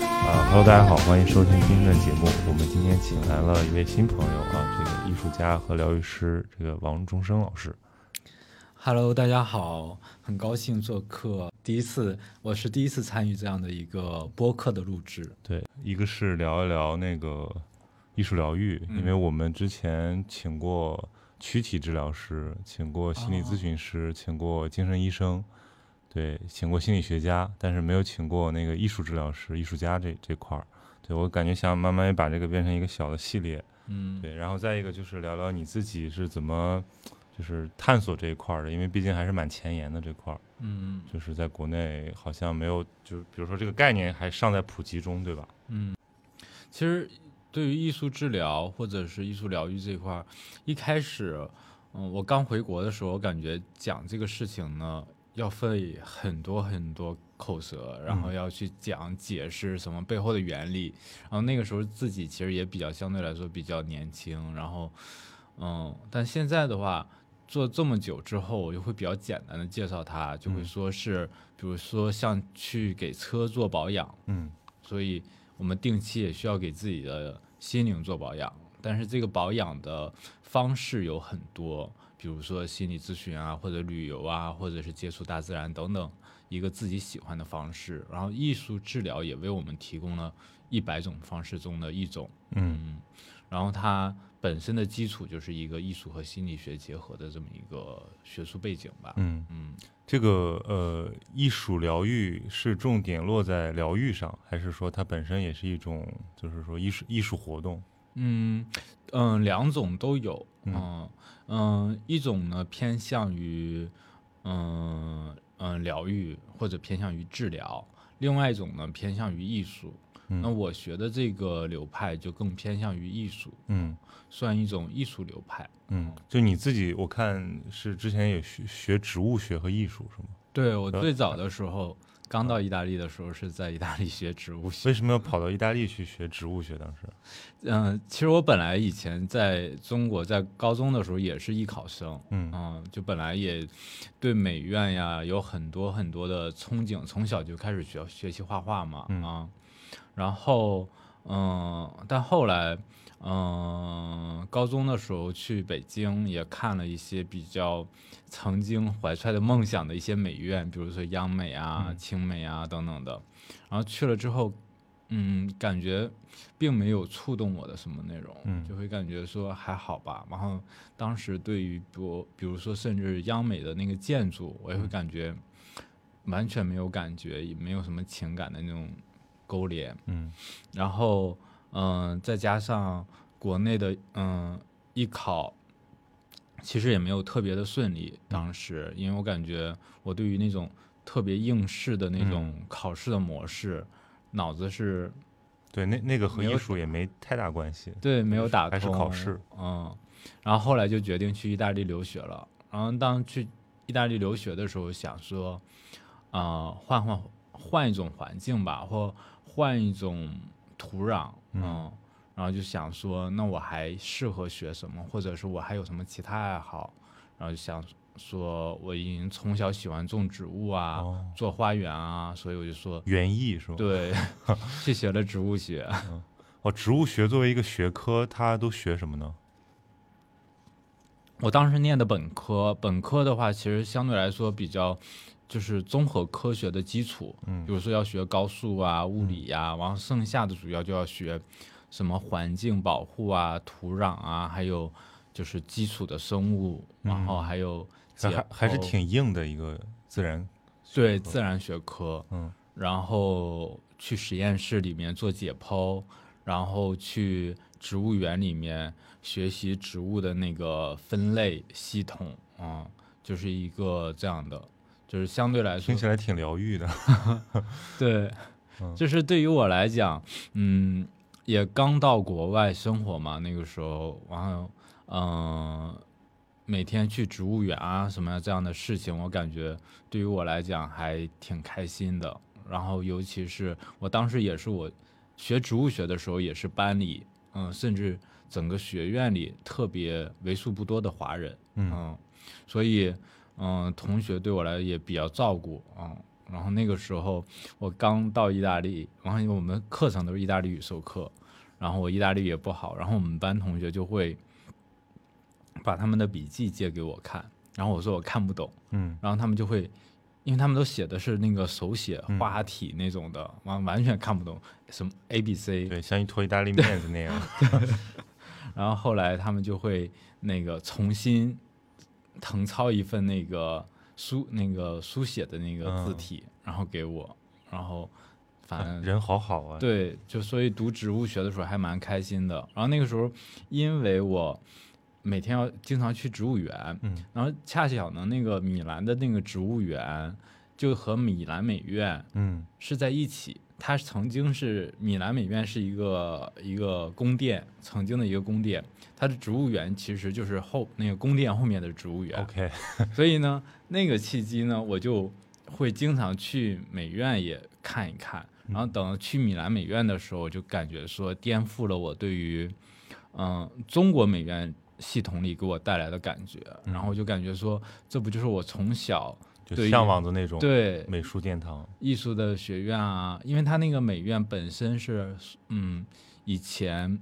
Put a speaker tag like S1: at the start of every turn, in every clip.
S1: 啊 Hello，大家好，欢迎收听今天的节目。我们今天请来了一位新朋友啊，这个艺术家和疗愈师，这个王中生老师。
S2: Hello，大家好，很高兴做客。第一次，我是第一次参与这样的一个播客的录制。
S1: 对，一个是聊一聊那个艺术疗愈，因为我们之前请过躯体治疗师，请过心理咨询师，请过精神医生，对，请过心理学家，但是没有请过那个艺术治疗师、艺术家这这块儿。对我感觉想慢慢把这个变成一个小的系列，
S2: 嗯，
S1: 对，然后再一个就是聊聊你自己是怎么就是探索这一块儿的，因为毕竟还是蛮前沿的这块儿，
S2: 嗯
S1: 就是在国内好像没有，就是比如说这个概念还尚在普及中，对吧？
S2: 嗯，
S3: 其实对于艺术治疗或者是艺术疗愈这一块儿，一开始，嗯，我刚回国的时候，我感觉讲这个事情呢，要费很多很多口舌，然后要去讲解释什么背后的原理。然后那个时候自己其实也比较相对来说比较年轻，然后，嗯，但现在的话。做这么久之后，我就会比较简单的介绍它，就会
S1: 嗯
S3: 说是，比如说像去给车做保养，
S1: 嗯
S3: 所以我们定期也需要给自己的心灵做保养。但是这个保养的方式有很多，比如说心理咨询啊，或者旅游啊，或者是接触大自然等等，一个自己喜欢的方式。然后艺术治疗也为我们提供了一百种方式中的一种，
S1: 嗯
S3: 嗯，然后它本身的基础就是一个艺术和心理学结合的这么一个学术背景吧，
S1: 嗯，
S3: 嗯，
S1: 这个呃，艺术疗愈是重点落在疗愈上，还是说它本身也是一种就是说艺术艺术活动？
S3: 嗯嗯，两种都有，
S1: 嗯
S3: 嗯嗯，一种呢偏向于嗯嗯疗愈或者偏向于治疗，另外一种呢偏向于艺术。
S1: 嗯
S3: 那我学的这个流派就更偏向于艺术，
S1: 嗯
S3: 算一种艺术流派。
S1: 嗯，就你自己，我看是之前也学学植物学和艺术是吗？
S3: 对我
S1: 呃
S3: 最早的时候，刚到意大利的时候是在意大利学植物学
S1: 为。什么要跑到意大利去学植物学？当时，
S3: 嗯，其实我本来以前在中国，在高中的时候也是艺考生，
S1: 嗯
S3: 嗯，就本来也对美院呀有很多很多的憧憬，从小就开始学学习画画嘛，
S1: 嗯
S3: 啊，然后嗯，但后来嗯，高中的时候去北京也看了一些比较曾经怀揣的梦想的一些美院，比如说央美啊、
S1: 嗯
S3: 清美啊等等的，然后去了之后，嗯，感觉并没有触动我的什么内容，
S1: 嗯
S3: 就会感觉说还好吧。然后当时对于比如比如说甚至央美的那个建筑，我也
S1: 嗯
S3: 会感觉完全没有感觉，也没有什么情感的那种勾连。
S1: 嗯
S3: 然后嗯、再加上国内的嗯、艺考，其实也没有特别的顺利。当时因为我感觉我对于那种特别应试的那种
S1: 嗯
S3: 考试的模式，脑子是
S1: 对，那那个和
S3: 没有
S1: 艺术也没太大关系。
S3: 对没有
S1: 是
S3: 打通，
S1: 还是考试，
S3: 嗯，然后后来就决定去意大利留学了。然后当去意大利留学的时候，想说，啊、换换换一种环境吧，或换一种土壤，
S1: 嗯
S3: 嗯，然后就想说，那我还适合学什么，或者是我还有什么其他爱好，然后就想说，我已经从小喜欢种植物啊，
S1: 哦
S3: 做花园啊，所以我就说，
S1: 园艺是吗？
S3: 对，去学了植物学。
S1: 哦，植物学作为一个学科，它都学什么呢？
S3: 我当时念的本科，本科的话，其实相对来说比较就是综合科学的基础，
S1: 嗯
S3: 比如说要学高速啊、物理呀、然后剩下的主要就要学什么环境保护啊、土壤啊，还有就是基础的生物，然后还有解
S1: 嗯还还还是
S3: 剖
S1: 挺硬的一个自然学
S3: 对
S1: 科
S3: 自然学科，
S1: 嗯
S3: 然后去实验室里面做解剖，然后去植物园里面学习植物的那个分类系统啊、就是一个这样的，就是相对来说
S1: 听起来挺疗愈 的。
S3: 对，就是对于我来讲，嗯，也刚到国外生活嘛，那个时候，然后，嗯、每天去植物园啊什么这样的事情，我感觉对于我来讲还挺开心的。然后，尤其是我当时也是我学植物学的时候，也是班里，嗯，甚至整个学院里特别为数不多的华人，
S1: 嗯
S3: 嗯，所以，嗯，同学对我来也比较照顾，嗯，然后那个时候我刚到意大利，然后因为我们课程都是意大利语授课，然后我意大利语也不好，然后我们班同学就会把他们的笔记借给我看，然后我说我看不懂，
S1: 嗯
S3: 然后他们就会，因为他们都写的是那个手写
S1: 嗯
S3: 画体那种的，完、完全看不懂什么 A B C，
S1: 对，像一坨意大利面子那样，
S3: 然后后来他们就会那个重新誊抄一份那个书那个书写的那个字
S1: 嗯
S3: 体，然后给我，然后反正
S1: 人好好啊。
S3: 对，就所以读植物学的时候还蛮开心的。然后那个时候，因为我每天要经常去植物园，
S1: 嗯，
S3: 然后恰巧呢，那个米兰的那个植物园就和米兰美院
S1: 嗯
S3: 是在一起。它曾经是米兰美院是一个一个宫殿，曾经的一个宫殿，它的植物园其实就是后那个宫殿后面的植物园。
S1: ，OK，
S3: 所以呢，那个契机呢，我就会经常去美院也看一看。然后等去米兰美院的时候，我就感觉说颠覆了我对于嗯、中国美院系统里给我带来的感觉。然后我就感觉说，这不就是我从小
S1: 就
S3: 对
S1: 向往的那种
S3: 对
S1: 美术殿堂。
S3: 艺术的学院啊，因为它那个美院本身是嗯以前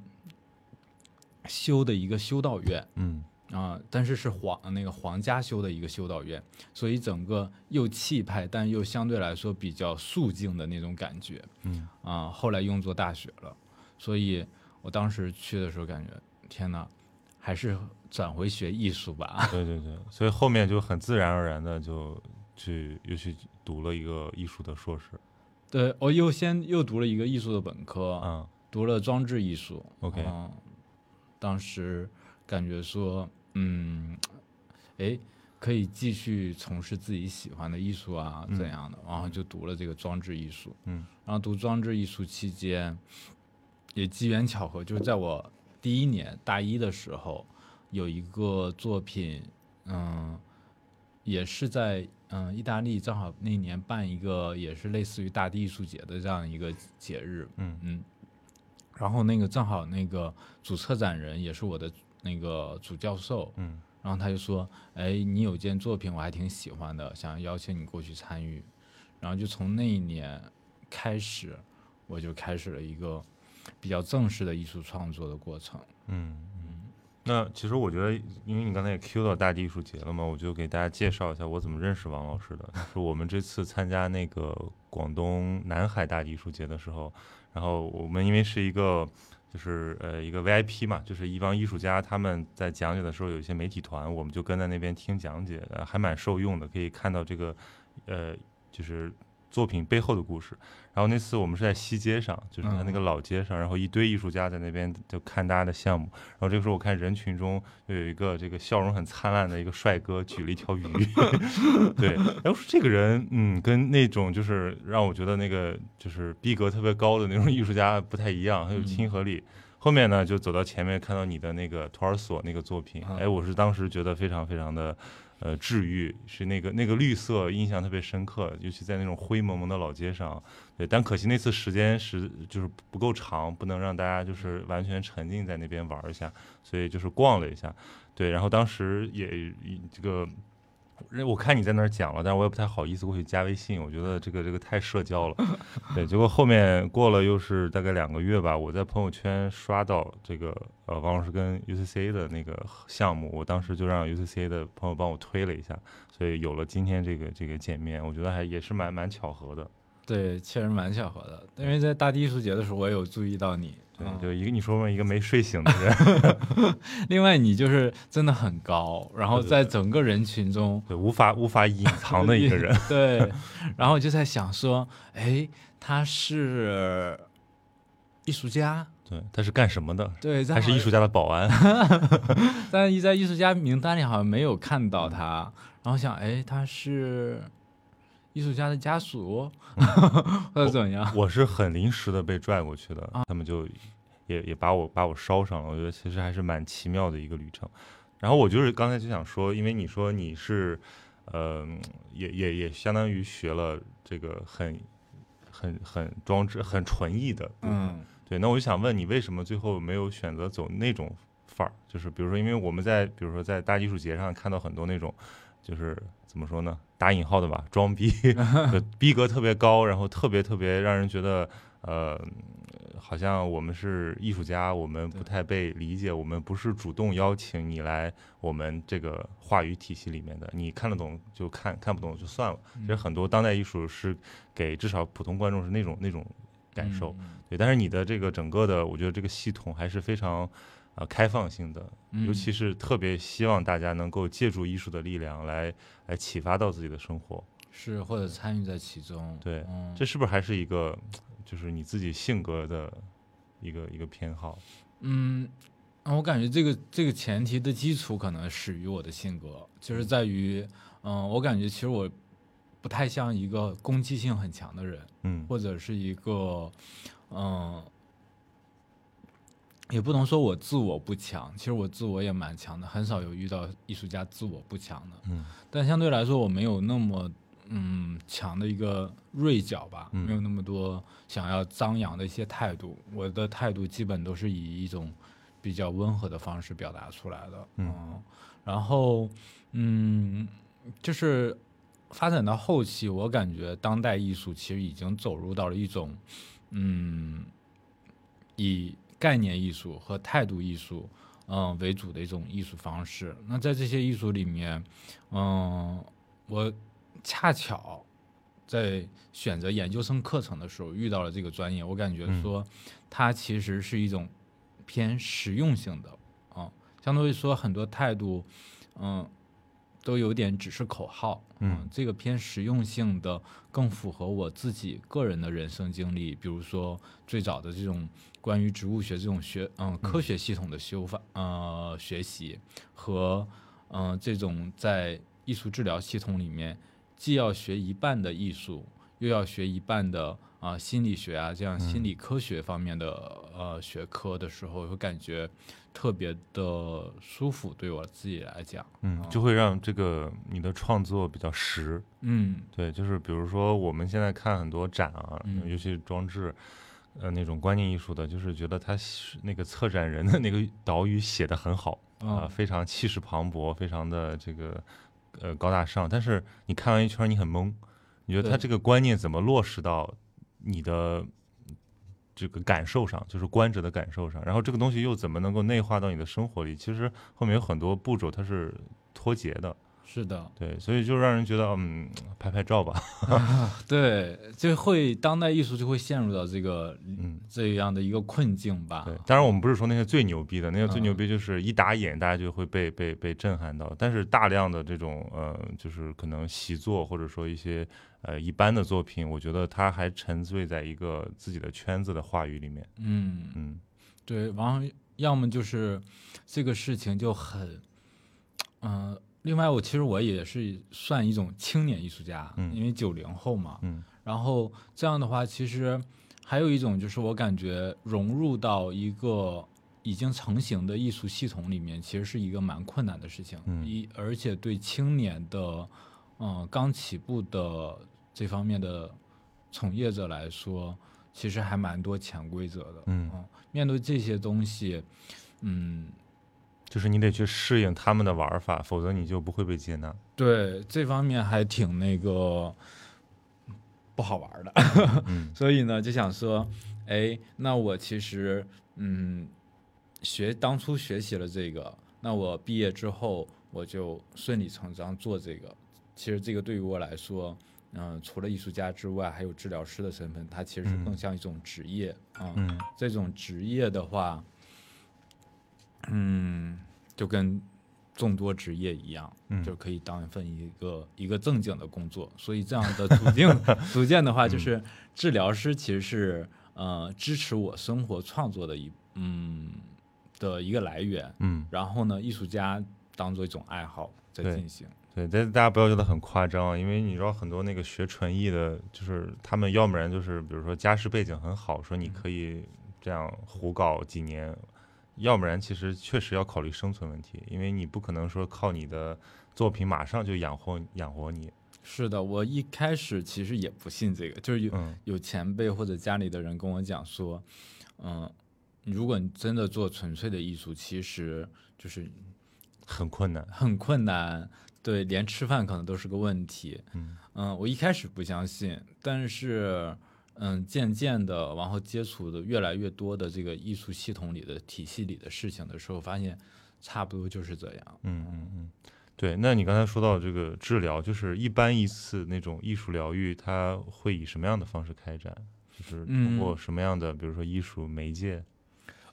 S3: 修的一个修道院。
S1: 嗯
S3: 啊、但是是皇那个皇家修的一个修道院，所以整个又气派，但又相对来说比较肃静的那种感觉
S1: 嗯，
S3: 啊、后来用作大学了，所以我当时去的时候感觉，天哪，还是转回学艺术吧。
S1: 对对对，所以后面就很自然而然的就去又去读了一个艺术的硕士。
S3: 对，我又先又读了一个艺术的本科，
S1: 嗯
S3: 读了装置艺术。
S1: OK
S3: 嗯当时感觉说，嗯，哎，可以继续从事自己喜欢的艺术啊，
S1: 嗯
S3: 怎样的？然后就读了这个装置艺术。
S1: 嗯
S3: 然后读装置艺术期间，也机缘巧合，就是在我第一年大一的时候，有一个作品，嗯，也是在嗯意大利，正好那年办一个也是类似于大地艺术节的这样一个节日，
S1: 嗯
S3: 嗯，然后那个正好那个主策展人也是我的那个主教授，
S1: 嗯
S3: 然后他就说：“哎，你有件作品我还挺喜欢的，想邀请你过去参与。”然后就从那一年开始，我就开始了一个比较正式的艺术创作的过程。
S1: 嗯嗯。那其实我觉得，因为你刚才也 Q 到大地艺术节了嘛，我就给大家介绍一下我怎么认识王老师的。就是我们这次参加那个广东南海大地艺术节的时候，然后我们因为是一个就是呃一个 VIP 嘛，就是一帮艺术家他们在讲解的时候有一些媒体团，我们就跟在那边听讲解，呃还蛮受用的，可以看到这个呃就是作品背后的故事。然后那次我们是在西街上，就是他那个老街上，然后一堆艺术家在那边就看大家的项目。然后这个时候我看人群中就有一个这个笑容很灿烂的一个帅哥举了一条鱼， 对，然后说这个人嗯跟那种就是让我觉得那个就是逼格特别高的那种艺术家不太一样，很有亲和力。后面呢，就走到前面，看到你的那个托尔索那个作品，
S3: 啊
S1: 哎，我是当时觉得非常非常的，呃，治愈，是那个那个绿色印象特别深刻，尤其在那种灰蒙蒙的老街上，对，但可惜那次时间是就是不够长，不能让大家就是完全沉浸在那边玩一下，所以就是逛了一下，对，然后当时也这个。我看你在那儿讲了，但是我也不太好意思过去加微信，我觉得这个这个太社交了，对，结果后面过了又是大概两个月吧，我在朋友圈刷到这个呃王老师跟 UCCA 的那个项目，我当时就让 UCCA 的朋友帮我推了一下，所以有了今天这个这个见面，我觉得还也是蛮蛮巧合的。
S3: 对，确实蛮巧合的，因为在大地艺术节的时候，我也有注意到你。
S1: 对，
S3: 嗯
S1: 就一个你说嘛，一个没睡醒的人，
S3: 另外，你就是真的很高，然后
S1: 对对
S3: 在
S1: 对
S3: 整个人群中，
S1: 对，无法无法隐藏的一个人。
S3: 对，然后我就在想说，哎，他是艺术家，
S1: 对，他是干什么的？
S3: 对，
S1: 他是艺术家的保安。
S3: 但是在艺术家名单里好像没有看到他，然后想，哎，他是艺术家的家属，
S1: 嗯
S3: 或者怎么样？
S1: 我是很临时的被拽过去的，他们就也也把我把我捎上了。我觉得其实还是蛮奇妙的一个旅程。然后我就是刚才就想说，因为你说你是，呃，也也也相当于学了这个很很很装置很纯艺的，
S3: 嗯
S1: 对，那我就想问你，为什么最后没有选择走那种范儿？就是比如说，因为我们在比如说在大艺术节上看到很多那种，就是怎么说呢，打引号的吧，装逼，逼格特别高，然后特别特别让人觉得呃，好像我们是艺术家，我们不
S3: 对
S1: 太被理解，我们不是主动邀请你来我们这个话语体系里面的，你看得懂就看，看不懂就算了。其实很多当代艺术是给至少普通观众是那种那种感
S3: 嗯
S1: 受，对。但是你的这个整个的，我觉得这个系统还是非常呃开放性的，
S3: 嗯
S1: 尤其是特别希望大家能够借助艺术的力量来来启发到自己的生活。
S3: 是或者参与在其中，
S1: 对
S3: 嗯、
S1: 这是不是还是一个就是你自己性格的一个一个偏好？
S3: 嗯，啊我感觉这个这个前提的基础可能始于我的性格，就是在于，嗯、我感觉其实我不太像一个攻击性很强的人，
S1: 嗯
S3: 或者是一个，嗯、也不能说我自我不强，其实我自我也蛮强的，很少有遇到艺术家自我不强的，
S1: 嗯
S3: 但相对来说我没有那么嗯强的一个锐角吧，
S1: 嗯
S3: 没有那么多想要张扬的一些态度，我的态度基本都是以一种比较温和的方式表达出来的，
S1: 嗯
S3: 然后嗯，就是发展到后期，我感觉当代艺术其实已经走入到了一种嗯以概念艺术和态度艺术。嗯，为主的一种艺术方式。那在这些艺术里面，嗯，我恰巧在选择研究生课程的时候遇到了这个专业，我感觉
S1: 嗯
S3: 说它其实是一种偏实用性的啊、相对于说很多态度，嗯，都有点只是口号。
S1: 嗯
S3: 这个偏实用性的更符合我自己个人的人生经历，比如说最早的这种关于植物学这种学，嗯，科学系统的修法，呃，学习和嗯、呃这种在艺术治疗系统里面，既要学一半的艺术，又要学一半的啊、心理学啊，这样心理科学方面的、呃学科的时候，会感觉特别的舒服，对我自己来讲，
S1: 嗯，就会让这个你的创作比较实。
S3: 嗯
S1: 对，就是比如说我们现在看很多展啊，
S3: 嗯
S1: 尤其是装置，呃，那种观念艺术的，就是觉得他是那个策展人的那个岛屿写的很好啊、
S3: 啊
S1: 非常气势磅礴，非常的这个呃高大上。但是你看完一圈儿，你很懵，你觉得他
S3: 对
S1: 这个观念怎么落实到你的这个感受上，就是观者的感受上，然后这个东西又怎么能够内化到你的生活里？其实后面有很多步骤它是脱节的，
S3: 是的，
S1: 对，所以就让人觉得嗯，拍拍照吧。
S3: 对，就会当代艺术就会陷入到这个
S1: 嗯，
S3: 这样的一个困境吧，
S1: 对，当然我们不是说那些最牛逼的，那些最牛逼就是一打眼大家就会被被被震撼到，但是大量的这种呃，就是可能习作或者说一些呃一般的作品，我觉得它还沉醉在一个自己的圈子的话语里面，
S3: 嗯。
S1: 嗯
S3: 对，然后要么就是这个事情就很，嗯、另外我其实我也是算一种青年艺术家，
S1: 嗯
S3: 因为九零后嘛，
S1: 嗯
S3: 然后这样的话，其实还有一种就是我感觉融入到一个已经成型的艺术系统里面，其实是一个蛮困难的事情，
S1: 嗯
S3: 一而且对青年的，嗯、刚起步的这方面的从业者来说，其实还蛮多潜规则的，
S1: 嗯，
S3: 面对这些东西，嗯，
S1: 就是你得去适应他们的玩法，否则你就不会被接纳。
S3: 对这方面还挺那个不好玩的，
S1: 嗯
S3: 所以呢就想说，哎，那我其实嗯，学当初学习了这个，那我毕业之后我就顺理成章做这个。其实这个对于我来说，嗯、除了艺术家之外，还有治疗师的身份，它其实是
S1: 嗯
S3: 更像一种职业啊。
S1: 嗯
S3: 这种职业的话，嗯，就跟众多职业一样，
S1: 嗯
S3: 就可以当一份一个一个正经的工作。所以这样的途 径途径的话，
S1: 嗯
S3: 就是治疗师其实是呃支持我生活创作的一嗯的一个来源。
S1: 嗯，
S3: 然后呢，艺术家当做一种爱好在
S1: 对
S3: 进行。
S1: 对，但是大家不要觉得很夸张，啊因为你知道很多那个学纯艺的，就是他们要不然就是比如说家世背景很好，说你可以这样胡搞几年，要不然其实确实要考虑生存问题，因为你不可能说靠你的作品马上就养活养活你。
S3: 是的，我一开始其实也不信这个，就是有、
S1: 嗯
S3: 有前辈或者家里的人跟我讲说，嗯，如果你真的做纯粹的艺术，其实就是
S1: 很困难。
S3: 很困难，对，连吃饭可能都是个问题。
S1: 嗯
S3: 嗯，我一开始不相信，但是嗯，渐渐的，然后接触的越来越多的这个艺术系统里的体系里的事情的时候，发现差不多就是这样。
S1: 嗯嗯嗯，对。那你刚才说到这个治疗，就是一般一次那种艺术疗愈，它会以什么样的方式开展？就是通过
S3: 嗯
S1: 什么样的，比如说艺术媒介？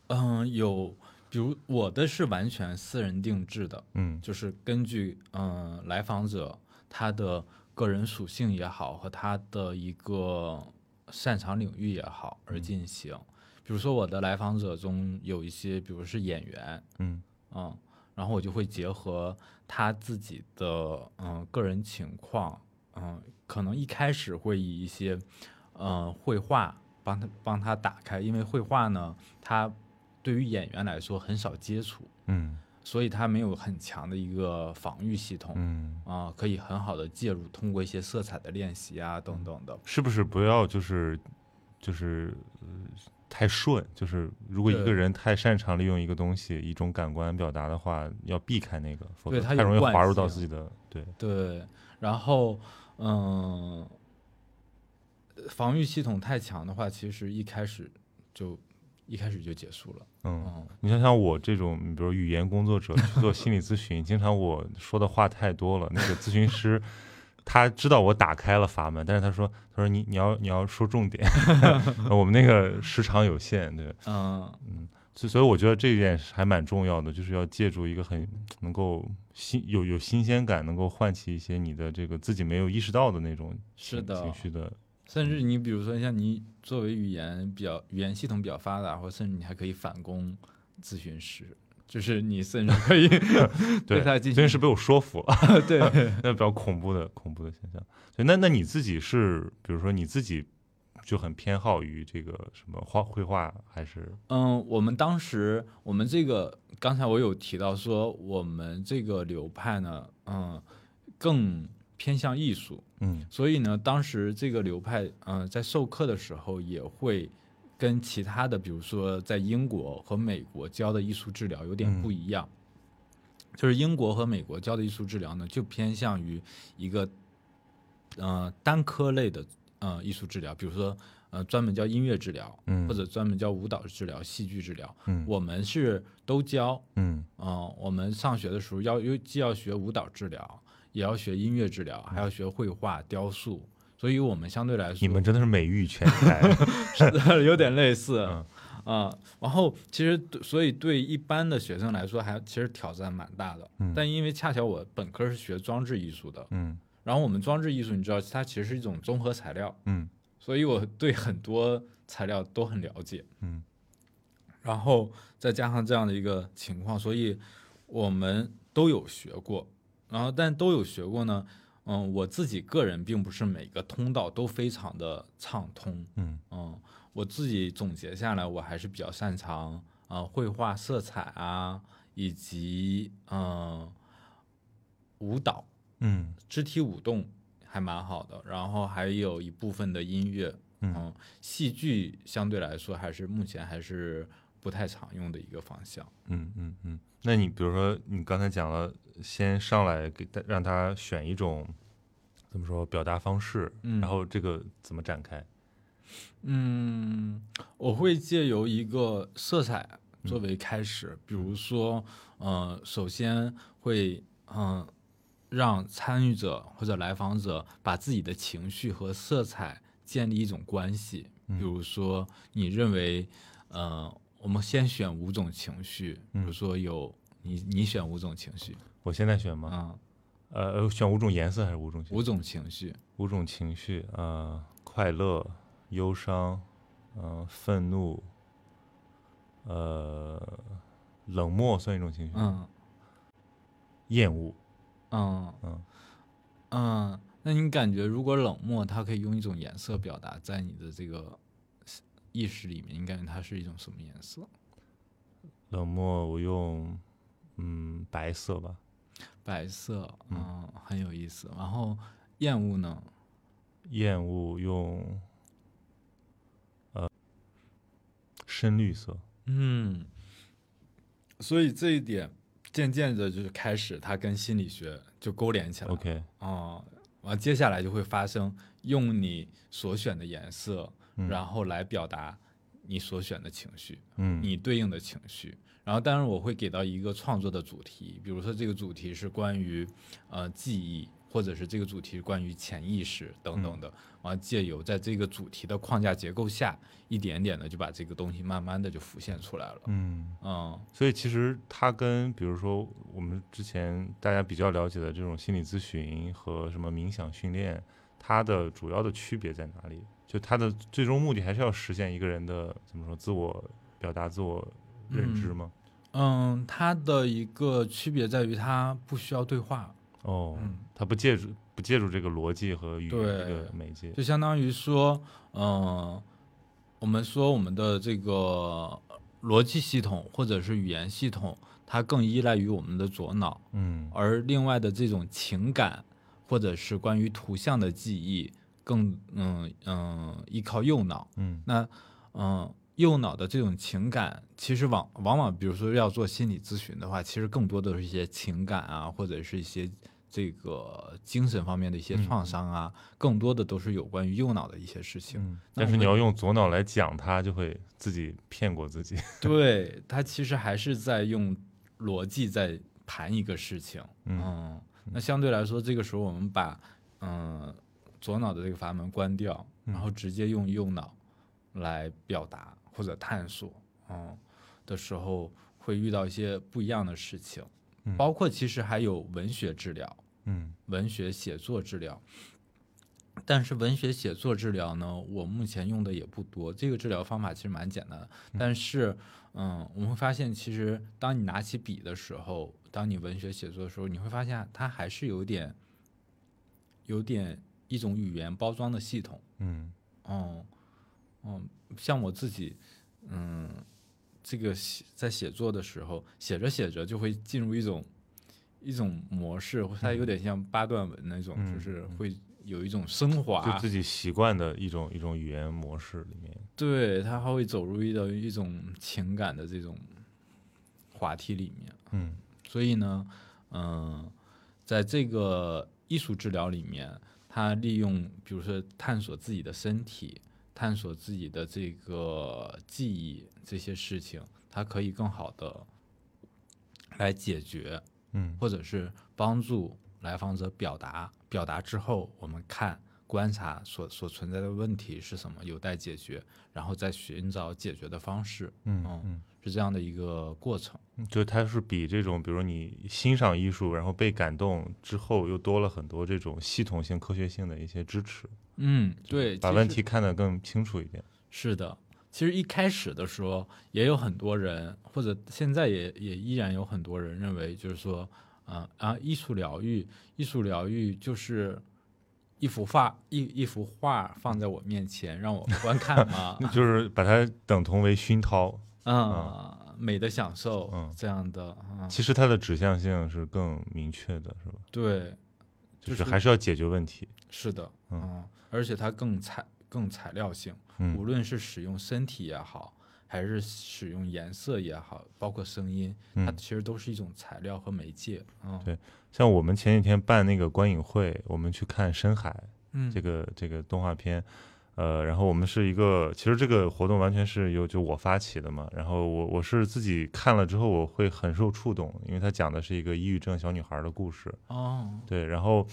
S3: 嗯，有，比如我的是完全私人定制的，
S1: 嗯
S3: 就是根据嗯、来访者他的个人属性也好和他的一个擅长领域也好而进行。比如说我的来访者中有一些，比如是演员，
S1: 嗯
S3: 嗯，然后我就会结合他自己的嗯个人情况，嗯，可能一开始会以一些嗯绘画帮他帮他打开，因为绘画呢，他对于演员来说很少接触，
S1: 嗯
S3: 所以他没有很强的一个防御系统。
S1: 嗯，
S3: 啊、可以很好的介入，通过一些色彩的练习啊，
S1: 嗯
S3: 等等的。
S1: 是不是不要就是就是、呃、太顺？就是如果一
S3: 对
S1: 个人太擅长利用一个东西、一种感官表达的话，要避开那个，否则
S3: 对它
S1: 太
S3: 有
S1: 容易
S3: 惯
S1: 滑入到
S3: 性
S1: 自己的对。
S3: 对，然后嗯，防御系统太强的话，其实一开始就一开始就结束了。
S1: 嗯，
S3: 嗯，
S1: 你想想我这种，比如语言工作者去做心理咨询， 经常我说的话太多了，那个咨询师。他知道我打开了阀门，但是他说：“他说你你要你要说重点， 我们那个时长有限，对，
S3: 嗯，
S1: 所所以我觉得这一点是还蛮重要的，就是要借助一个很能够新有有新鲜感，能够唤起一些你的这个自己没有意识到的那种
S3: 是
S1: 情
S3: 的
S1: 情绪的，
S3: 甚至你比如说像你作为语言比较语言系统比较发达，或甚至你还可以反攻咨询师，就是你甚至 可以对他
S1: 最
S3: 进行
S1: 近是被我说服了，
S3: 对，
S1: 那比较恐怖的恐怖的现象。对，那那你自己是，比如说你自己就很偏好于这个什么画绘画，还是
S3: 嗯，我们当时我们这个刚才我有提到说我们这个流派呢，嗯，更偏向艺术，
S1: 嗯
S3: 所以呢，当时这个流派，嗯、在授课的时候也会跟其他的，比如说在英国和美国教的艺术治疗有点
S1: 嗯
S3: 不一样。就是英国和美国教的艺术治疗呢，就偏向于一个，呃，单科类的，呃，艺术治疗，比如说，呃，专门教音乐治疗，
S1: 嗯
S3: 或者专门教舞蹈治疗、戏剧治疗。
S1: 嗯
S3: 我们是都教，
S1: 嗯
S3: 嗯，我们上学的时候要又既要学舞蹈治疗，也要学音乐治疗，还要学绘画、雕塑，所以我们相对来
S1: 你
S3: 说
S1: 们真的是美育全 才，
S3: 有点类似，
S1: 嗯
S3: 啊、然后其实对所以对一般的学生来说还其实挑战蛮大的，
S1: 嗯
S3: 但因为恰巧我本科是学装置艺术的，
S1: 嗯
S3: 然后我们装置艺术你知道它其实是一种综合材料，
S1: 嗯
S3: 所以我对很多材料都很了解。
S1: 嗯，
S3: 然后再加上这样的一个情况，所以我们都有学过。然后，但都有学过呢，嗯，我自己个人并不是每个通道都非常的畅通。
S1: 嗯
S3: 嗯，我自己总结下来，我还是比较擅长啊、呃绘画、色彩啊，以及嗯、呃舞蹈。
S1: 嗯
S3: 肢体舞动还蛮好的，然后还有一部分的音乐，
S1: 嗯
S3: 戏剧相对来说还是目前还是不太常用的一个方向。
S1: 嗯嗯嗯。那你比如说你刚才讲了，先上来给他让他选一种怎么说表达方式，
S3: 嗯
S1: 然后这个怎么展开？
S3: 嗯，我会借由一个色彩作为开始，比如说，呃，首先会嗯、呃让参与者或者来访者把自己的情绪和色彩建立一种关系，比如说你认为，呃，我们先选五种情绪，比如说有你你选五种情绪，
S1: 我现在选吗？
S3: 啊、
S1: 呃，选五种颜色还是五种情
S3: 五种情绪，
S1: 五种情绪，呃，快乐、忧伤，呃，愤怒，呃，冷漠算一种情绪，
S3: 嗯
S1: 厌恶，
S3: 嗯
S1: 嗯，
S3: 嗯，那你感觉如果冷漠，它可以用一种颜色表达在你的这个意识里面，你感觉它是一种什么颜色？
S1: 冷漠我用嗯白色吧，
S3: 白色，嗯，很有意思。然后厌恶呢？
S1: 厌恶用呃深绿色，
S3: 嗯，所以这一点渐渐的就是开始它跟心理学就勾连起来了。
S1: OK，
S3: 哦，完接下来就会发生用你所选的颜色，
S1: 嗯
S3: 然后来表达你所选的情绪，
S1: 嗯
S3: 你对应的情绪。然后，当然我会给到一个创作的主题，比如说这个主题是关于呃记忆，或者是这个主题是关于潜意识
S1: 嗯
S3: 等等的。完、借由在这个主题的框架结构下，一点点的就把这个东西慢慢的就浮现出来了。
S1: 嗯，
S3: 嗯
S1: 所以其实它跟比如说我们之前大家比较了解的这种心理咨询和什么冥想训练，它的主要的区别在哪里？就它的最终目的还是要实现一个人的怎么说自我表达、自我认知吗？
S3: 嗯，它的一个区别在于它不需要对话，
S1: 哦，
S2: 嗯
S1: 它不借助不借助这个逻辑和语言
S3: 对
S1: 这个媒介，
S3: 就相当于说，嗯、我们说我们的这个逻辑系统或者是语言系统，它更依赖于我们的左脑，
S1: 嗯
S3: 而另外的这种情感或者是关于图像的记忆，更嗯嗯依靠右脑。
S1: 嗯
S3: 那嗯，右脑的这种情感，其实往往往，比如说要做心理咨询的话，其实更多的是一些情感啊，或者是一些这个精神方面的一些创伤啊，更多的都是有关于右脑的一些事情。
S1: 嗯，
S3: 那
S1: 但是
S3: 我
S1: 你
S3: 们
S1: 要用左脑来讲它，就会自己骗过自己。
S3: 对，它其实还是在用逻辑在盘一个事情。
S1: 嗯
S3: 那相对来说，这个时候我们把嗯、左脑的这个阀门关掉，然
S1: 嗯
S3: 后直接用右脑来表达或者探索，嗯的时候会遇到一些不一样的事情，
S1: 嗯
S3: 包括其实还有文学治疗。
S1: 嗯
S3: 文学写作治疗。但是文学写作治疗呢，我目前用的也不多。这个治疗方法其实蛮简单的，但是，嗯，我们会发现，其实当你拿起笔的时候，当你文学写作的时候，你会发现它还是有点，有点一种语言包装的系统。
S1: 嗯
S3: 哦，嗯，像我自己，嗯，这个写在写作的时候，写着写着就会进入一种一种模式，它有点像八段文那种，
S1: 嗯
S3: 就是会有一种升华
S1: 就，自己习惯的一种一种语言模式里面。
S3: 对，它还会走入一种一种情感的这种滑梯里面。
S1: 嗯
S3: 所以呢，嗯，在这个艺术治疗里面，他利用比如说探索自己的身体、探索自己的这个记忆这些事情，它可以更好的来解决，
S1: 嗯
S3: 或者是帮助来访者表达。表达之后，我们看。观察所所存在的问题是什么，有待解决，然后再寻找解决的方式，
S1: 嗯
S3: 哦
S1: 嗯
S3: 是这样的一个过程。
S1: 嗯，就它是比这种，比如你欣赏艺术，然后被感动之后，又多了很多这种系统性、科学性的一些支持，
S3: 嗯，对，
S1: 把
S3: 其
S1: 问
S3: 实
S1: 题看得更清楚一点。
S3: 是的，其实一开始的时候，也有很多人，或者现在也也依然有很多人认为，就是说，嗯、啊，艺术疗愈，艺术疗愈就是一幅画，一一幅画放在我面前，让我观看 嘛，
S1: 就是把它等同为熏陶，
S3: 啊、美的享受，
S1: 嗯
S3: 这样的，嗯，
S1: 其实它的指向性是更明确的，是吧？
S3: 对，
S1: 就
S3: 就是是
S1: 还是要解决问题。
S3: 是的，
S1: 嗯
S3: 嗯，而且它更材更材料性，无
S1: 嗯
S3: 论是使用身体也好，还是使用颜色也好，包括声音，它
S1: 嗯，
S3: 其实都是一种材料和媒介。嗯，
S1: 对像我们前几天办那个观影会，我们去看《深海》，
S3: 嗯
S1: 这个这个动画片，呃，然后我们是一个，其实这个活动完全是由就我发起的嘛，然后我我是自己看了之后我会很受触动，因为它讲的是一个抑郁症小女孩的故事，
S3: 哦，
S1: 对，然后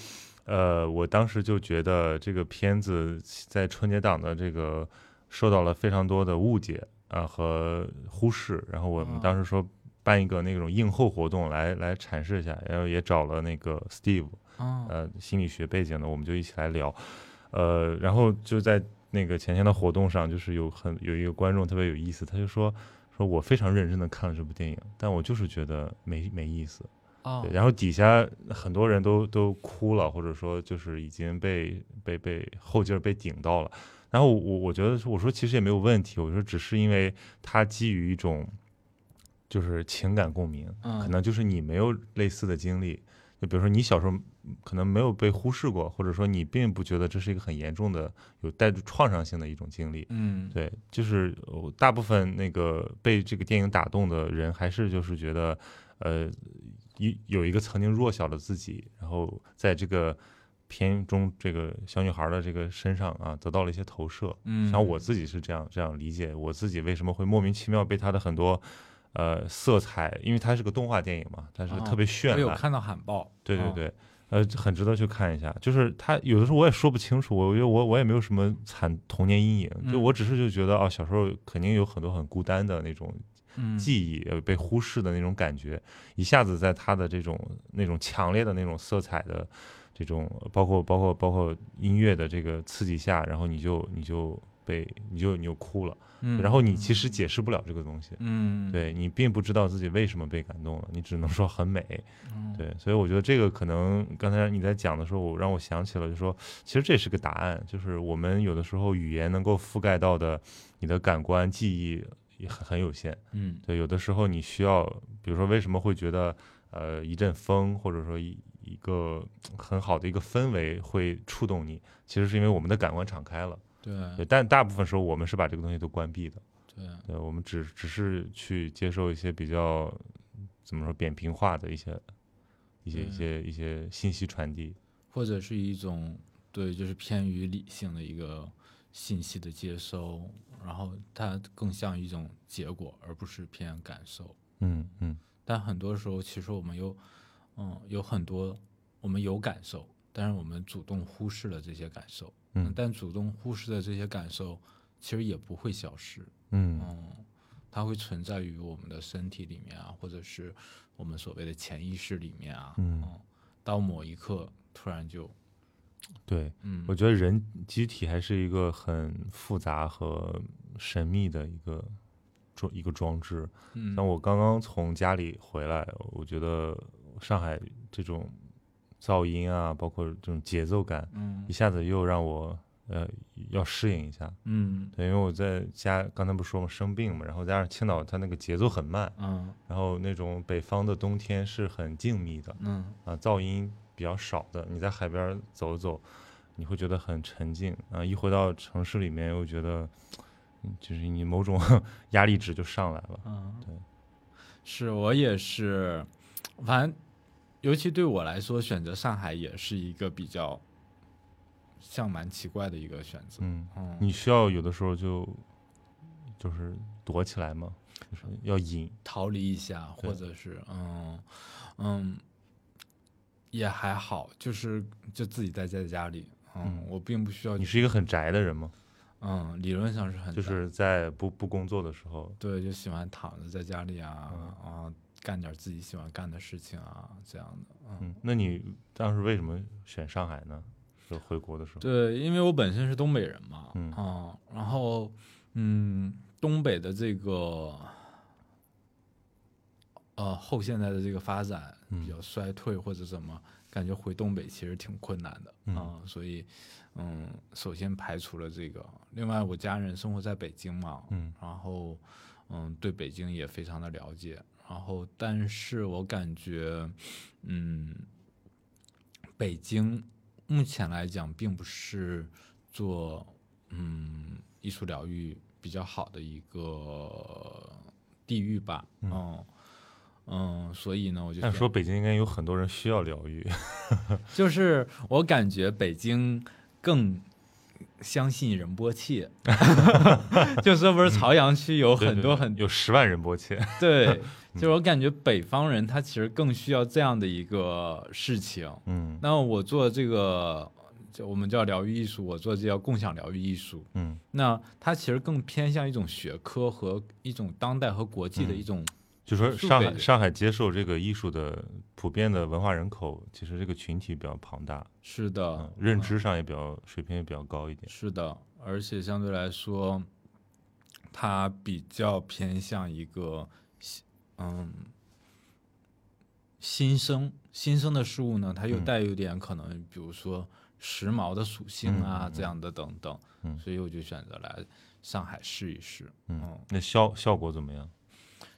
S1: 呃，我当时就觉得这个片子在春节档的这个受到了非常多的误解啊和忽视，然后我们
S3: 哦
S1: 当时说。办一个那种映后活动来来阐释一下，然后也找了那个 Steve，
S3: 哦，
S1: 呃心理学背景的，我们就一起来聊。呃，然后就在那个前天的活动上，就是有很有一个观众特别有意思，他就说说我非常认真的看了这部电影，但我就是觉得没没意思。
S3: 哦
S1: 对，然后底下很多人都都哭了，或者说就是已经被被被后劲儿被顶到了。然后我我觉得我说其实也没有问题，我说只是因为它基于一种就是情感共鸣，
S3: 嗯
S1: 可能就是你没有类似的经历，就比如说你小时候可能没有被忽视过，或者说你并不觉得这是一个很严重的有带着创伤性的一种经历。
S3: 嗯，
S1: 对，就是呃大部分那个被这个电影打动的人，还是就是觉得，呃，一有一个曾经弱小的自己，然后在这个片中这个小女孩的这个身上啊，得到了一些投射。
S3: 嗯，
S1: 像我自己是这样这样理解，我自己为什么会莫名其妙被它的很多呃色彩，因为它是个动画电影嘛，它是
S3: 啊
S1: 特别绚
S3: 我有
S1: 烂，
S3: 看到海报，
S1: 对对
S3: 啊，
S1: 对，呃，很值得去看一下。就是他有的时候我也说不清楚，我我我我也没有什么惨童年阴影，就
S3: 嗯
S1: 我只是就觉得啊，小时候肯定有很多很孤单的那种
S3: 嗯，
S1: 记忆，呃，被忽视的那种感觉，一下子在他的这种那种强烈的那种色彩的这种，包括包括包括音乐的这个刺激下，然后你就你就被你就你就哭了，
S3: 嗯
S1: 然后你其实解释不了这个东西。
S3: 嗯，
S1: 对你并不知道自己为什么被感动了，你只能说很美，
S3: 嗯，
S1: 对，所以我觉得这个可能刚才你在讲的时候，我让我想起了，就说其实这是个答案，就是我们有的时候语言能够覆盖到的你的感官记忆也很很有限。
S3: 嗯
S1: 对，有的时候你需要，比如说为什么会觉得呃一阵风，或者说一一个很好的一个氛围会触动你，其实是因为我们的感官敞开了。对，
S3: 对
S1: 呃但大部分时候我们是把这个东西都关闭的。
S3: 对，啊
S1: 对，我们只只是去接受一些比较怎么说扁平化的一些一些一些一些信息传递。
S3: 或者是一种对，就是偏于理性的一个信息的接收，然后它更像一种结果，而不是偏感受。
S1: 嗯嗯
S3: 但很多时候，其实我们有，嗯，有很多我们有感受，但是我们主动忽视了这些感受。
S1: 嗯
S3: 但主动忽视的这些感受，其实也不会消失。
S1: 嗯
S3: 嗯，它会存在于我们的身体里面啊，或者是我们所谓的潜意识里面啊。
S1: 嗯，
S3: 到某一刻突然就，
S1: 对，
S3: 嗯，
S1: 我觉得人机体还是一个很复杂和神秘的一个装一个装置。
S3: 嗯
S1: 像我刚刚从家里回来，我觉得上海这种噪音啊，包括这种节奏感，
S3: 嗯
S1: 一下子又让我呃要适应一下。
S3: 嗯
S1: 对，因为我在家刚才不是说嘛，生病嘛，然后加上青岛它那个节奏很慢，
S3: 嗯
S1: 然后那种北方的冬天是很静谧的
S3: 嗯
S1: 啊，噪音比较少的。你在海边儿走走，你会觉得很沉静啊，一回到城市里面又觉得，嗯就是你某种 压力值就上来了。
S3: 嗯，
S1: 对，
S3: 是我也是，反正尤其对我来说，选择上海也是一个比较像蛮奇怪的一个选择。
S1: 嗯，
S3: 嗯，
S1: 你需要有的时候就就是躲起来嘛，就是要隐。
S3: 逃离一下，
S1: 对
S3: 或者是嗯嗯，也还好，就是就自己待在家里。嗯
S1: 嗯，
S3: 我并不需要
S1: 你，是一个很宅的人吗？
S3: 嗯，理论上是很
S1: 就是在不不工作的时候，
S3: 对，就喜欢躺着在家里啊、
S1: 嗯
S3: 啊，干点自己喜欢干的事情啊，这样的。
S1: 嗯，那你当时为什么选上海呢？就回国的时候，
S3: 对，因为我本身是东北人嘛，
S1: 嗯
S3: 啊，然后嗯，东北的这个呃后现代的这个发展
S1: 嗯
S3: 比较衰退或者怎么，感觉回东北其实挺困难的
S1: 嗯
S3: 啊、所以嗯，首先排除了这个，另外我家人生活在北京嘛，
S1: 嗯
S3: 然后嗯，对北京也非常的了解。然后，但是我感觉，嗯，北京目前来讲，并不是做嗯艺术疗愈比较好的一个地域吧。
S1: 嗯
S3: 嗯嗯，所以呢，我就
S1: 按
S3: 选
S1: 说北京应该有很多人需要疗愈，
S3: 就是我感觉北京更相信仁波 切， 就是不是朝阳区有
S1: 对
S3: 很
S1: 对
S3: 多
S1: 对
S3: 很
S1: 有十万人波 切， 嗯
S3: 对，就是我感觉北方人他其实更需要这样的一个事情。
S1: 嗯
S3: 那我做这个，就我们叫疗愈艺术，我做这叫共享疗愈艺术。
S1: 嗯
S3: 那它其实更偏向一种学科和一种当代和国
S1: 嗯
S3: 际的一种，
S1: 就说
S3: 是
S1: 上
S3: 北
S1: 海上海接受这个艺术的普遍的文化人口，其实这个群体比较庞大，
S3: 是的，
S1: 嗯，认知上也比较水平也比较高一点，
S3: 啊是的，而且相对来说，它比较偏向一个新嗯新生新生的事物呢，它又
S1: 嗯
S3: 带有点可能，比如说时髦的属性啊、
S1: 嗯嗯嗯
S3: 这样的等等，
S1: 嗯
S3: 所以我就选择来上海试一试，
S1: 嗯，那效效果怎么样？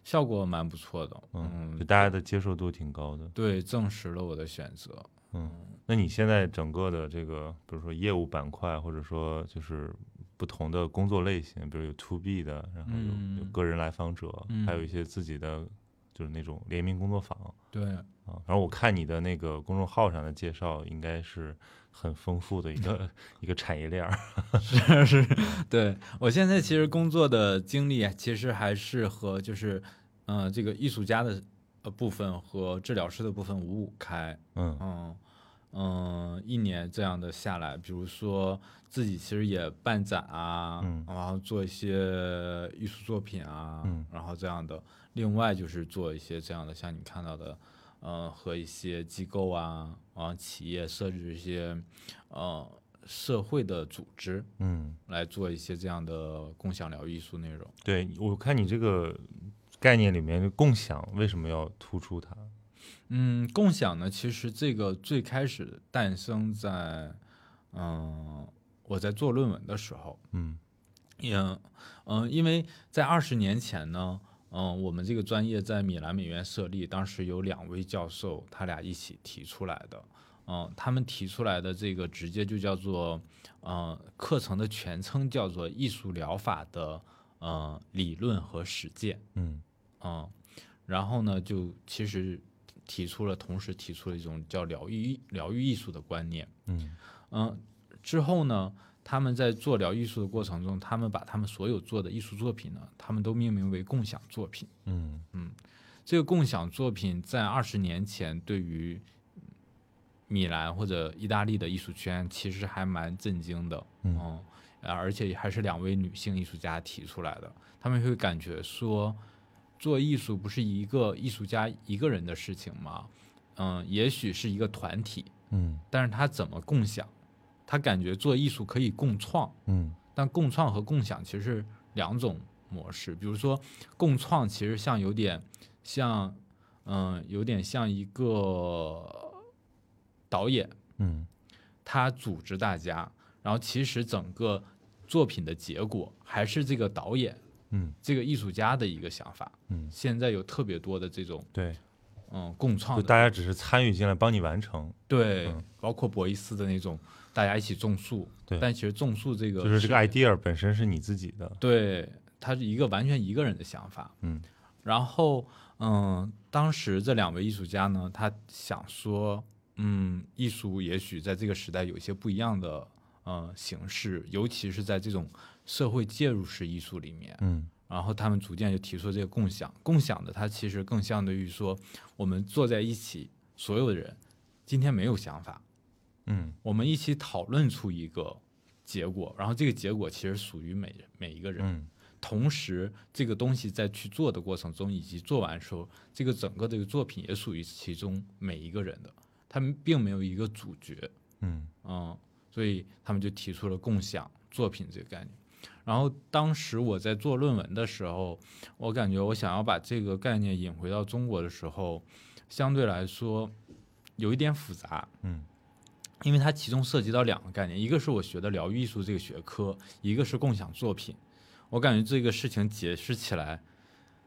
S3: 效果蛮不错的，
S1: 嗯，
S3: 嗯
S1: 就，大家的接受度挺高的，
S3: 对，证实了我的选择，
S1: 嗯，那你现在整个的这个，比如说业务板块，或者说就是不同的工作类型，比如有 to B 的，然后有有
S3: 嗯
S1: 个人来访者，还有
S3: 嗯
S1: 一些自己的就是那种联名工作坊
S2: 对，
S1: 啊。然后我看你的那个公众号上的介绍，应该是很丰富的一 个一个产业链儿。
S3: 是是，对我现在其实工作的经历其实还是和就是，嗯、这个艺术家的呃部分和治疗师的部分五五开，
S1: 嗯
S3: 嗯嗯，一年这样的下来，比如说自己其实也办展啊，
S1: 嗯
S3: 然后做一些艺术作品啊，
S1: 嗯
S3: 然后这样的。另外就是做一些这样的，像你看到的，嗯、和一些机构啊，啊企业设置一些，呃，社会的组织
S1: 嗯，
S3: 来做一些这样的共享疗愈艺术内容。
S1: 对，我看你这个概念里面共享为什么要突出它？
S3: 嗯，共享呢，其实这个最开始诞生在，嗯，我在做论文的时候，
S1: 嗯
S3: 也，嗯、因为在二十年前呢，嗯、我们这个专业在米兰美院设立，当时有两位教授，他俩一起提出来的，嗯、他们提出来的这个直接就叫做，嗯、课程的全称叫做艺术疗法的，嗯、理论和实践。
S1: 嗯
S3: 嗯，然后呢，就其实提出了，同时提出了一种叫疗愈疗愈艺术的观念。
S1: 嗯
S3: 嗯，之后呢，他们在做疗愈艺术的过程中，他们把他们所有做的艺术作品呢，他们都命名为共享作品。
S1: 嗯
S3: 这个共享作品在二十年前对于米兰或者意大利的艺术圈其实还蛮震惊的，
S1: 嗯
S3: 嗯，呃而且还是两位女性艺术家提出来的，他们会感觉说，做艺术不是一个艺术家一个人的事情吗？嗯，也许是一个团体，
S1: 嗯
S3: 但是他怎么共享？他感觉做艺术可以共创，
S1: 嗯
S3: 但共创和共享其实是两种模式。比如说，共创其实像有点像，嗯、有点像一个导演，
S1: 嗯
S3: 他组织大家，然后其实整个作品的结果还是这个导演、
S1: 嗯
S3: 这个艺术家的一个想法。
S1: 嗯，
S3: 现在有特别多的这种
S1: 对，
S3: 嗯共创
S1: 就
S3: 的
S1: 大家只是参与进来，帮你完成，
S3: 对，
S1: 嗯
S3: 包括博伊斯的那种，大家一起种树。
S1: 对
S3: 但其实种树这个
S1: 就是这个
S3: 事
S1: idea 本身是你自己的。
S3: 对，他是一个完全一个人的想法。
S1: 嗯
S3: 然后，嗯，当时这两位艺术家呢，他想说，嗯，艺术也许在这个时代有一些不一样的呃形式，尤其是在这种社会介入式艺术里面。
S1: 嗯
S3: 然后他们逐渐就提出这个共享，共享的它其实更相对于说，我们坐在一起，所有的人今天没有想法，
S1: 嗯
S3: 我们一起讨论出一个结果，然后这个结果其实属于每每一个人。
S1: 嗯
S3: 同时，这个东西在去做的过程中，以及做完时候，这个整个这个作品也属于其中每一个人的，他们并没有一个主角，
S1: 嗯
S3: 嗯，所以他们就提出了共享作品这个概念。然后当时我在做论文的时候，我感觉我想要把这个概念引回到中国的时候，相对来说有一点复杂，
S1: 嗯
S3: 因为它其中涉及到两个概念，一个是我学的疗愈艺术这个学科，一个是共享作品。我感觉这个事情解释起来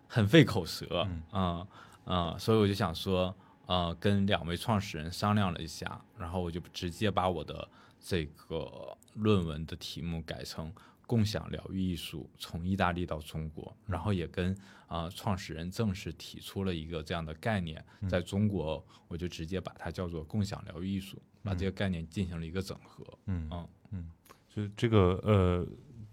S3: 很费口舌，
S1: 嗯
S3: 嗯嗯、所以我就想说，呃，跟两位创始人商量了一下，然后我就直接把我的这个论文的题目改成。共享疗愈艺术从意大利到中国，然后也跟啊、呃创始人正式提出了一个这样的概念，
S1: 嗯
S3: 在中国我就直接把它叫做共享疗愈艺术，把这个概念进行了一个整合。
S1: 嗯
S3: 嗯
S1: 嗯，就这个呃，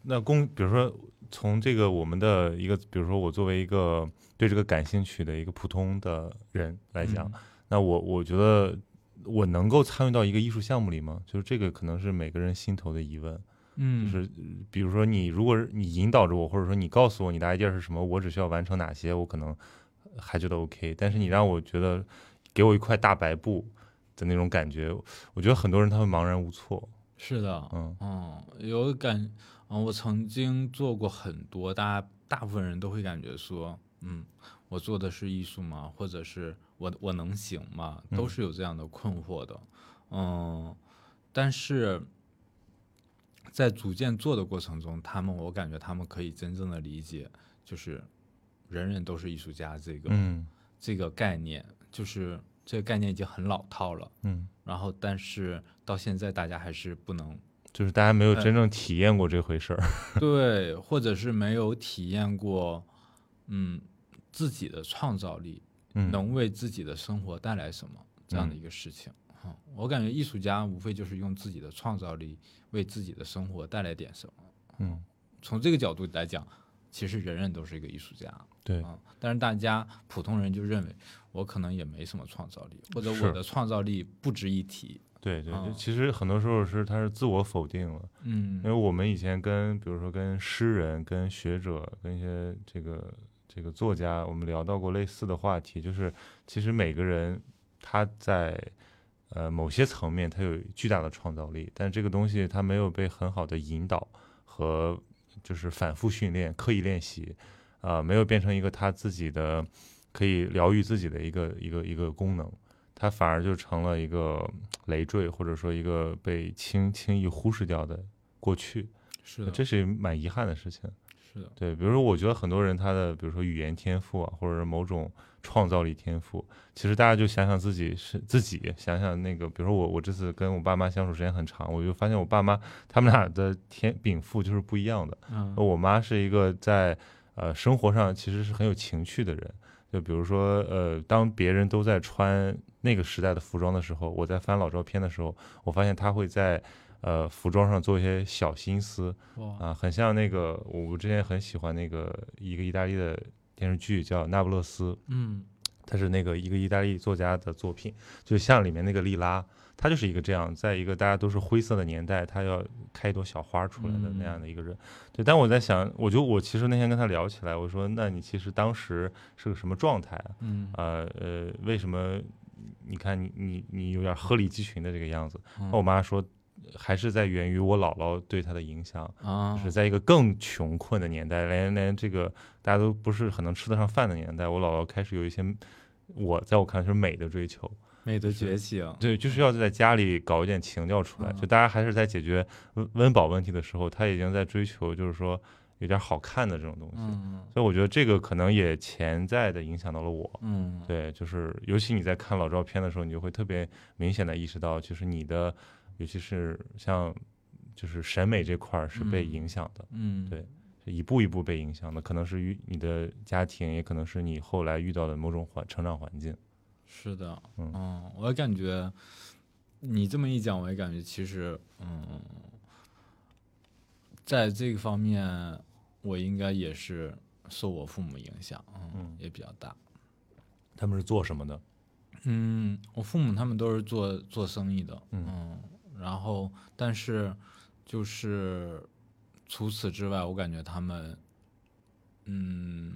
S1: 那公，比如说从这个我们的一个，比如说我作为一个对这个感兴趣的一个普通的人来讲，
S3: 嗯
S1: 那我我觉得我能够参与到一个艺术项目里吗？就是这个可能是每个人心头的疑问。
S3: 嗯
S1: 就是呃比如说你如果是你引导着我，或者说你告诉我你的 idea 是什么，我只需要完成哪些，我可能还觉得 OK。但是你让我觉得给我一块大白布的那种感觉，我觉得很多人他会茫然无措。
S3: 是的，
S1: 嗯
S3: 嗯，有感，嗯，我曾经做过很多，大家大部分人都会感觉说，嗯，我做的是艺术吗？或者是我我能行吗？都是有这样的困惑的，嗯，但是在逐渐做的过程中，他们我感觉他们可以真正的理解，就是人人都是艺术家这个、
S1: 嗯
S3: 这个概念，就是这个概念已经很老套了。
S1: 嗯，
S3: 然后，但是到现在大家还是不能
S1: 就是大家没有真正体验过这回事儿。
S3: 对，或者是没有体验过，嗯，自己的创造力
S1: 嗯，
S3: 能为自己的生活带来什么这样的一个事情。嗯我感觉艺术家无非就是用自己的创造力为自己的生活带来点什么。
S1: 嗯，
S3: 从这个角度来讲，其实人人都是一个艺术家。
S1: 对，
S3: 啊，但是大家普通人就认为我可能也没什么创造力，或者
S1: 是
S3: 我的创造力不值一提。
S1: 对对，
S3: 啊
S1: 对其实很多时候是他是自我否定了，因为
S3: 嗯
S1: 我们以前跟比如说跟诗人、跟学者、跟一些这个这个作家，我们聊到过类似的话题，就是其实每个人他在呃某些层面他有巨大的创造力，但这个东西他没有被很好的引导和就是反复训练、刻意练习，啊、没有变成一个他自己的可以疗愈自己的一个一个一个功能。它反而就成了一个累赘，或者说一个被轻轻易忽视掉的过去，
S3: 是的，
S1: 这是蛮遗憾的事情。
S3: 是的，
S1: 对，比如说，我觉得很多人他的，比如说语言天赋啊，或者是某种创造力天赋，其实大家就想想自己是自己，想想那个，比如说我，我这次跟我爸妈相处时间很长，我就发现我爸妈他们俩的天禀赋就是不一样的。
S3: 嗯
S1: 我妈是一个在呃生活上其实是很有情趣的人，就比如说呃，当别人都在穿那个时代的服装的时候，我在翻老照片的时候，我发现她会在呃服装上做一些小心思
S3: 哇，
S1: 啊，很像那个我之前很喜欢那个一个意大利的电视剧叫《那不勒斯》，
S3: 嗯
S1: 它是那个一个意大利作家的作品，就像里面那个莉拉，她就是一个这样，在一个大家都是灰色的年代，她要开一朵小花出来的那样的一个人。对，但我在想，我就我其实那天跟他聊起来，我说，那你其实当时是个什么状态啊？
S3: 嗯，
S1: 呃呃，为什么你看你你你有点鹤立鸡群的这个样子？
S3: 嗯
S1: 那我妈说，还是在源于我姥姥对她的影响。
S3: 啊，
S1: 就是在一个更穷困的年代，连连这个大家都不是很能吃得上饭的年代，我姥姥开始有一些，我在我看来是美的追求，
S2: 美的
S3: 觉醒，
S1: 对，就是要在家里搞一点情调出来。
S3: 嗯
S1: 就大家还是在解决温温饱问题的时候，他已经在追求，就是说有点好看的这种东西。
S3: 嗯
S1: 所以我觉得这个可能也潜在的影响到了我。
S3: 嗯，
S1: 对，就是尤其你在看老照片的时候，你就会特别明显的意识到，就是你的，尤其是像就是审美这块儿是被
S3: 嗯
S1: 影响的。
S3: 嗯
S1: 对一步一步被影响的，可能是与你的家庭，也可能是你后来遇到的某种环成长环境。
S3: 是的，
S1: 嗯
S3: 嗯，我也感觉你这么一讲，我也感觉其实，嗯，在这个方面，我应该也是受我父母影响，嗯，
S1: 嗯
S3: 也比较大。
S1: 他们是做什么的？
S3: 嗯，我父母他们都是做做生意的，
S1: 嗯
S3: 然后但是就是除此之外，我感觉他们，嗯，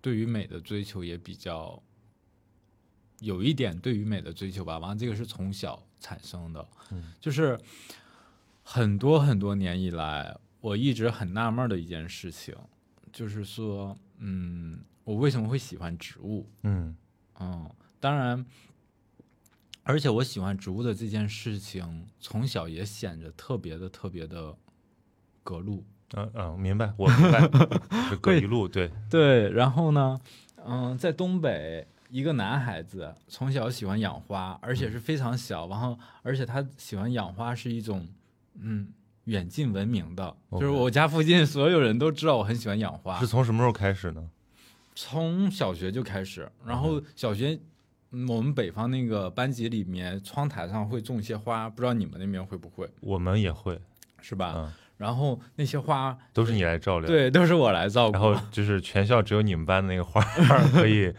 S3: 对于美的追求也比较有一点对于美的追求吧，完了这个是从小产生的，
S1: 嗯
S3: 就是很多很多年以来，我一直很纳闷儿的一件事情，就是说，嗯，我为什么会喜欢植物？
S1: 嗯
S3: 嗯，当然，而且我喜欢植物的这件事情，从小也显着特别的、特别的隔路。
S1: 啊啊，明白，我明白，是葛一路，对，
S3: 对，然后呢，嗯，在东北，一个男孩子从小喜欢养花，而且是非常小，然后而且他喜欢养花是一种，嗯。远近闻名的，就是我家附近所有人都知道我很喜欢养花
S1: 是，从什么时候开始呢？
S3: 从小学就开始，然后小学，嗯我们北方那个班级里面窗台上会种一些花，不知道你们那边会不会，
S1: 我们也会，
S3: 是吧？
S1: 嗯，
S3: 然后那些花，
S1: 都是你来照料，，
S3: 对，都是我来照
S1: 然
S3: 顾。
S1: 后就是全校只有你们班的那个花儿 可以，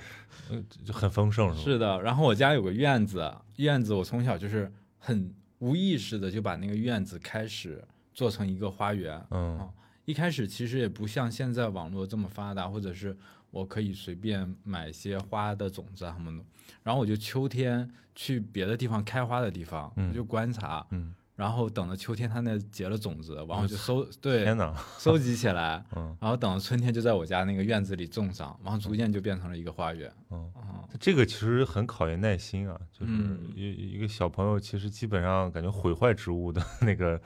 S1: 呃就很丰盛，是吧？
S3: 是的，然后我家有个院子，院子我从小就是很无意识的就把那个院子开始做成一个花园。
S1: 嗯
S3: 一开始其实也不像现在网络这么发达，或者是我可以随便买一些花的种子啊什么的。然后我就秋天去别的地方开花的地方，
S1: 嗯
S3: 我就观察，
S1: 嗯，
S3: 然后等到秋天它那结了种子，然后就收对
S1: 天哪，
S3: 收集起来，
S1: 嗯
S3: 然后等到春天就在我家那个院子里种上，然后逐渐就变成了一个花园。
S1: 嗯。
S3: 啊、
S1: 这个其实很考验耐心啊，就是
S3: 嗯
S1: 一一个小朋友，其实基本上感觉毁坏植物的那个，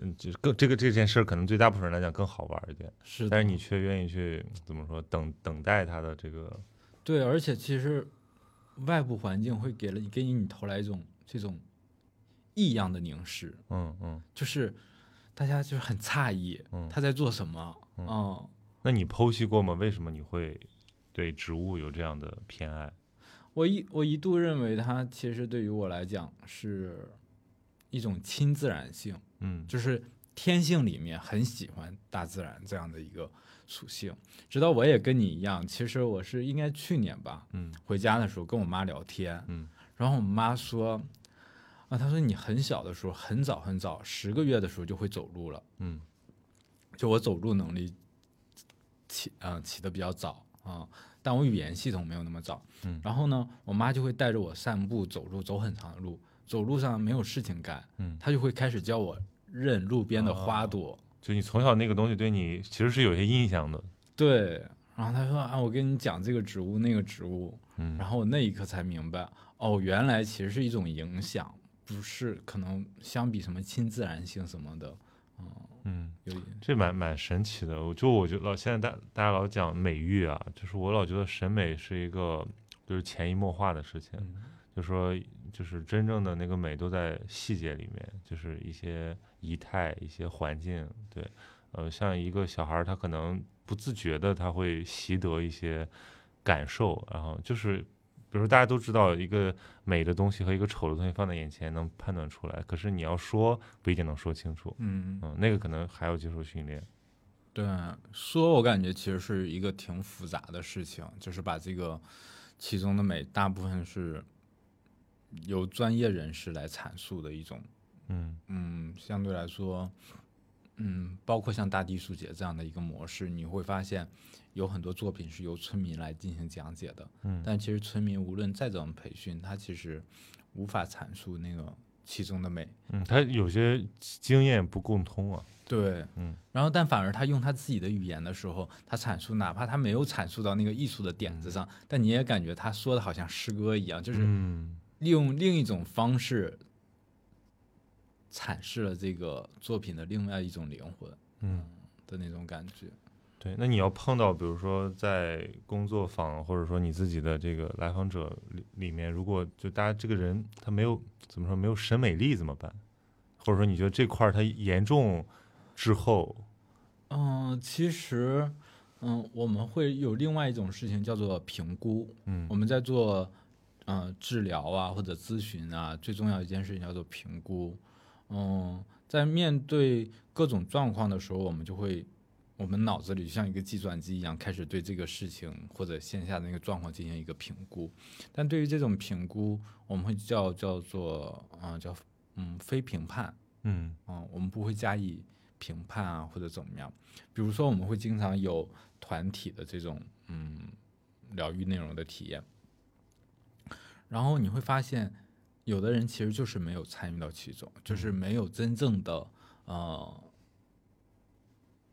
S1: 嗯，就是更这个这件事儿，可能对大部分人来讲更好玩一点，
S3: 是的，
S1: 但是你却愿意去怎么说等等待它的这个，
S3: 对，而且其实外部环境会给了给你投来一种这种异样的凝视，
S1: 嗯嗯。
S3: 就是大家就是很诧异
S1: 嗯
S3: 他在做什么，
S1: 嗯
S3: 嗯
S1: 那你剖析过吗？为什么你会对植物有这样的偏爱。
S3: 我一我一度认为它其实对于我来讲是一种亲自然性，
S1: 嗯
S3: 就是天性里面很喜欢大自然这样的一个属性。直到我也跟你一样，其实我是应该去年吧，
S1: 嗯
S3: 回家的时候跟我妈聊天，
S1: 嗯，
S3: 然后我妈说，啊，她说你很小的时候，很早很早，十个月的时候就会走路了，
S1: 嗯
S3: 就我走路能力起啊、呃起的比较早啊、但我语言系统没有那么早。
S1: 嗯
S3: 然后呢，我妈就会带着我散步，走路走很长的路，走路上没有事情干，
S1: 嗯
S3: 她就会开始教我认路边的花朵，
S1: 就你从小那个东西对你其实是有些印象的。
S3: 对。然后她说啊，我跟你讲这个植物那个植物，
S1: 嗯
S3: 然后我那一刻才明白，哦，原来其实是一种影响，不是可能相比什么亲自然性什么的，
S1: 嗯，
S3: 有一
S1: 这蛮蛮神奇的。我就我觉得老现在大大家老讲美育啊，就是我老觉得审美是一个就是潜移默化的事情，
S3: 嗯
S1: 就说就是真正的那个美都在细节里面，就是一些仪态、一些环境。对，呃，像一个小孩儿，他可能不自觉的他会习得一些感受，然后就是。比如说，大家都知道一个美的东西和一个丑的东西放在眼前能判断出来，可是你要说不一定能说清楚。
S3: 嗯，
S1: 嗯，那个可能还要接受训练。
S3: 对，说我感觉其实是一个挺复杂的事情，就是把这个其中的美大部分是由专业人士来阐述的一种，
S1: 嗯
S3: 嗯，相对来说，嗯，包括像大地艺术节这样的一个模式，你会发现有很多作品是由村民来进行讲解的，
S1: 嗯
S3: 但其实村民无论再怎么培训，他其实无法阐述那个其中的美。
S1: 嗯，他有些经验不共通啊。
S3: 对，
S1: 嗯，
S3: 然后但反而他用他自己的语言的时候，他阐述，哪怕他没有阐述到那个艺术的点子上，但你也感觉他说的好像诗歌一样，就是
S1: 嗯
S3: 利用另一种方式阐释了这个作品的另外一种灵魂
S1: 嗯，
S3: 的那种感觉。
S1: 对。那你要碰到，比如说在工作坊或者说你自己的这个来访者里里面，如果就大家这个人他没有怎么说没有审美力怎么办？或者说你觉得这块儿他严重滞后？
S3: 嗯，其实，嗯，我们会有另外一种事情叫做评估，
S1: 嗯
S3: 我们在做呃治疗啊或者咨询啊，最重要一件事情叫做评估。嗯，在面对各种状况的时候，我们就会，我们脑子里就像一个计算机一样，开始对这个事情或者线下的那个状况进行一个评估。但对于这种评估，我们会叫叫做啊、呃叫嗯非评判。
S1: 嗯
S3: 嗯，我们不会加以评判啊或者怎么样。比如说，我们会经常有团体的这种嗯疗愈内容的体验，然后你会发现，有的人其实就是没有参与到其中，就是没有真正的呃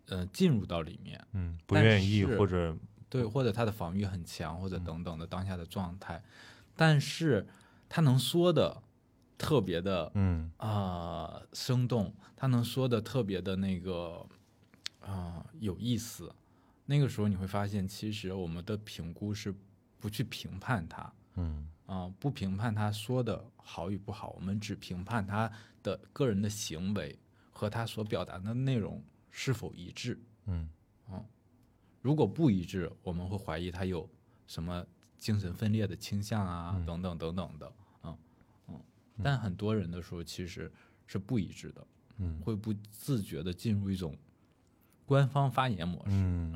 S3: 呃进入到里面，
S1: 嗯，不
S3: 但
S1: 愿意
S3: 是
S1: 或者
S3: 对，或者他的防御很强，或者等等的当下的状态，但是他能说的特别的
S1: 嗯
S3: 啊、生动，他能说的特别的那个啊、有意思。那个时候你会发现，其实我们的评估是不去评判他啊、
S1: 嗯
S3: 不评判他说的好与不好，我们只评判他的个人的行为和他所表达的内容是否一致。啊
S1: 嗯
S3: 如果不一致，我们会怀疑他有什么精神分裂的倾向啊，
S1: 嗯
S3: 等等等等的，嗯嗯。但很多人的时候其实是不一致的，
S1: 嗯
S3: 会不自觉的进入一种官方发言模式，
S1: 嗯，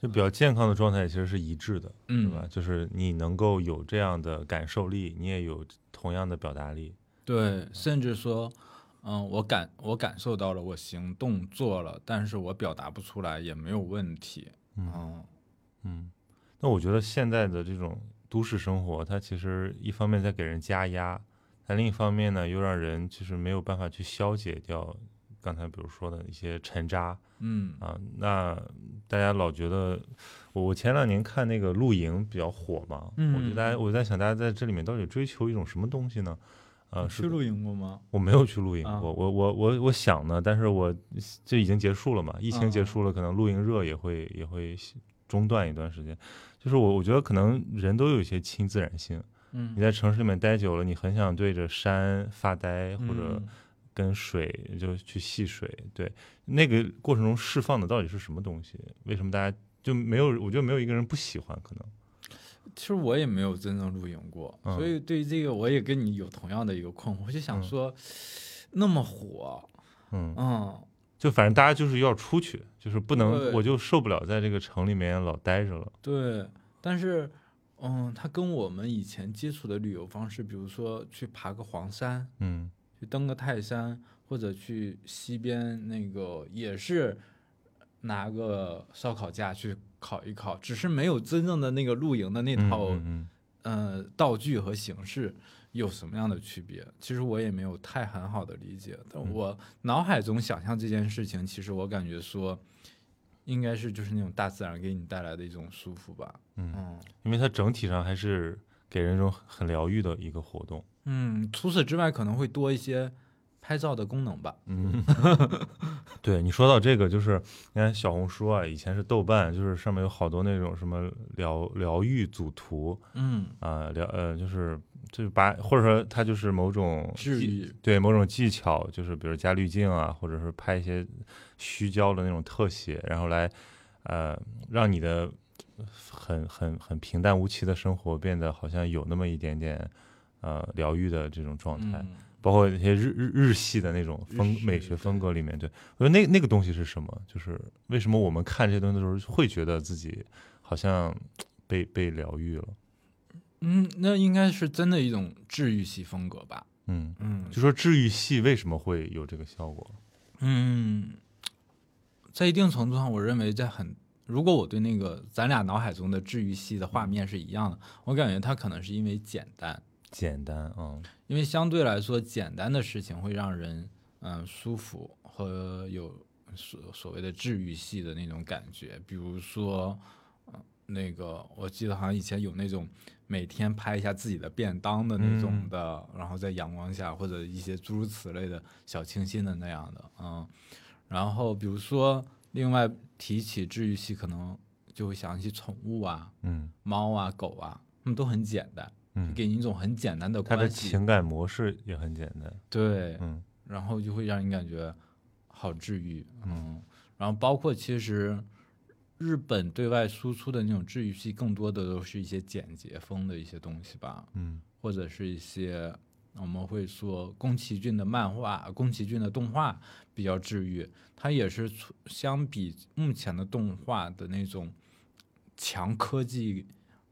S1: 就比较健康的状态其实是一致的。是
S3: 嗯，
S1: 吧？就是你能够有这样的感受力，你也有同样的表达力。
S3: 对，甚至说，嗯，我感我感受到了，我行动做了，但是我表达不出来也没有问题，
S1: 嗯
S3: 嗯
S1: 嗯，那我觉得现在的这种都市生活，它其实一方面在给人加压，但另一方面呢，又让人其实没有办法去消解掉刚才比如说的一些尘渣
S3: 嗯
S1: 啊。那大家老觉得，我我前两年看那个露营比较火嘛，我觉得大家我在想，大家在这里面到底追求一种什么东西呢？呃，
S3: 你
S1: 是
S3: 去露营过吗？
S1: 我没有去露营
S3: 啊
S1: 过，我我我我想呢，但是我这已经结束了嘛，疫情
S3: 啊
S1: 结束了，可能露营热也会也会中断一段时间。就是我我觉得可能人都有一些亲自然性，
S3: 嗯
S1: 你，在城市里面待久了，你很想对着山发呆，或者
S3: 嗯
S1: 跟水就去戏水。对，那个过程中释放的到底是什么东西？为什么大家就没有，我觉得没有一个人不喜欢，可能
S3: 其实我也没有真正露营过，
S1: 嗯
S3: 所以对于这个我也跟你有同样的一个困惑，我就想说，那么火，
S1: 嗯，
S3: 嗯，
S1: 就反正大家就是要出去，就是不能，
S3: 对
S1: 我就受不了在这个城里面老待着了，
S3: 对，但是，嗯，它跟我们以前接触的旅游方式，比如说去爬个黄山，
S1: 嗯
S3: 去登个泰山，或者去西边那个也是拿个烧烤架去烤一烤，只是没有真正的那个露营的那
S1: 嗯
S3: 套
S1: 嗯嗯
S3: 呃道具和形式有什么样的区别？其实我也没有太很好的理解，
S1: 嗯
S3: 但我脑海中想象这件事情，其实我感觉说，应该是就是那种大自然给你带来的一种舒服吧。
S1: 嗯
S3: 嗯
S1: 因为它整体上还是给人一种很疗愈的一个活动，
S3: 嗯，除此之外可能会多一些拍照的功能吧。
S1: 嗯， 对你说到这个，就是你看小红书啊，以前是豆瓣，就是上面有好多那种什么疗疗愈组图
S3: 嗯，
S1: 啊，疗呃，就是就是把或者说它就是某种
S3: 至
S1: 技
S3: 于
S1: 对某种技巧，就是比如加滤镜啊，或者是拍一些虚焦的那种特写，然后来呃让你的很很很平淡无奇的生活变得好像有那么一点点呃疗愈的这种状态。
S3: 嗯
S1: 包括一些日日日系的那种风
S3: 日式
S1: 美学风格里面，对我觉得那那个东西是什么？就是为什么我们看这些东西的时候会觉得自己好像被被疗愈了？
S3: 嗯，那应该是真的一种治愈系风格吧。
S1: 嗯，
S3: 嗯
S1: 就说治愈系为什么会有这个效果？
S3: 嗯，在一定程度上，我认为在很，如果我对那个咱俩脑海中的治愈系的画面是一样的，我感觉它可能是因为简单，
S1: 简单啊，
S3: 因为相对来说简单的事情会让人嗯舒服和有所所谓的治愈系的那种感觉，比如说。呃那个我记得好像以前有那种每天拍一下自己的便当的那种
S1: 嗯
S3: 的，然后在阳光下或者一些诸如此类的小清新的那样的，嗯，然后比如说，另外提起治愈系，可能就会想起宠物啊、
S1: 嗯
S3: 猫啊、狗啊，它们都很简单，
S1: 嗯，
S3: 给你一种很简单的
S1: 他的
S3: 关系，
S1: 情感模式也很简单，
S3: 对，
S1: 嗯
S3: 然后就会让你感觉好治愈，嗯，然后包括其实日本对外输出的那种治愈系，更多的都是一些简洁风的一些东西吧，
S1: 嗯
S3: 或者是一些我们会说宫崎骏的漫画、宫崎骏的动画比较治愈，它也是出相比目前的动画的那种强科技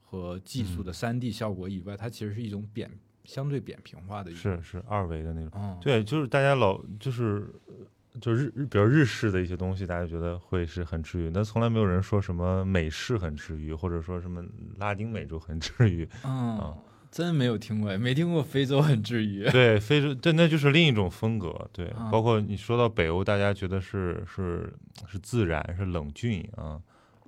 S3: 和技术的三 D 效果以外，它其实是一种扁相对扁平化的一种，
S1: 是是二维的那种。
S3: 嗯，
S1: 对，就是大家老就是呃就日日比如日式的一些东西，大家觉得会是很治愈，但从来没有人说什么美式很治愈，或者说什么拉丁美洲很治 愈。
S3: 嗯，真没有听过，没听过非洲很治愈，
S1: 对，非洲对，那就是另一种风格。对，
S3: 啊
S1: 包括你说到北欧，大家觉得是是是自然，是冷峻啊，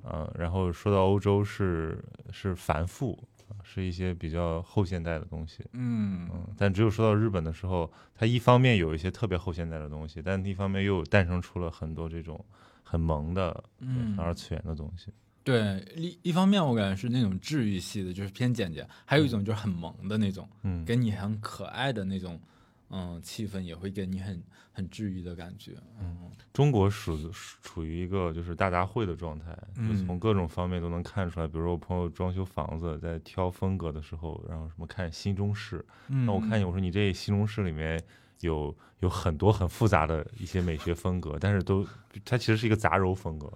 S1: 啊，然后说到欧洲是是繁复，啊是一些比较后现代的东西。
S3: 嗯
S1: 嗯，但只有说到日本的时候，它一方面有一些特别后现代的东西，但一方面又有诞生出了很多这种很萌的、对
S3: 嗯
S1: 很二次元的东西。
S3: 对，一一方面我感觉是那种治愈系的，就是偏简洁，还有一种就是很萌的那种。
S1: 嗯，
S3: 给你很可爱的那种，嗯，气氛也会给你很很治愈的感觉。嗯
S1: 中国属处于一个就是大杂烩的状态，就
S3: 嗯
S1: 从各种方面都能看出来。比如说我朋友装修房子，在挑风格的时候，然后什么看新中式，
S3: 嗯
S1: 那我看见我说你这新中式里面有有很多很复杂的一些美学风格，但是都它其实是一个杂糅风格。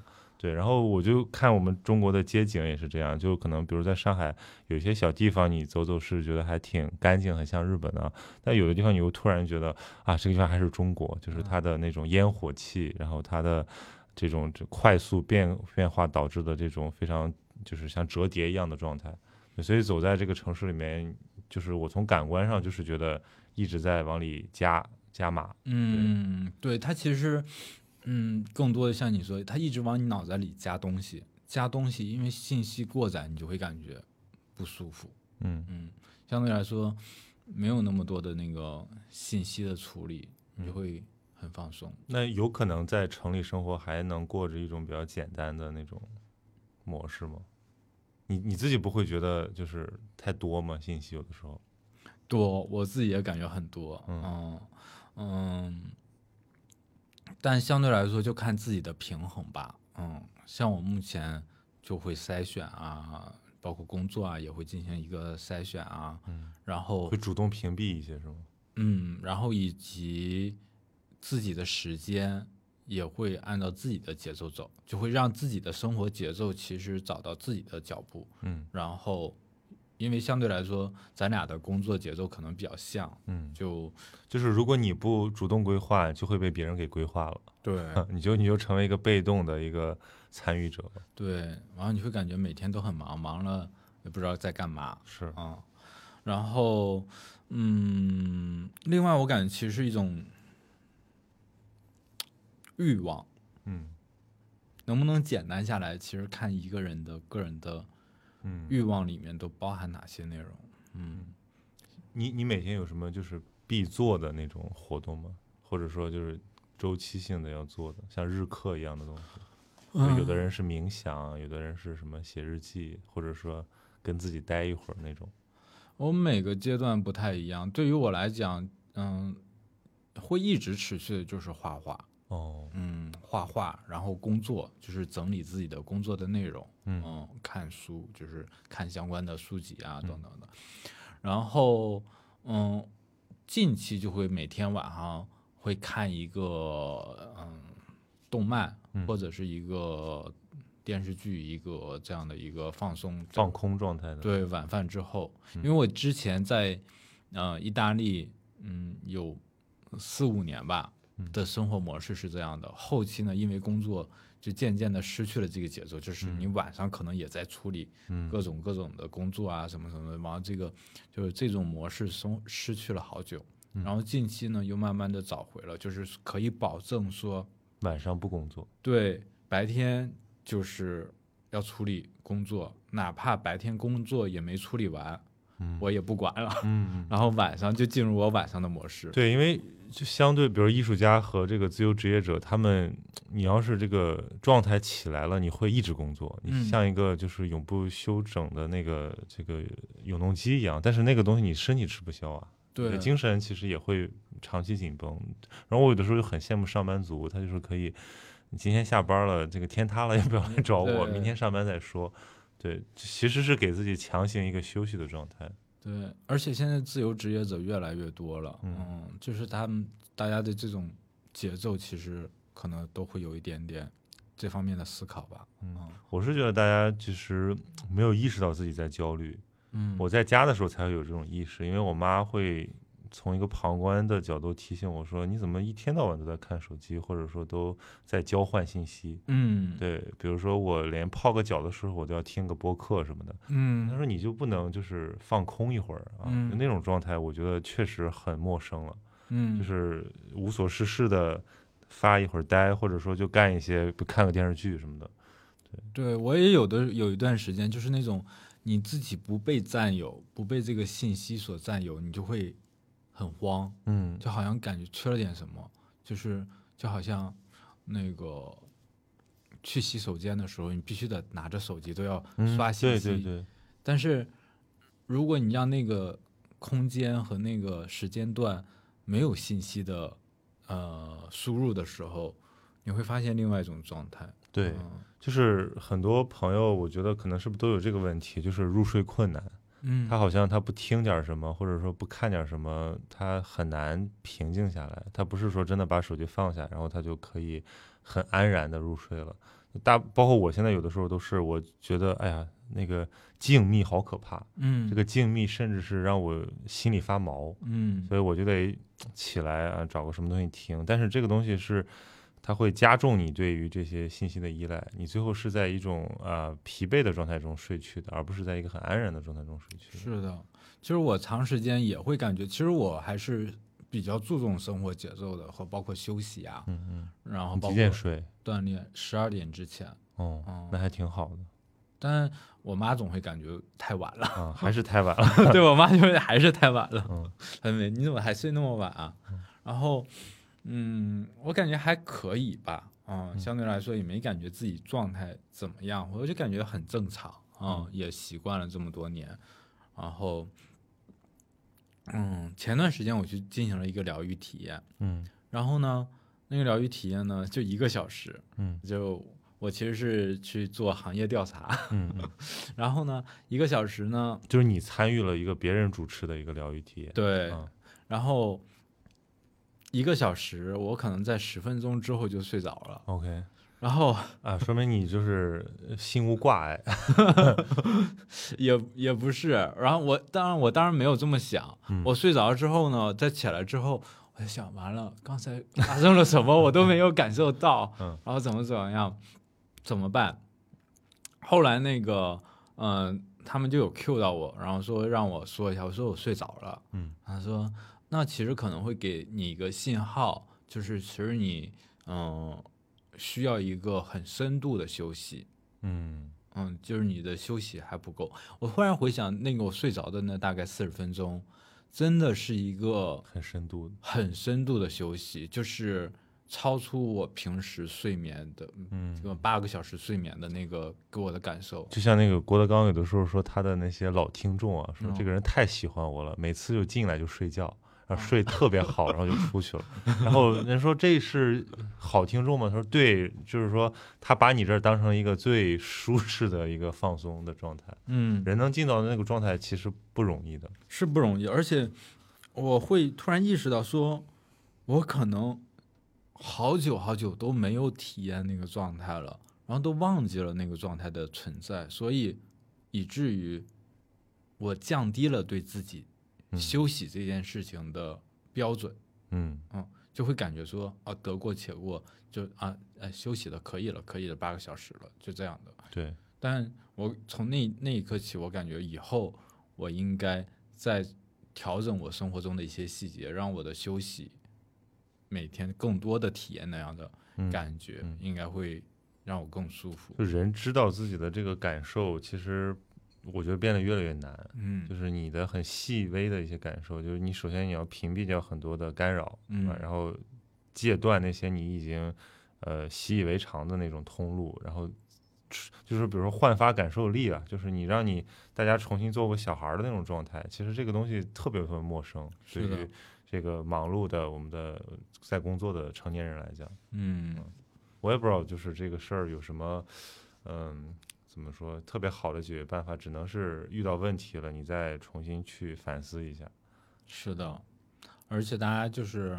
S1: 对，然后我就看我们中国的街景也是这样，就可能比如在上海有一些小地方，你走走是觉得还挺干净，很像日本的、但有的地方你又突然觉得啊，这个地方还是中国，就是它的那种烟火气，然后它的这种这快速变变化导致的这种非常就是像折叠一样的状态。所以走在这个城市里面，就是我从感官上就是觉得一直在往里加加码。
S3: 嗯，对，它其实，嗯，更多的像你说，它一直往你脑子里加东西，加东西，因为信息过载，你就会感觉不舒服。
S1: 嗯
S3: 嗯，相对来说，没有那么多的那个信息的处理，你就会很放松。
S1: 那有可能在城里生活还能过着一种比较简单的那种模式吗？你你自己不会觉得就是太多吗？信息有的时候，
S3: 多，我自己也感觉很多，
S1: 嗯
S3: 嗯嗯，但相对来说就看自己的平衡吧，嗯，像我目前就会筛选啊，包括工作啊也会进行一个筛选啊，嗯，然后
S1: 会主动屏蔽一些是吗？
S3: 嗯，然后以及自己的时间也会按照自己的节奏走，就会让自己的生活节奏其实找到自己的脚步，
S1: 嗯
S3: 然后因为相对来说咱俩的工作节奏可能比较像，
S1: 嗯，
S3: 就
S1: 就是如果你不主动规划，就会被别人给规划了，
S3: 对
S1: 你就你就成为一个被动的一个参与者了。
S3: 对，然后你会感觉每天都很忙，忙了也不知道在干嘛，
S1: 是，
S3: 啊、然后，嗯，另外我感觉其实是一种欲望，
S1: 嗯
S3: 能不能简单下来，其实看一个人的个人的
S1: 嗯，
S3: 欲望里面都包含哪些内容。嗯，
S1: 你你每天有什么就是必做的那种活动吗？或者说就是周期性的要做的，像日课一样的东西？
S3: 嗯
S1: 就有的人是冥想，有的人是什么写日记，或者说跟自己待一会儿那种。
S3: 我每个阶段不太一样，对于我来讲，嗯，会一直持续的就是画画，
S1: 哦，
S3: 嗯，画画，然后工作就是整理自己的工作的内容，
S1: 嗯
S3: 看书就是看相关的书籍啊等等的，然后嗯，近期就会每天晚上会看一个嗯动漫、
S1: 嗯
S3: 或者是一个电视剧，一个这样的一个放松
S1: 放空状态的。，嗯
S3: 对晚饭之后，因为我之前在呃意大利，嗯，有四五年吧
S1: 嗯
S3: 的生活模式是这样的。后期呢，因为工作就渐渐的失去了这个节奏，就是你晚上可能也在处理
S1: 嗯
S3: 各种各种的工作啊，什么什么的，然后这个就是这种模式松失去了好久。
S1: 嗯
S3: 然后近期呢，又慢慢的找回了，就是可以保证说，
S1: 晚上不工作。
S3: 对，白天就是要处理工作，哪怕白天工作也没处理完，
S1: 嗯
S3: 我也不管了。
S1: 嗯，
S3: 然后晚上就进入我晚上的模式。
S1: 对，因为就相对，比如艺术家和这个自由职业者，他们你要是这个状态起来了，你会一直工作，你
S3: 嗯
S1: 像一个就是永不休整的那个这个永动机一样。但是那个东西你身体吃不消啊，你的精神其实也会长期紧绷。然后我有的时候就很羡慕上班族，他就是可以，你今天下班了，这个天塌了也不要来找我，
S3: 对
S1: 明天上班再说。对，其实是给自己强行一个休息的状态。
S3: 对，而且现在自由职业者越来越多了，
S1: 嗯
S3: 嗯，就是他们大家的这种节奏，其实可能都会有一点点这方面的思考吧。嗯
S1: 我是觉得大家其实没有意识到自己在焦虑。
S3: 嗯
S1: 我在家的时候才会有这种意识，因为我妈会从一个旁观的角度提醒我说：“你怎么一天到晚都在看手机，或者说都在交换信息？”
S3: 嗯
S1: 对，比如说我连泡个脚的时候，我都要听个播客什么的。他
S3: 嗯
S1: 说：“你就不能就是放空一会儿啊？”
S3: 嗯
S1: 就那种状态，我觉得确实很陌生了，
S3: 嗯，
S1: 就是无所事事的发一会儿呆，或者说就干一些看个电视剧什么的。
S3: 对我也有的有一段时间，就是那种你自己不被占有，不被这个信息所占有，你就会很慌，
S1: 嗯
S3: 就好像感觉缺了点什么，就是就好像那个去洗手间的时候，你必须得拿着手机都要
S1: 嗯，
S3: 刷信息，
S1: 对对对，
S3: 但是如果你让那个空间和那个时间段没有信息的呃输入的时候，你会发现另外一种状态，嗯
S1: 对，就是很多朋友，我觉得可能是不是都有这个问题，就是入睡困难。
S3: 嗯，
S1: 他好像他不听点儿什么，或者说不看点儿什么，他很难平静下来。他不是说真的把手机放下，然后他就可以很安然的入睡了。大包括我现在有的时候都是，我觉得哎呀，那个静谧好可怕，
S3: 嗯
S1: 这个静谧甚至是让我心里发毛。
S3: 嗯
S1: 所以我就得起来啊，找个什么东西听。但是这个东西是，它会加重你对于这些信息的依赖，你最后是在一种啊、呃疲惫的状态中睡去的，而不是在一个很安然的状态中睡去的。
S3: 是的，其实我长时间也会感觉，其实我还是比较注重生活节奏的，和包括休息啊，
S1: 嗯嗯，
S3: 然后
S1: 你
S3: 包
S1: 几
S3: 括
S1: 点睡？
S3: 锻炼，十二点之前。
S1: 哦，
S3: 嗯
S1: 那还挺好的
S3: 但我妈总会感觉太晚 了，
S1: 啊，还是太晚了。
S3: 对我妈就是还是太晚了。
S1: 嗯
S3: 很美，你怎么还睡那么晚啊？然后，嗯，我感觉还可以吧，嗯，相对来说也没感觉自己状态怎么样，我就感觉很正常，嗯，也习惯了这么多年。然后，嗯，前段时间我去进行了一个疗愈体验，
S1: 嗯
S3: 然后呢，那个疗愈体验呢就一个小时，
S1: 嗯
S3: 就我其实是去做行业调查，
S1: 嗯，嗯
S3: 然后呢，一个小时呢，
S1: 就是你参与了一个别人主持的一个疗愈体验，
S3: 对，
S1: 嗯
S3: 然后一个小时，我可能在十分钟之后就睡着了。
S1: ，OK，
S3: 然后
S1: 啊，说明你就是呃心无挂碍，
S3: 也也不是，然后我当然我当然没有这么想，
S1: 嗯
S3: 我睡着之后呢，再起来之后，我就想完了，刚才发生了什么我都没有感受到，
S1: 嗯
S3: 然后怎么怎么样，怎么办？后来那个嗯、呃他们就有 Q 到我，然后说让我说一下，我说我睡着了，
S1: 嗯，
S3: 他说那其实可能会给你一个信号，就是其实你嗯、需要一个很深度的休息，
S1: 嗯
S3: 嗯，就是你的休息还不够。我忽然回想，那个我睡着的那大概四十分钟，真的是一个
S1: 很深度的，
S3: 很深度的休息，就是超出我平时睡眠的，
S1: 嗯
S3: 这，个八个小时睡眠的那个给我的感受。
S1: 就像那个郭德纲有的时候说他的那些老听众啊，说
S3: 嗯
S1: 这个人太喜欢我了，每次就进来就睡觉，然后睡特别好，然后就出去了。然后人说这是好听众吗？他说对，就是说他把你这儿当成一个最舒适的一个放松的状态。
S3: 嗯，
S1: 人能进到那个状态其实不容易的。嗯
S3: 是不容易，而且我会突然意识到说，我可能好久好久都没有体验那个状态了，然后都忘记了那个状态的存在，所以以至于我降低了对自己
S1: 嗯
S3: 休息这件事情的标准，
S1: 嗯
S3: 就会感觉说啊得过且过，就啊呃休息了可以了，可以了，八个小时了，就这样的。
S1: 对，
S3: 但我从那那一刻起，我感觉以后我应该再调整我生活中的一些细节，让我的休息每天更多的体验那样的
S1: 嗯
S3: 感觉，
S1: 嗯
S3: 应该会让我更舒服。
S1: 就人知道自己的这个感受，其实我觉得变得越来越难。
S3: 嗯
S1: 就是你的很细微的一些感受，就是你首先你要屏蔽掉很多的干扰，
S3: 嗯
S1: 啊然后戒断那些你已经呃习以为常的那种通路，然后出就是比如说焕发感受力啊，就是你让你大家重新做个小孩儿的那种状态，其实这个东西特别特别陌生，对
S3: 是的
S1: 于这个忙碌的我们的在工作的成年人来讲，
S3: 嗯
S1: 我也不知道就是这个事儿有什么，嗯，怎么说特别好的解决办法，只能是遇到问题了，你再重新去反思一下。
S3: 是的，而且大家就是，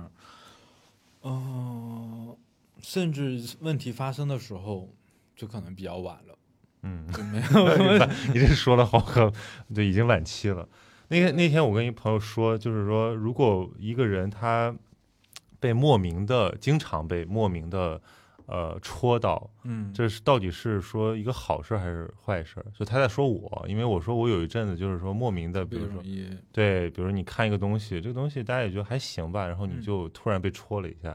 S3: 嗯、甚至问题发生的时候，就可能比较晚了，
S1: 嗯，
S3: 就没有
S1: 你这说的好可，对，已经晚期了。那天那天我跟一朋友说，就是说，如果一个人他被莫名的，经常被莫名的呃戳到，
S3: 嗯
S1: 这是到底是说一个好事还是坏事？就他在说我，因为我说我有一阵子就是说莫名的，比
S3: 比嗯
S1: 如
S3: 较
S1: 说
S3: 容易
S1: 对，比如你看一个东西，这个东西大家也觉得还行吧，然后你
S3: 嗯
S1: 就突然被戳了一下，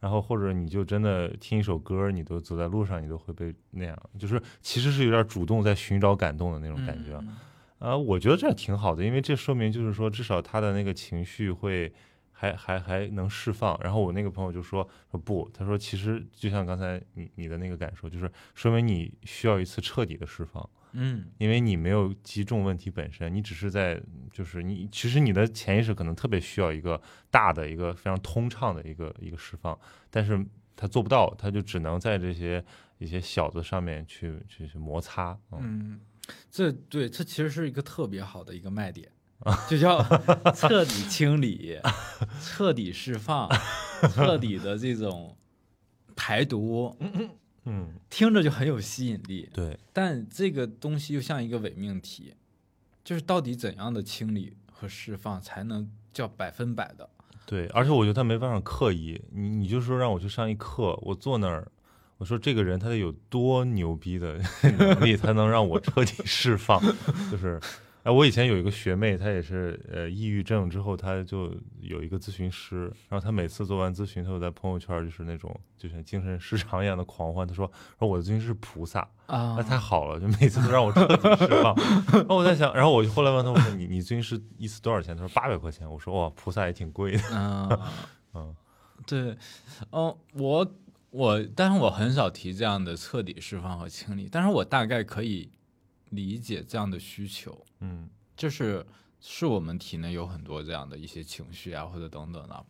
S1: 然后或者你就真的听一首歌，你都走在路上，你都会被那样，就是其实是有点主动在寻找感动的那种感觉啊、
S3: 嗯
S1: 呃我觉得这样挺好的，因为这说明就是说，至少他的那个情绪会还还还能释放。然后我那个朋友就说说不，他说其实就像刚才你你的那个感受，就是说明你需要一次彻底的释放。
S3: 嗯
S1: 因为你没有击中问题本身，你只是在就是你其实你的潜意识可能特别需要一个大的一个非常通畅的一个一个释放，但是他做不到，他就只能在这些一些小的上面去去去摩擦。嗯，
S3: 嗯，这对这其实是一个特别好的一个卖点，就叫彻底清理、彻底释放、彻底的这种排毒，
S1: 嗯
S3: 听着就很有吸引力。
S1: 对，
S3: 但这个东西又像一个伪命题，就是到底怎样的清理和释放才能叫百分百的？
S1: 对，而且我觉得他没办法刻意，你你就说让我去上一课，我坐那儿，我说这个人他得有多牛逼的能力，才能让我彻底释放，就是。哎，我以前有一个学妹，她也是呃抑郁症之后，她就有一个咨询师，然后她每次做完咨询，她就在朋友圈就是那种就像精神失常一样的狂欢，她说说我的咨询师是菩萨，哎
S3: 啊
S1: 那太好了，就每次都让我彻底释放。然后我在想，然后我就后来问她，我说你你咨询师一次多少钱？她说八百块钱。我说哇，菩萨也挺贵的，
S3: 嗯、
S1: 嗯。
S3: 对，嗯，我我，但是我很少提这样的彻底释放和清理，但是我大概可以理解这样的需求，
S1: 嗯
S3: 就是是我们体内有很多这样的一些情绪啊，或者等等的。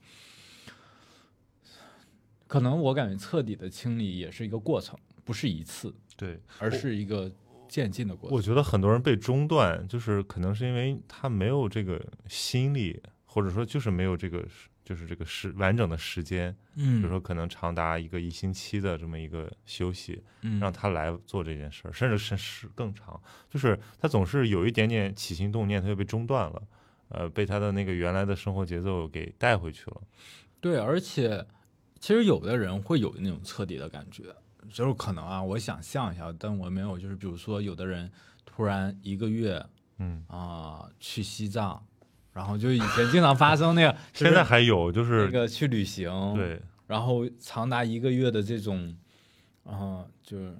S3: 可能我感觉彻底的清理也是一个过程，不是一次，
S1: 对，
S3: 而是一个渐进的过程。
S1: 我觉得很多人被中断，就是可能是因为他没有这个心力，或者说就是没有这个就是这个时完整的时间，比
S2: 嗯
S1: 如说可能长达一个一星期的这么一个休息，
S2: 嗯
S1: 让他来做这件事儿，甚至甚至更长，就是他总是有一点点起心动念，他就被中断了，呃，被他的那个原来的生活节奏给带回去了。
S3: 对，而且其实有的人会有那种彻底的感觉，就是可能啊，我想象一下，但我没有，就是比如说有的人突然一个月
S1: 嗯，
S3: 啊、去西藏，然后就以前经常发生那个，就是
S1: 现在还有就
S3: 那
S1: 是
S3: 个去旅行，，
S1: 对，
S3: 然后长达一个月的这种，啊、就是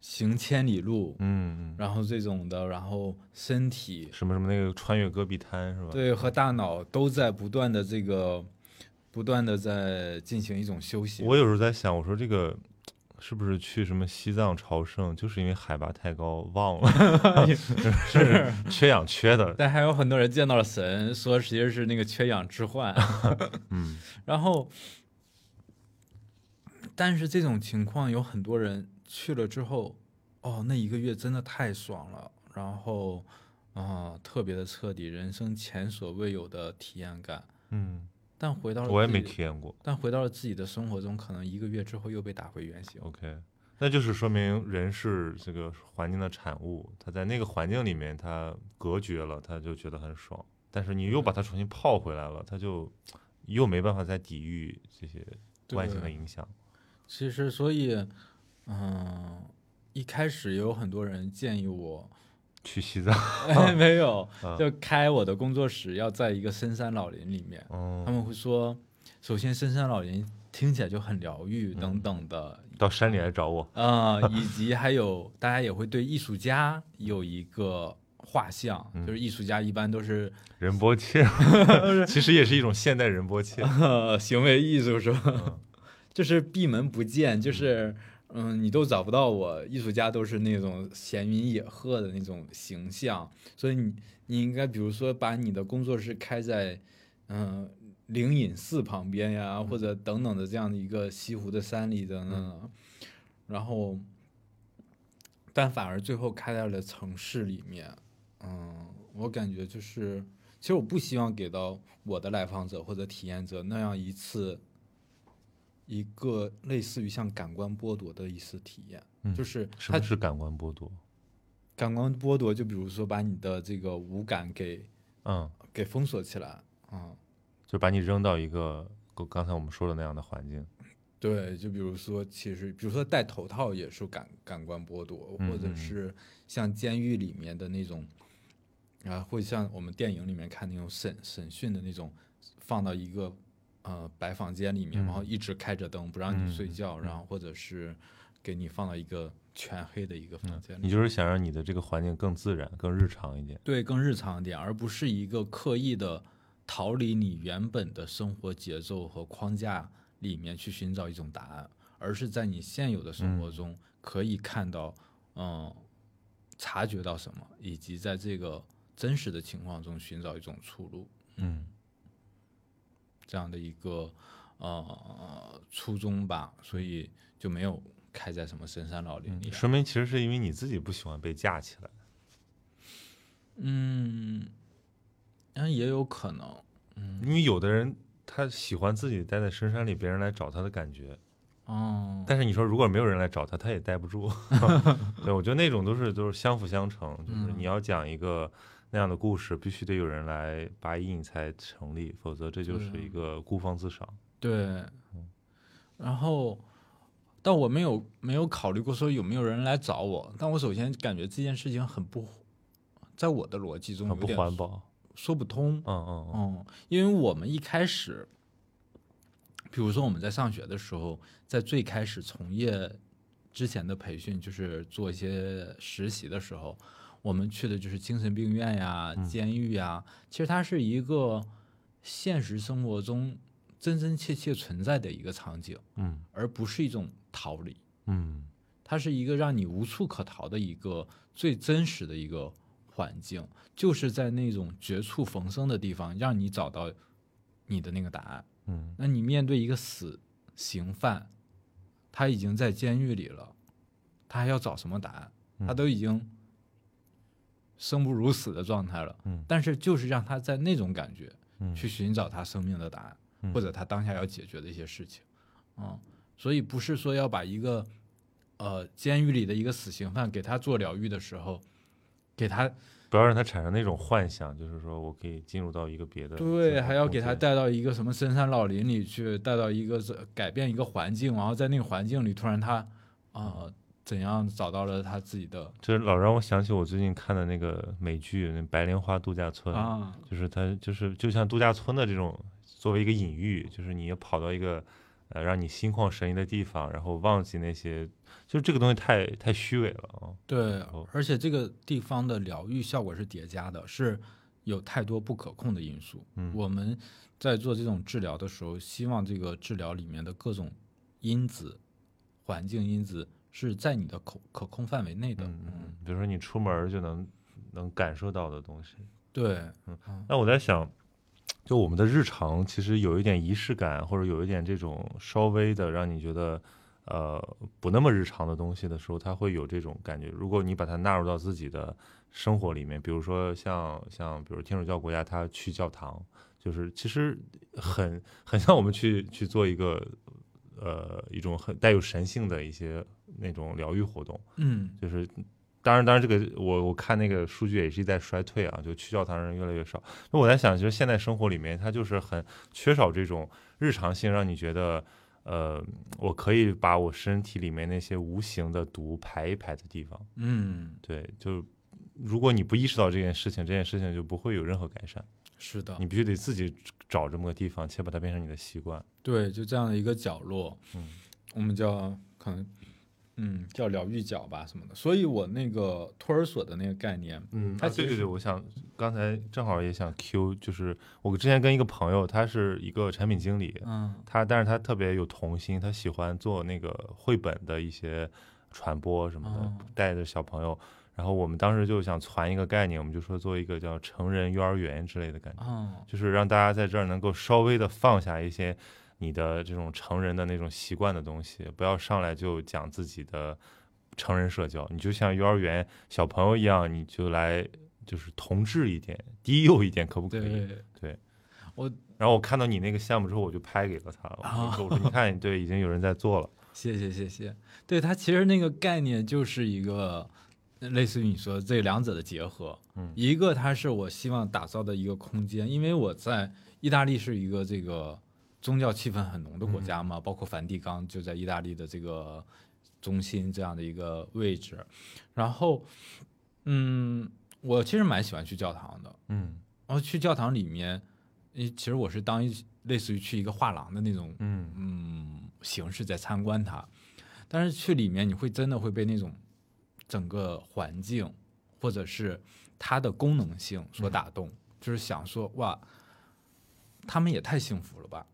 S3: 行千里路，
S1: 嗯，嗯
S3: 然后这种的，然后身体
S1: 什么什么那个穿越戈壁滩是吧？
S3: 对和大脑都在不断的这个。不断的在进行一种休息，
S1: 我有时候在想，我说这个是不是去什么西藏朝圣，就是因为海拔太高忘了，
S3: 哎 是，
S1: 缺氧缺的。
S3: 但还有很多人见到了神，说其实是那个缺氧置换。
S1: 嗯，
S3: 然后，但是这种情况有很多人去了之后，哦，那一个月真的太爽了，然后啊、特别的彻底，人生前所未有的体验感。
S1: 嗯，
S3: 但回到了
S1: 我也
S3: 自己
S1: 没体验过。
S3: 但回到了自己的生活中，可能一个月之后又被打回原形。
S1: OK，那就是说明人是这个环境的产物，他在那个环境里面他隔绝了，他就觉得很爽，但是你又把它重新泡回来了，他就又没办法再抵御这些外界的
S3: 对
S1: 影响。
S3: 其实，所以，嗯、一开始也有很多人建议我，
S1: 去西藏，
S3: 哎， 没有
S1: 啊，
S3: 就开我的工作室要在一个深山老林里面。他
S1: 嗯，
S3: 们会说，首先深山老林听起来就很疗愈等等的，
S1: 到山里来找我。
S3: 啊，以及还有大家也会对艺术家有一个画像，
S1: 嗯
S3: 就是艺术家一般都是
S1: 仁波 切，其实也是一种现代仁波切。
S3: 呃行为艺术是吧
S1: 嗯？
S3: 就是闭门不见，就是。嗯，你都找不到我。艺术家都是那种闲云野鹤的那种形象，所以你你应该比如说把你的工作室开在，嗯、灵隐寺旁边呀，或者等等的这样的一个西湖的山里等等的。然后，但反而最后开在了城市里面。嗯，我感觉就是，其实我不希望给到我的来访者或者体验者那样一次，一个类似于像感官剥夺的一次体验，
S1: 嗯
S3: 就是
S1: 什
S3: 它
S1: 么是感官剥夺？
S3: 感官剥夺，就比如说把你的这个五感给
S1: 嗯，
S3: 给封锁起来。嗯，
S1: 就把你扔到一个刚刚才我们说的那样的环境。
S3: 对，就比如说，其实比如说戴头套也是感感官剥夺，
S1: 嗯
S3: 或者
S1: 嗯
S3: 是像监狱里面的那种，啊，会像我们电影里面看那种审审讯的那种，放到一个呃白房间里面，然后一直开着灯不让你睡
S1: 嗯
S3: 觉，然后或者是给你放到一个全黑的一个房间里
S1: 你就是想让你的这个环境更自然、更日常一点。
S3: 对，更日常一点，而不是一个刻意的逃离你原本的生活节奏和框架里面去寻找一种答案，而是在你现有的生活中可以看到，嗯察觉到什么，以及在这个真实的情况中寻找一种出路，
S1: 嗯
S3: 这样的一个呃初衷吧，所以就没有开在什么深山老林里啊。
S1: 嗯说明其实是因为你自己不喜欢被架起来。
S3: 嗯，但也有可能，
S1: 因为有的人他喜欢自己待在深山里，别人来找他的感觉。
S3: 嗯。
S1: 但是你说如果没有人来找他，他也待不 住。对，我觉得那种都是都是相辅相成，就是你要讲一个那样的故事，必须得有人来拔一你才成立，否则这就是一个孤芳自赏。
S3: 对，然后，但我没有没有考虑过说有没有人来找我。但我首先感觉这件事情很不，在我的逻辑中
S1: 很
S3: 有
S1: 不
S3: 点
S1: 环保。
S3: 说不通。
S1: 嗯嗯嗯，
S3: 嗯，因为我们一开始，比如说我们在上学的时候，在最开始从业之前的培训，就是做一些实习的时候，我们去的就是精神病院呀、监狱呀。其实它是一个现实生活中真真切切存在的一个场景，
S1: 嗯
S3: 而不是一种逃离。
S1: 嗯
S3: 它是一个让你无处可逃的一个最真实的一个环境，就是在那种绝处逢生的地方，让你找到你的那个答案。
S1: 嗯
S3: 那你面对一个死刑犯，他已经在监狱里了，他还要找什么答案？
S1: 嗯
S3: 他都已经生不如死的状态了，
S1: 嗯
S3: 但是就是让他在那种感觉
S1: 嗯
S3: 去寻找他生命的答案，
S1: 嗯
S3: 或者他当下要解决的一些事情，嗯，所以不是说要把一个呃监狱里的一个死刑犯给他做疗愈的时候，给他
S1: 不要让他产生那种幻想，就是说我可以进入到一个别的
S3: 对，还要给他
S1: 带
S3: 带到一个什么深山老林里去，带到一个这改变一个环境，然后在那个环境里，突然他啊、呃怎样找到了他自己的
S1: 这老让我想起我最近看的那个美剧《那白莲花度假村》，
S3: 啊
S1: 就是它就是就像度假村的这种作为一个隐喻，就是你要跑到一个呃让你心旷神怡的地方，然后忘记那些，就是这个东西太太虚伪了啊、
S3: 对
S1: 哦，
S3: 而且这个地方的疗愈效果是叠加的，是有太多不可控的因素。
S1: 嗯
S3: 我们在做这种治疗的时候，希望这个治疗里面的各种因子、环境因子是在你的可可控范围内的。
S1: 嗯嗯，比如说你出门儿就能能感受到的东西。
S3: 对，
S1: 那我在想，就我们的日常其实有一点仪式感，或者有一点这种稍微的让你觉得呃不那么日常的东西的时候，它会有这种感觉。如果你把它纳入到自己的生活里面，比如说像像比如天主教国家，他去教堂，就是其实很很像我们去去做一个。呃，一种很带有神性的一些那种疗愈活动，
S3: 嗯，
S1: 就是当然，当然这个我我看那个数据也是在衰退啊，就去教堂人越来越少。那我在想，其实现代生活里面，它就是很缺少这种日常性，让你觉得。呃，我可以把我身体里面那些无形的毒排一排的地方，
S3: 嗯，
S1: 对，就如果你不意识到这件事情，这件事情就不会有任何改善。
S3: 是的，
S1: 你必须得自己找这么个地方，且把它变成你的习惯。
S3: 对，就这样的一个角落，
S1: 嗯，
S3: 我们叫可能，嗯，叫疗愈角吧什么的。所以我那个托儿所的那个概念，
S1: 嗯，
S3: 它
S1: 啊
S3: 其
S1: 对
S3: 实
S1: 对对，我想刚才正好也想 Q，就是我之前跟一个朋友，他是一个产品经理，
S3: 嗯
S1: 他，但是他特别有童心，他喜欢做那个绘本的一些传播什么的，
S3: 哦
S1: 带着小朋友。然后我们当时就想传一个概念，我们就说做一个叫成人幼儿园之类的感觉，
S3: 哦，
S1: 就是让大家在这儿能够稍微的放下一些你的这种成人的那种习惯的东西，不要上来就讲自己的成人社交，你就像幼儿园小朋友一样，你就来就是童稚一点、低幼一点，可不可以？
S3: 对，
S1: 对，
S3: 我
S1: 然后我看到你那个项目之后，我就拍给了他，我 就说：“我说你看，对，已经有人在做了。
S3: 谢谢谢谢。对它其实那个概念就是一个呃类似于你说这两者的结合，
S1: 嗯
S3: 一个它是我希望打造的一个空间，因为我在意大利是一个这个宗教气氛很浓的国家嘛，包括梵蒂冈就在意大利的这个中心这样的一个位置，然后嗯，我其实蛮喜欢去教堂的，”
S1: 嗯
S3: 然后去教堂里面，诶其实我是当一类似于去一个画廊的那种
S1: 嗯
S3: 嗯形式在参观它，但是去里面你会真的会被那种整个环境或者是它的功能性所打动，就是想说哇，他们也太幸福了吧！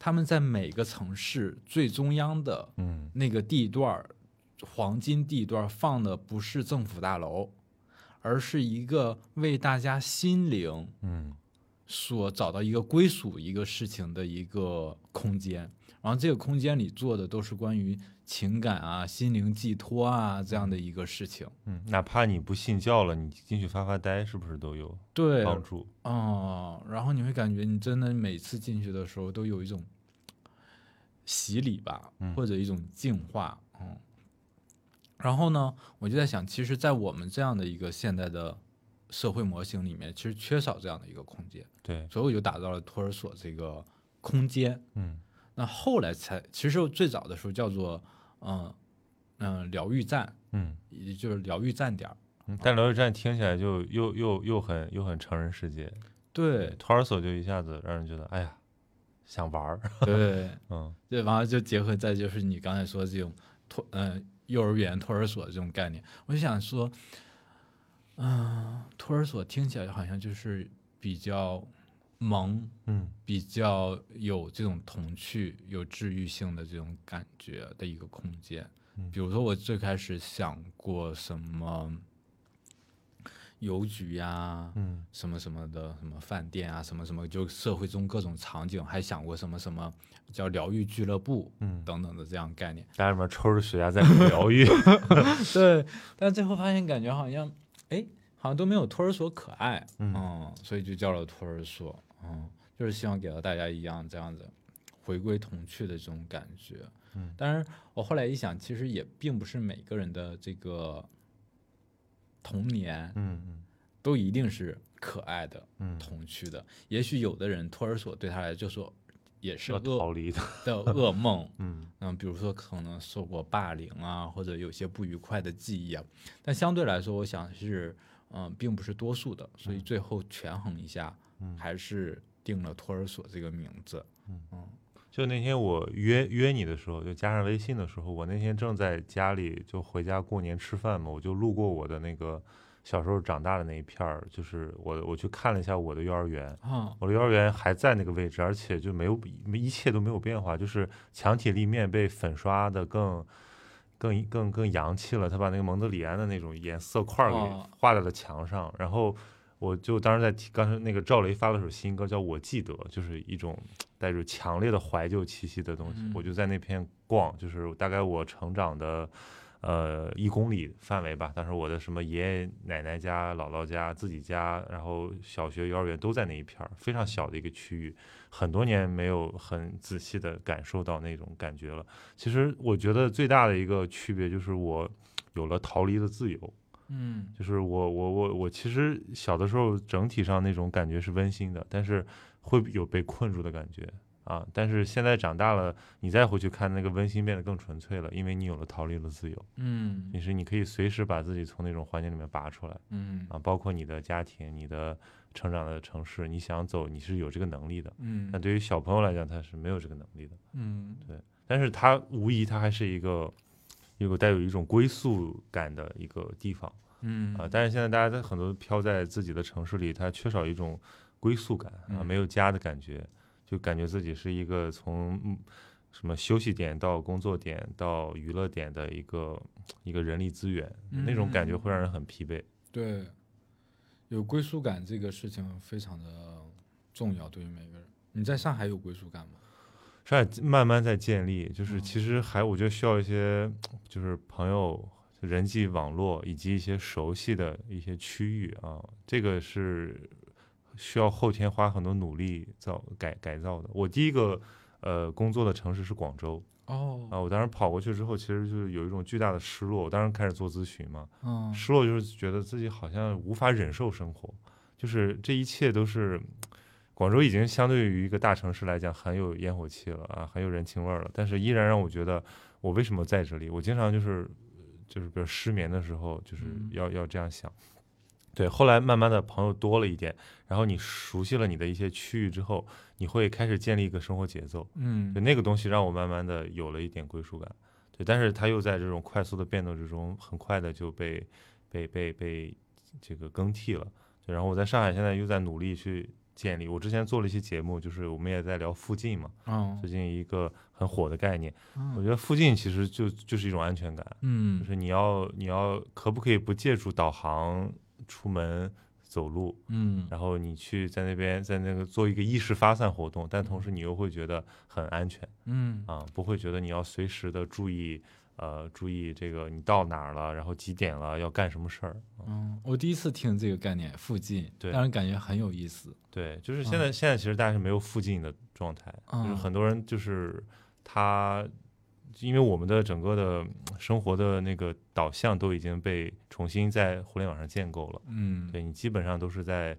S3: 他们在每个城市最中央的
S1: 嗯
S3: 那个地段儿，黄金地段儿放的不是政府大楼，而是一个为大家心灵
S1: 嗯
S3: 所找到一个归属一个事情的一个空间，然后这个空间里做的都是关于情感啊、心灵寄托啊这样的一个事情。
S1: 嗯，哪怕你不信教了，你进去发发呆，是不是都有
S3: 对，
S1: 帮助？
S3: 哦，然后你会感觉你真的每次进去的时候都有一种洗礼吧，
S1: 嗯
S3: 或者一种净化，嗯。然后呢，我就在想，其实，在我们这样的一个现代的社会模型里面，其实缺少这样的一个空间，
S1: 对，
S3: 所以我就打造了托儿所这个空间。
S1: 嗯
S3: 那后来才，其实最早的时候叫做，嗯嗯，疗愈站，
S1: 嗯。
S3: 也就是疗愈站点儿。
S1: 嗯但疗愈站听起来就又又又很又很成人世界，
S3: 对
S1: 托儿所就一下子让人觉得，哎呀，想玩儿，
S3: 对，
S1: 嗯
S3: 对，然后就结合在就是你刚才说的这种托呃幼儿园托儿所这种概念，我就想说，嗯、托儿所听起来好像就是比较萌，
S1: 嗯
S3: 比较有这种童趣、有治愈性的这种感觉的一个空间
S1: 嗯。
S3: 比如说，我最开始想过什么邮局呀、
S1: 嗯
S3: 什么什么的，什么饭店啊，什么什么，就社会中各种场景，还想过什么什么叫疗愈俱乐部
S1: 嗯，
S3: 等等的这样概念。
S1: 家里面抽着雪茄在那儿 疗愈，
S3: 对，但最后发现感觉好像，哎，好像都没有托儿所可爱，
S1: 嗯
S3: 所以就叫了托儿所，嗯，就是希望给到大家一样这样子回归童趣的这种感觉。
S1: 嗯
S3: 当然我后来一想，其实也并不是每个人的这个童年
S1: 嗯嗯
S3: 都一定是可爱的，
S1: 嗯，
S3: 童趣的。也许有的人托儿所对他来就说也是
S1: 要逃
S3: 噩
S1: 离的，
S3: 的噩梦，
S1: 嗯
S3: 嗯，比如说可能受过霸凌啊，或者有些不愉快的记忆啊。但相对来说，我想是嗯、并不是多数的，所以最后权衡一下，
S1: 嗯
S3: 还是定了托儿所这个名字。嗯
S1: 就那天我约约你的时候，就加上微信的时候，我那天正在家里就回家过年吃饭嘛，我就路过我的那个小时候长大的那一片儿，就是我我去看了一下我的幼儿园，
S3: 啊、
S1: 我的幼儿园还在那个位置，而且就没有没一切都没有变化，就是墙体立面被粉刷的更更更更洋气了。他把那个蒙德里安的那种颜色块儿
S3: 哦
S1: 给画在了墙上，然后我就当时在听刚才那个赵雷发了首新歌叫《我记得》，就是一种带着强烈的怀旧气息的东西。
S3: 嗯
S1: 我就在那片逛，就是大概我成长的。呃，一公里范围吧。当时我的什么爷爷奶奶家、姥姥家、自己家，然后小学、幼儿园都在那一片儿，非常小的一个区域。很多年没有很仔细的感受到那种感觉了。其实我觉得最大的一个区别就是我有了逃离的自由，
S3: 嗯，
S1: 就是我我我我其实小的时候整体上那种感觉是温馨的，但是会有被困住的感觉啊。但是现在长大了，你再回去看那个温馨变得更纯粹了，因为你有了逃离的自由，
S3: 嗯
S1: 你是你可以随时把自己从那种环境里面拔出来
S3: 嗯
S1: 啊，包括你的家庭、你的成长的城市，你想走你是有这个能力的。
S3: 嗯
S1: 那对于小朋友来讲，他是没有这个能力的。
S3: 嗯
S1: 但是它无疑它还是一个一个带有一种归宿感的一个地方
S3: 嗯
S1: 啊、但是现在大家在很多飘在自己的城市里，它缺少一种归宿感啊、
S3: 嗯
S1: 没有家的感觉，就感觉自己是一个从嗯什么休息点到工作点到娱乐点的一个一个人力资源，那种感觉
S3: 嗯
S1: 会让人很疲惫。
S3: 对，有归属感这个事情非常的重要，对于每个人。你在上海有归属感吗？
S1: 上海慢慢在建立，就是
S3: 嗯
S1: 其实还我觉得需要一些就是朋友、人际网络以及一些熟悉的一些区域啊，这个是需要后天花很多努力造改改造的。我第一个呃工作的城市是广州
S3: 哦，
S1: 啊，我当时跑过去之后，其实就是有一种巨大的失落。我当时开始做咨询嘛，
S3: 嗯
S1: 失落就是觉得自己好像无法忍受生活，就是这一切都是。广州已经相对于一个大城市来讲很有烟火气了啊，很有人情味儿了，但是依然让我觉得我为什么在这里？我经常就是就是比如失眠的时候，就是
S3: 嗯
S1: 要、要这样想。对，后来慢慢的朋友多了一点，然后你熟悉了你的一些区域之后，你会开始建立一个生活节奏。
S3: 嗯
S1: 对，那个东西让我慢慢的有了一点归属感，对，但是它又在这种快速的变动之中，很快的就被被被被这个更替了。对，然后我在上海现在又在努力去建立。我之前做了一期节目，就是我们也在聊附近嘛，
S3: 嗯
S1: 最近一个很火的概念，我
S3: 嗯
S1: 觉得附近其实就就是一种安全感，就
S3: 嗯
S1: 是你要你要可不可以不借助导航出门走路，
S3: 嗯
S1: 然后你去在那边在那个做一个意识发散活动，但同时你又会觉得很安全。
S3: 嗯
S1: 啊，不会觉得你要随时的注意，呃，注意这个你到哪儿了，然后几点了，要干什么事儿。
S3: 嗯，我第一次听这个概念，附近，
S1: 对
S3: 让人感觉很有意思。
S1: 对，就是现在、现在其实大家是没有附近的状态，就是
S3: 嗯
S1: 很多人就是他，因为我们的整个的嗯生活的那个导向都已经被重新在互联网上建构了，
S3: 嗯，
S1: 对你基本上都是在。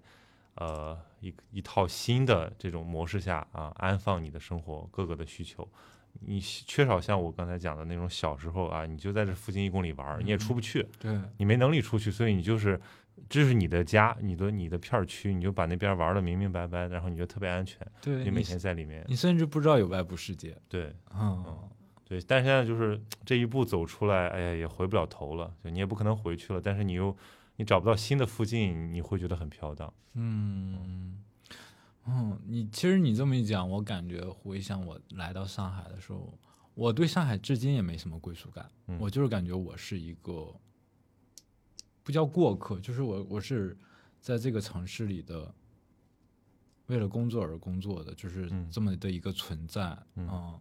S1: 呃，一一套新的这种模式下啊，安放你的生活各个的需求，你缺少像我刚才讲的那种小时候啊，你就在这附近一公里玩儿，你也
S3: 嗯
S1: 出不去，
S3: 对，
S1: 你没能力出去，所以你就是这是你的家，你的你的片儿区，你就把那边玩的明明白白，然后你就特别安全，
S3: 对
S1: 你每
S3: 你
S1: 天在里面。
S3: 你甚至不知道有外部世界。
S1: 对
S3: 嗯
S1: 对，但现在就是这一步走出来，哎呀，也回不了头了，就你也不可能回去了，但是你又你找不到新的附近，你会觉得很飘荡。
S3: 嗯嗯，你其实你这么一讲，我感觉回想我来到上海的时候，我对上海至今也没什么归属感。
S1: 嗯
S3: 我就是感觉我是一个不叫过客，就是我我是在这个城市里的，为了工作而工作的，就是
S1: 嗯
S3: 这么的一个存在，
S1: 嗯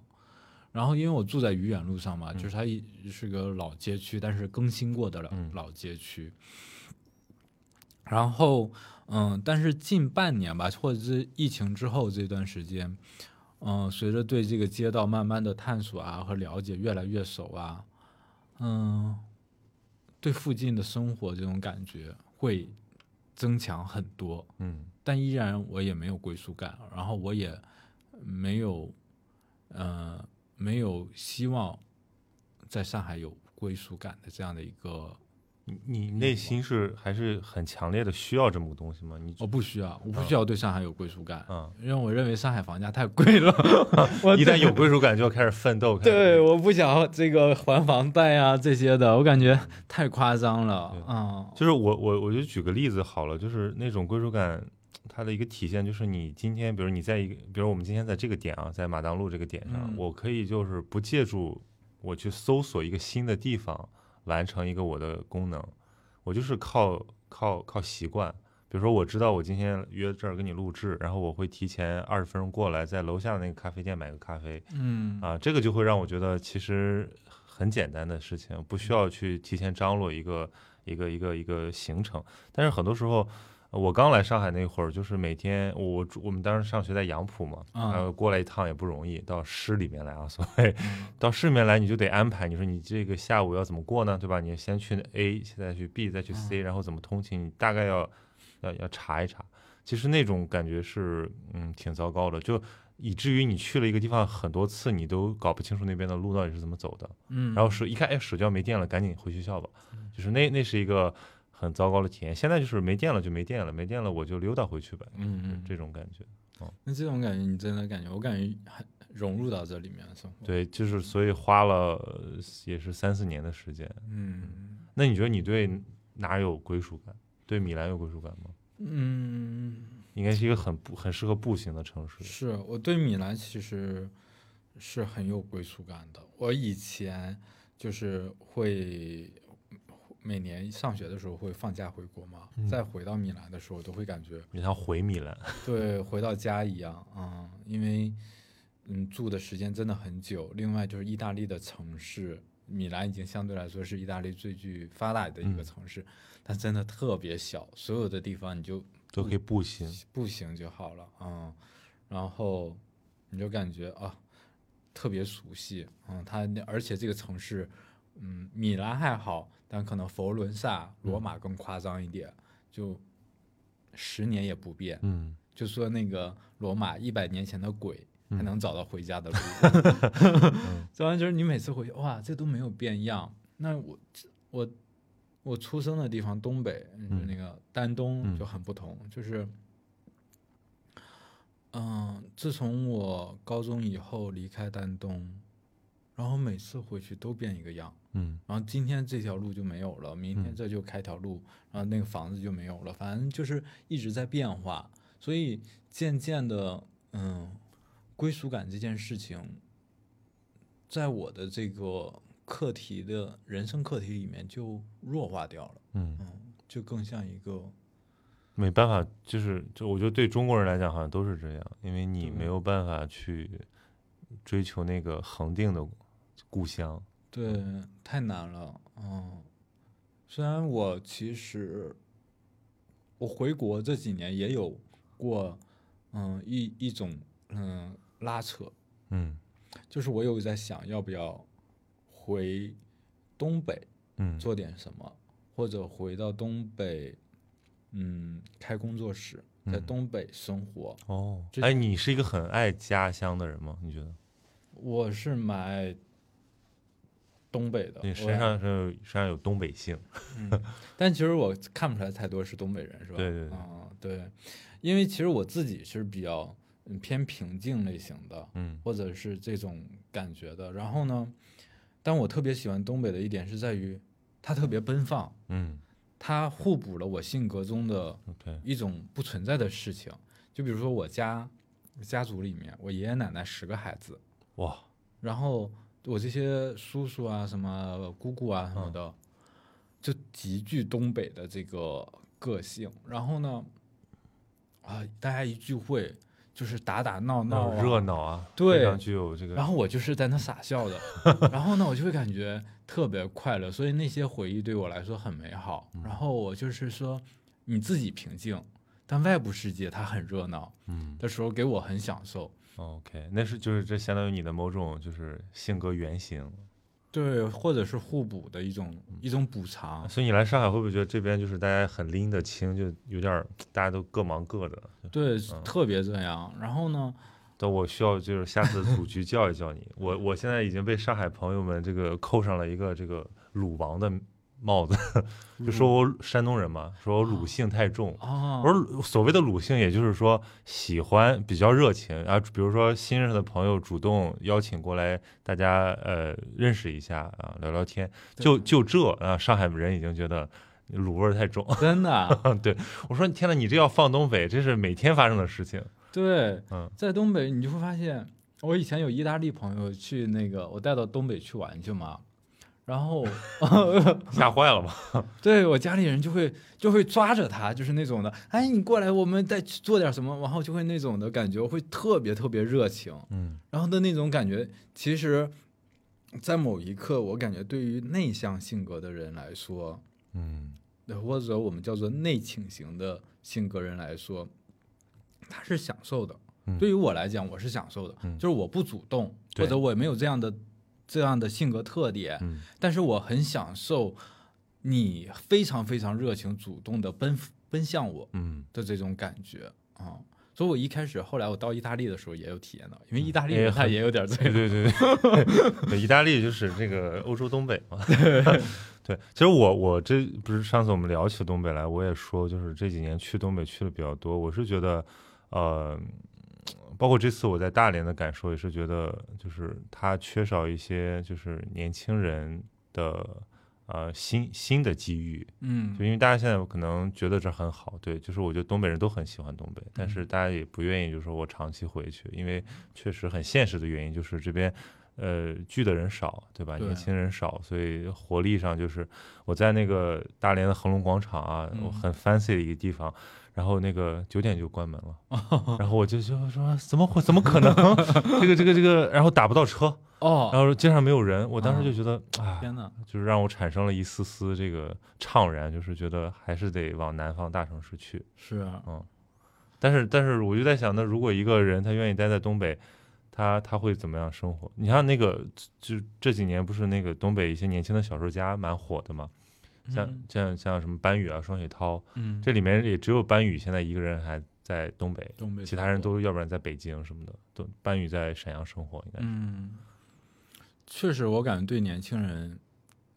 S3: 然后因为我住在愚园路上嘛，就是它一是个老街区，但是更新过的了、
S1: 嗯
S3: 老街区。然后，嗯，但是近半年吧，或者是疫情之后这段时间，嗯，随着对这个街道慢慢的探索啊和了解越来越熟啊，嗯，对附近的生活这种感觉会增强很多，
S1: 嗯
S3: 但依然我也没有归属感，然后我也没有，呃，没有希望在上海有归属感的这样的一个，
S1: 你你内心是还是很强烈的需要这么个东西吗？你
S3: 我不需要，我不需要对上海有归属感，
S1: 嗯，
S3: 因为我认为上海房价太 贵了，我
S1: 一
S3: 对
S1: 旦有归属感就要开始奋斗，开始
S3: 对，我不想要这个还房贷啊这些的，我感觉太夸张了。嗯，
S1: 就是我我我就举个例子好了，就是那种归属感，它的一个体现就是你今天，比如你在一个，比如我们今天在这个点啊，在马当路这个点上，
S3: 嗯
S1: 我可以就是不借助我去搜索一个新的地方完成一个我的功能，我就是靠靠靠习惯。比如说，我知道我今天约这儿跟你录制，然后我会提前二十分钟过来，在楼下的那个咖啡店买个咖啡，
S3: 嗯
S1: 啊，这个就会让我觉得其实很简单的事情，不需要去提前张罗一个一个一个一个行程。但是很多时候，呃我刚来上海那会儿，就是每天我住我们当时上学在杨浦嘛，
S3: 嗯嗯
S1: 然后呃过来一趟也不容易，到市里面来啊，所谓到市里面来你就得安排，你说你这个下午要怎么过呢，对吧？你先去 A，现在去 B，再去
S3: 嗯
S1: C，然后怎么通勤，你大概要要要查一查。其实那种感觉是，嗯，挺糟糕的，就以至于你去了一个地方很多次，你都搞不清楚那边的路到底是怎么走的。
S3: 嗯，
S1: 然后手一看，哎，手机要没电了，赶紧回学校吧。就是那那是一个很糟糕的体验。现在就是没电了就没电了，没电了我就溜达回去呗，
S3: 嗯嗯，
S1: 这种感觉。
S3: 那这种感觉你真的感觉，我感觉很融入到这里面生活。
S1: 对，就是所以花了呃也是三四年的时间。
S3: 嗯
S1: 那你觉得你对哪儿有归属感？对米兰有归属感吗？
S3: 嗯，
S1: 应该是一个很步很适合步行的城市。
S3: 是我对米兰其实是很有归属感的。我以前就是会每年上学的时候会放假回国嘛，再回到米兰的时候，都会感觉
S1: 你像回米兰，
S3: 对，回到家一样啊、嗯，因为嗯住的时间真的很久。另外就是意大利的城市，米兰已经相对来说是意大利最具发达的一个
S1: 嗯
S3: 城市，它真的特别小，所有的地方你就
S1: 都可以步行。
S3: 步行就好了啊、嗯，然后你就感觉啊特别熟悉，嗯，它那而且这个城市，嗯，米兰还好，但可能佛罗伦萨、罗马更夸张一点，就十年也不变，
S1: 嗯，
S3: 就说那个罗马一百年前的鬼还能找到回家的路，这玩意儿就是你每次回去，哇，这都没有变样。那我我我出生的地方东北，就是那个丹东
S1: 嗯
S3: 就很不同，就是，嗯、自从我高中以后离开丹东，然后每次回去都变一个样。
S1: 嗯
S3: 然后今天这条路就没有了，明天
S1: 嗯
S3: 这就开条路，然后那个房子就没有了，反正就是一直在变化，所以渐渐的，嗯，归属感这件事情，在我的这个课题的人生课题里面就弱化掉了，
S1: 嗯，
S3: 嗯，就更像一个，
S1: 没办法，就是就我觉得对中国人来讲好像都是这样，因为你
S3: 对
S1: 没有办法去追求那个恒定的故乡。
S3: 对，太难了。嗯，虽然我其实我回国这几年也有过，嗯，一一种嗯拉扯，
S1: 嗯
S3: 就是我有在想要不要回东北
S1: 嗯
S3: 做点什么，或者回到东北，嗯，开工作室，在
S1: 嗯
S3: 东北生活。
S1: 哦，
S3: 之
S1: 哎，你是一个很爱家乡的人吗？你觉得？
S3: 我是买东北的，
S1: 你
S3: 我
S1: 身上是有身上有东北性。
S3: 但其实我看不出来太多是东北人，是吧？
S1: 对对对
S3: 嗯，对，因为其实我自己是比较嗯偏平静类型的，
S1: 嗯
S3: 或者是这种感觉的。然后呢，但我特别喜欢东北的一点是在于它特别奔放，
S1: 嗯，
S3: 它互补了我性格中的
S1: 对，
S3: 一种不存在的事情。就比如说我家家族里面，我爷爷奶奶十个孩子，
S1: 哇，
S3: 嗯然后我这些叔叔啊、什么姑姑啊什么的，就极具东北的这个个性。然后呢，啊、大家一聚会就是打打闹
S1: 那
S3: 闹、
S1: 种
S3: 啊，
S1: 热闹啊，
S3: 对
S1: 非常具有这个
S3: 然后我就是在那傻笑 的，然后呢，我就会感觉特别快乐，所以那些回忆对我来说很美好。然后我就是说，你自己平静，但外部世界它很热闹
S1: 嗯
S3: 的时候，给我很享受。
S1: ，OK，那是就是这相当于你的某种就是性格原型，
S3: 对，或者是互补的一种一种补偿。
S1: 所以你来上海会不会觉得这边就是大家很拎得清，就有点儿大家都各忙各的？
S3: 对，特别这样。然后呢，
S1: 但我需要就是下次组局叫一叫 你，我我现在已经被上海朋友们这个扣上了一个这个鲁王的帽子， 就说我山东人嘛，说我鲁性太重，
S3: 啊，
S1: 我说所谓的鲁性，也就是说喜欢比较热情啊，比如说新认识的朋友主动邀请过来，大家呃认识一下啊，聊聊天，
S3: 对
S1: 就就这啊，上海人已经觉得鲁味儿太重。
S3: 真 的啊，
S1: 对我说，天呐，你这要放东北，这是每天发生的事情。
S3: 对
S1: 嗯，
S3: 在东北你就会发现，我以前有意大利朋友去那个，我带到东北去玩去嘛，然后
S1: 吓坏了吧？
S3: 对我家里人就会就会抓着他，就是那种的，哎，你过来，我们再去做点什么，然后就会那种的感觉，会特别特别热情，
S1: 嗯
S3: 然后的那种感觉，其实，在某一刻，我感觉对于内向性格的人来说，
S1: 嗯
S3: 或者我们叫做内倾型的性格人来说，他是享受的。
S1: 嗯
S3: 对于我来讲，我是享受的，
S1: 嗯
S3: 就是我不主动，
S1: 对
S3: 或者我也没有这样的这样的性格特点，
S1: 嗯
S3: 但是我很享受你非常非常热情主动的奔奔向我
S1: 嗯，
S3: 的这种感觉啊。所以，我一开始，后来我到意大利的时候也有体验到，因为意大利
S1: 嗯也
S3: 人他
S1: 很
S3: 也有点这
S1: 对
S3: 个，
S1: 对对对 对，意大利就是这个欧洲东北嘛。对，其实我我这不是上次我们聊起东北来，我也说就是这几年去东北去的比较多，我是觉得，呃，包括这次我在大连的感受也是觉得，就是它缺少一些就是年轻人的呃新新的机遇，
S3: 嗯
S1: 就因为大家现在可能觉得这很好，对，就是我觉得东北人都很喜欢东北，但
S3: 嗯
S1: 是大家也不愿意，就是说我长期回去，因为确实很现实的原因，就是这边呃聚的人少，对吧？
S3: 对
S1: 年轻人少，所以活力上就是我在那个大连的恒隆广场啊，
S3: 嗯
S1: 我很 fancy 的一个地方。然后那个九点就关门了， 然后我就就说怎么会怎么可能？ 这个这个这个，然后打不到车，然
S3: 哦，
S1: 后街上没有人，我当时就觉得啊，
S3: 天哪，
S1: 就是让我产生了一丝丝这个怅然，就是觉得还是得往南方大城市去。
S3: 是啊
S1: 但是，但是我就在想，那如果一个人他愿意待在东北，他他会怎么样生活？你看那个，就这几年不是那个东北一些年轻的小说家蛮火的嘛，像
S3: 嗯
S1: 像像什么班宇啊、双雪涛，
S3: 嗯，
S1: 这里面也只有班宇现在一个人还在东北，
S3: 东北
S1: 其他人
S3: 都。
S1: 都要不然在北京什么的，都班宇在沈阳生活应该是。
S3: 嗯，确实，我感觉对年轻人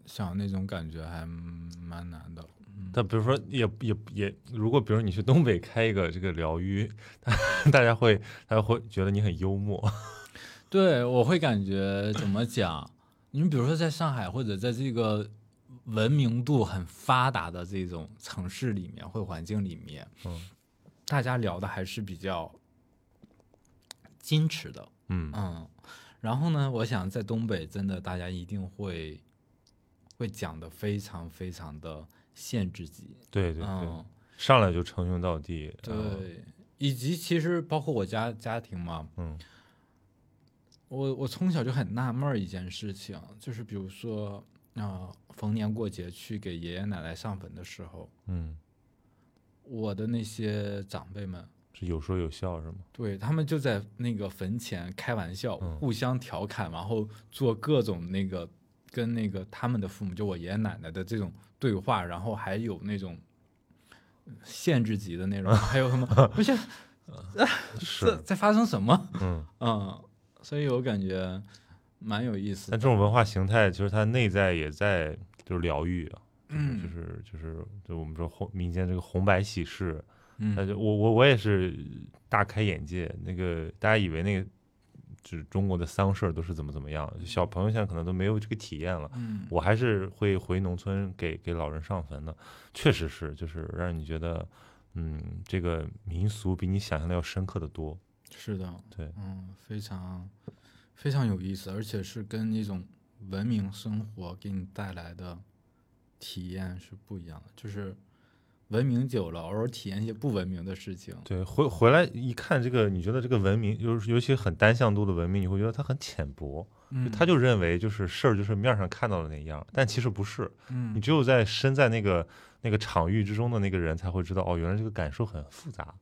S3: 想那种感觉还蛮难的。
S1: 但比如说也也也，如果比如你去东北开一个这个疗愈，大家会大家会觉得你很幽默，
S3: 对，我会感觉怎么讲？你比如说，在上海或者在这个文明度很发达的这种城市里面或环境里面，
S1: 嗯
S3: 大家聊的还是比较矜持的。
S1: 嗯
S3: 嗯，然后呢，我想在东北，真的大家一定会会讲的非常非常的限制级。
S1: 对对对，
S3: 嗯。
S1: 上来就称兄道弟，嗯
S3: 对，以及其实包括我家家庭嘛，
S1: 嗯
S3: 我我从小就很纳闷儿一件事情，就是比如说啊、呃逢年过节去给爷爷奶奶上坟的时候，
S1: 嗯，
S3: 我的那些长辈们，
S1: 是有说有笑是 吗？
S3: 对他们就在那个坟前开玩笑，
S1: 嗯
S3: 互相调侃，然后做各种那个跟那个他们的父母，就我爷爷奶奶的这种对话，然后还有那种限制级的那种，还有什么， 不是这
S1: 是，
S3: 在发生什么？
S1: 嗯，
S3: 嗯，所以我感觉蛮有意思
S1: 但
S3: 的。
S1: 这种文化形态其实它内在也在就是疗愈啊。就是
S3: 嗯
S1: 就是就是，就我们说红民间这个红白喜事，那
S3: 嗯，
S1: 呃就我我我也是大开眼界。那个大家以为那个就是中国的丧事儿都是怎么怎么样，小朋友现在可能都没有这个体验了。
S3: 嗯，
S1: 我还是会回农村给给老人上坟的，确实是，就是让你觉得，嗯，这个民俗比你想象的要深刻的多。
S3: 是的，
S1: 对，
S3: 嗯，非常非常有意思，而且是跟一种文明生活给你带来的体验是不一样的，就是文明久了，偶尔体验一些不文明的事情。
S1: 对，回回来一看这个，你觉得这个文明，就是尤其很单向度的文明，你会觉得它很浅薄，就
S3: 嗯
S1: 他就认为就是事儿就是面上看到的那样，但其实不是。
S3: 嗯
S1: 你只有在身在那个那个场域之中的那个人才会知道，哦，原来这个感受很复杂，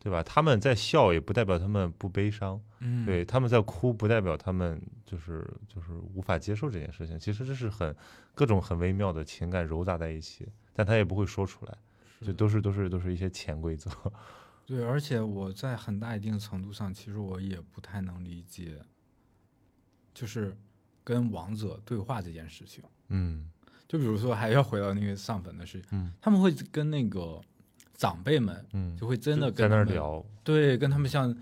S1: 对吧？他们在笑也不代表他们不悲伤，
S3: 嗯
S1: 对，他们在哭不代表他们就是就是无法接受这件事情。其实这是很各种很微妙的情感糅杂在一起，但他也不会说出来，
S3: 的
S1: 就都是都是都是一些潜规则。
S3: 对，而且我在很大一定程度上，其实我也不太能理解，就是跟王者对话这件事情。
S1: 嗯
S3: 就比如说，还要回到那个上坟的事情，
S1: 嗯
S3: 他们会跟那个长辈们，
S1: 嗯，
S3: 就会真的
S1: 就在
S3: 跟
S1: 那
S3: 他
S1: 儿
S3: 们
S1: 聊，
S3: 对，跟他们像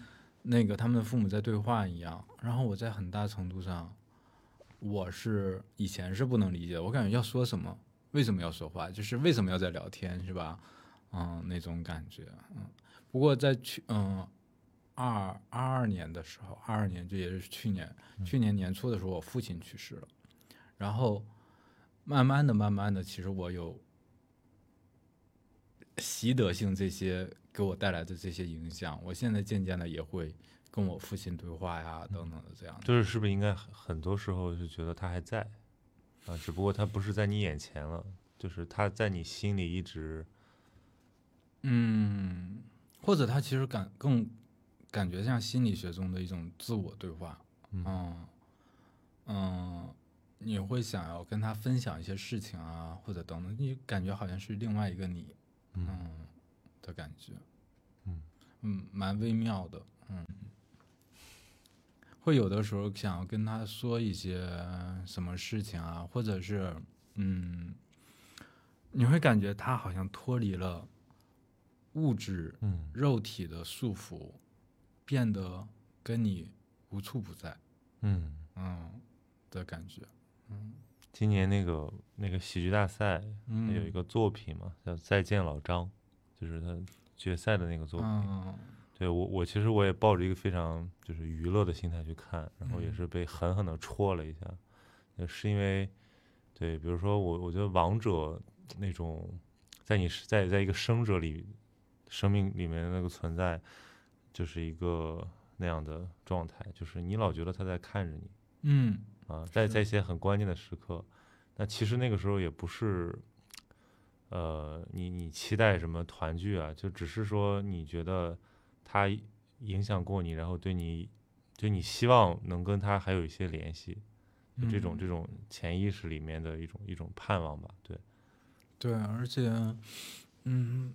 S3: 那个他们的父母在对话一样。然后我在很大程度上，我是以前是不能理解，我感觉要说什么，为什么要说话，就是为什么要在聊天，是吧？嗯，那种感觉，嗯。不过在去嗯二二二年的时候，二二年就也就是去年，去年年初的时候，我父亲去世了，然后慢慢的、慢慢的，其实我有习得性这些给我带来的这些影响，我现在渐渐的也会跟我父亲对话呀，等等的这样的。
S1: 就是是不是应该很很多时候就觉得他还在啊，只不过他不是在你眼前了，就是他在你心里一直
S3: 嗯，或者他其实感更感觉像心理学中的一种自我对话，
S1: 嗯
S3: 嗯嗯，你会想要跟他分享一些事情啊，或者等等，你感觉好像是另外一个你，
S1: 嗯
S3: 的感觉，
S1: 嗯
S3: 嗯，蛮微妙的，嗯，会有的时候想要跟他说一些什么事情啊，或者是嗯，你会感觉他好像脱离了物质
S1: 嗯
S3: 肉体的束缚，变得跟你无处不在，
S1: 嗯。
S3: 嗯的感觉，
S1: 今年那个那个喜剧大赛它有一
S3: 嗯
S1: 个作品嘛，叫《再见老张》，就是他决赛的那个作品。
S3: 嗯
S1: 对我我其实我也抱着一个非常就是娱乐的心态去看，然后也
S3: 嗯
S1: 是被狠狠的戳了一下，呃是因为对，比如说我我觉得王者那种在你是在在一个生者里生命里面的那个存在，就是一个那样的状态，就是你老觉得他在看着你
S3: 嗯
S1: 啊，在在一
S3: 是
S1: 些很关键的时刻，那其实那个时候也不是。呃，你你期待什么团聚啊？就只是说你觉得他影响过你，然后对你，就你希望能跟他还有一些联系，就这种、
S3: 嗯
S1: 这种潜意识里面的一种一种盼望吧。对，
S3: 对，而且，嗯，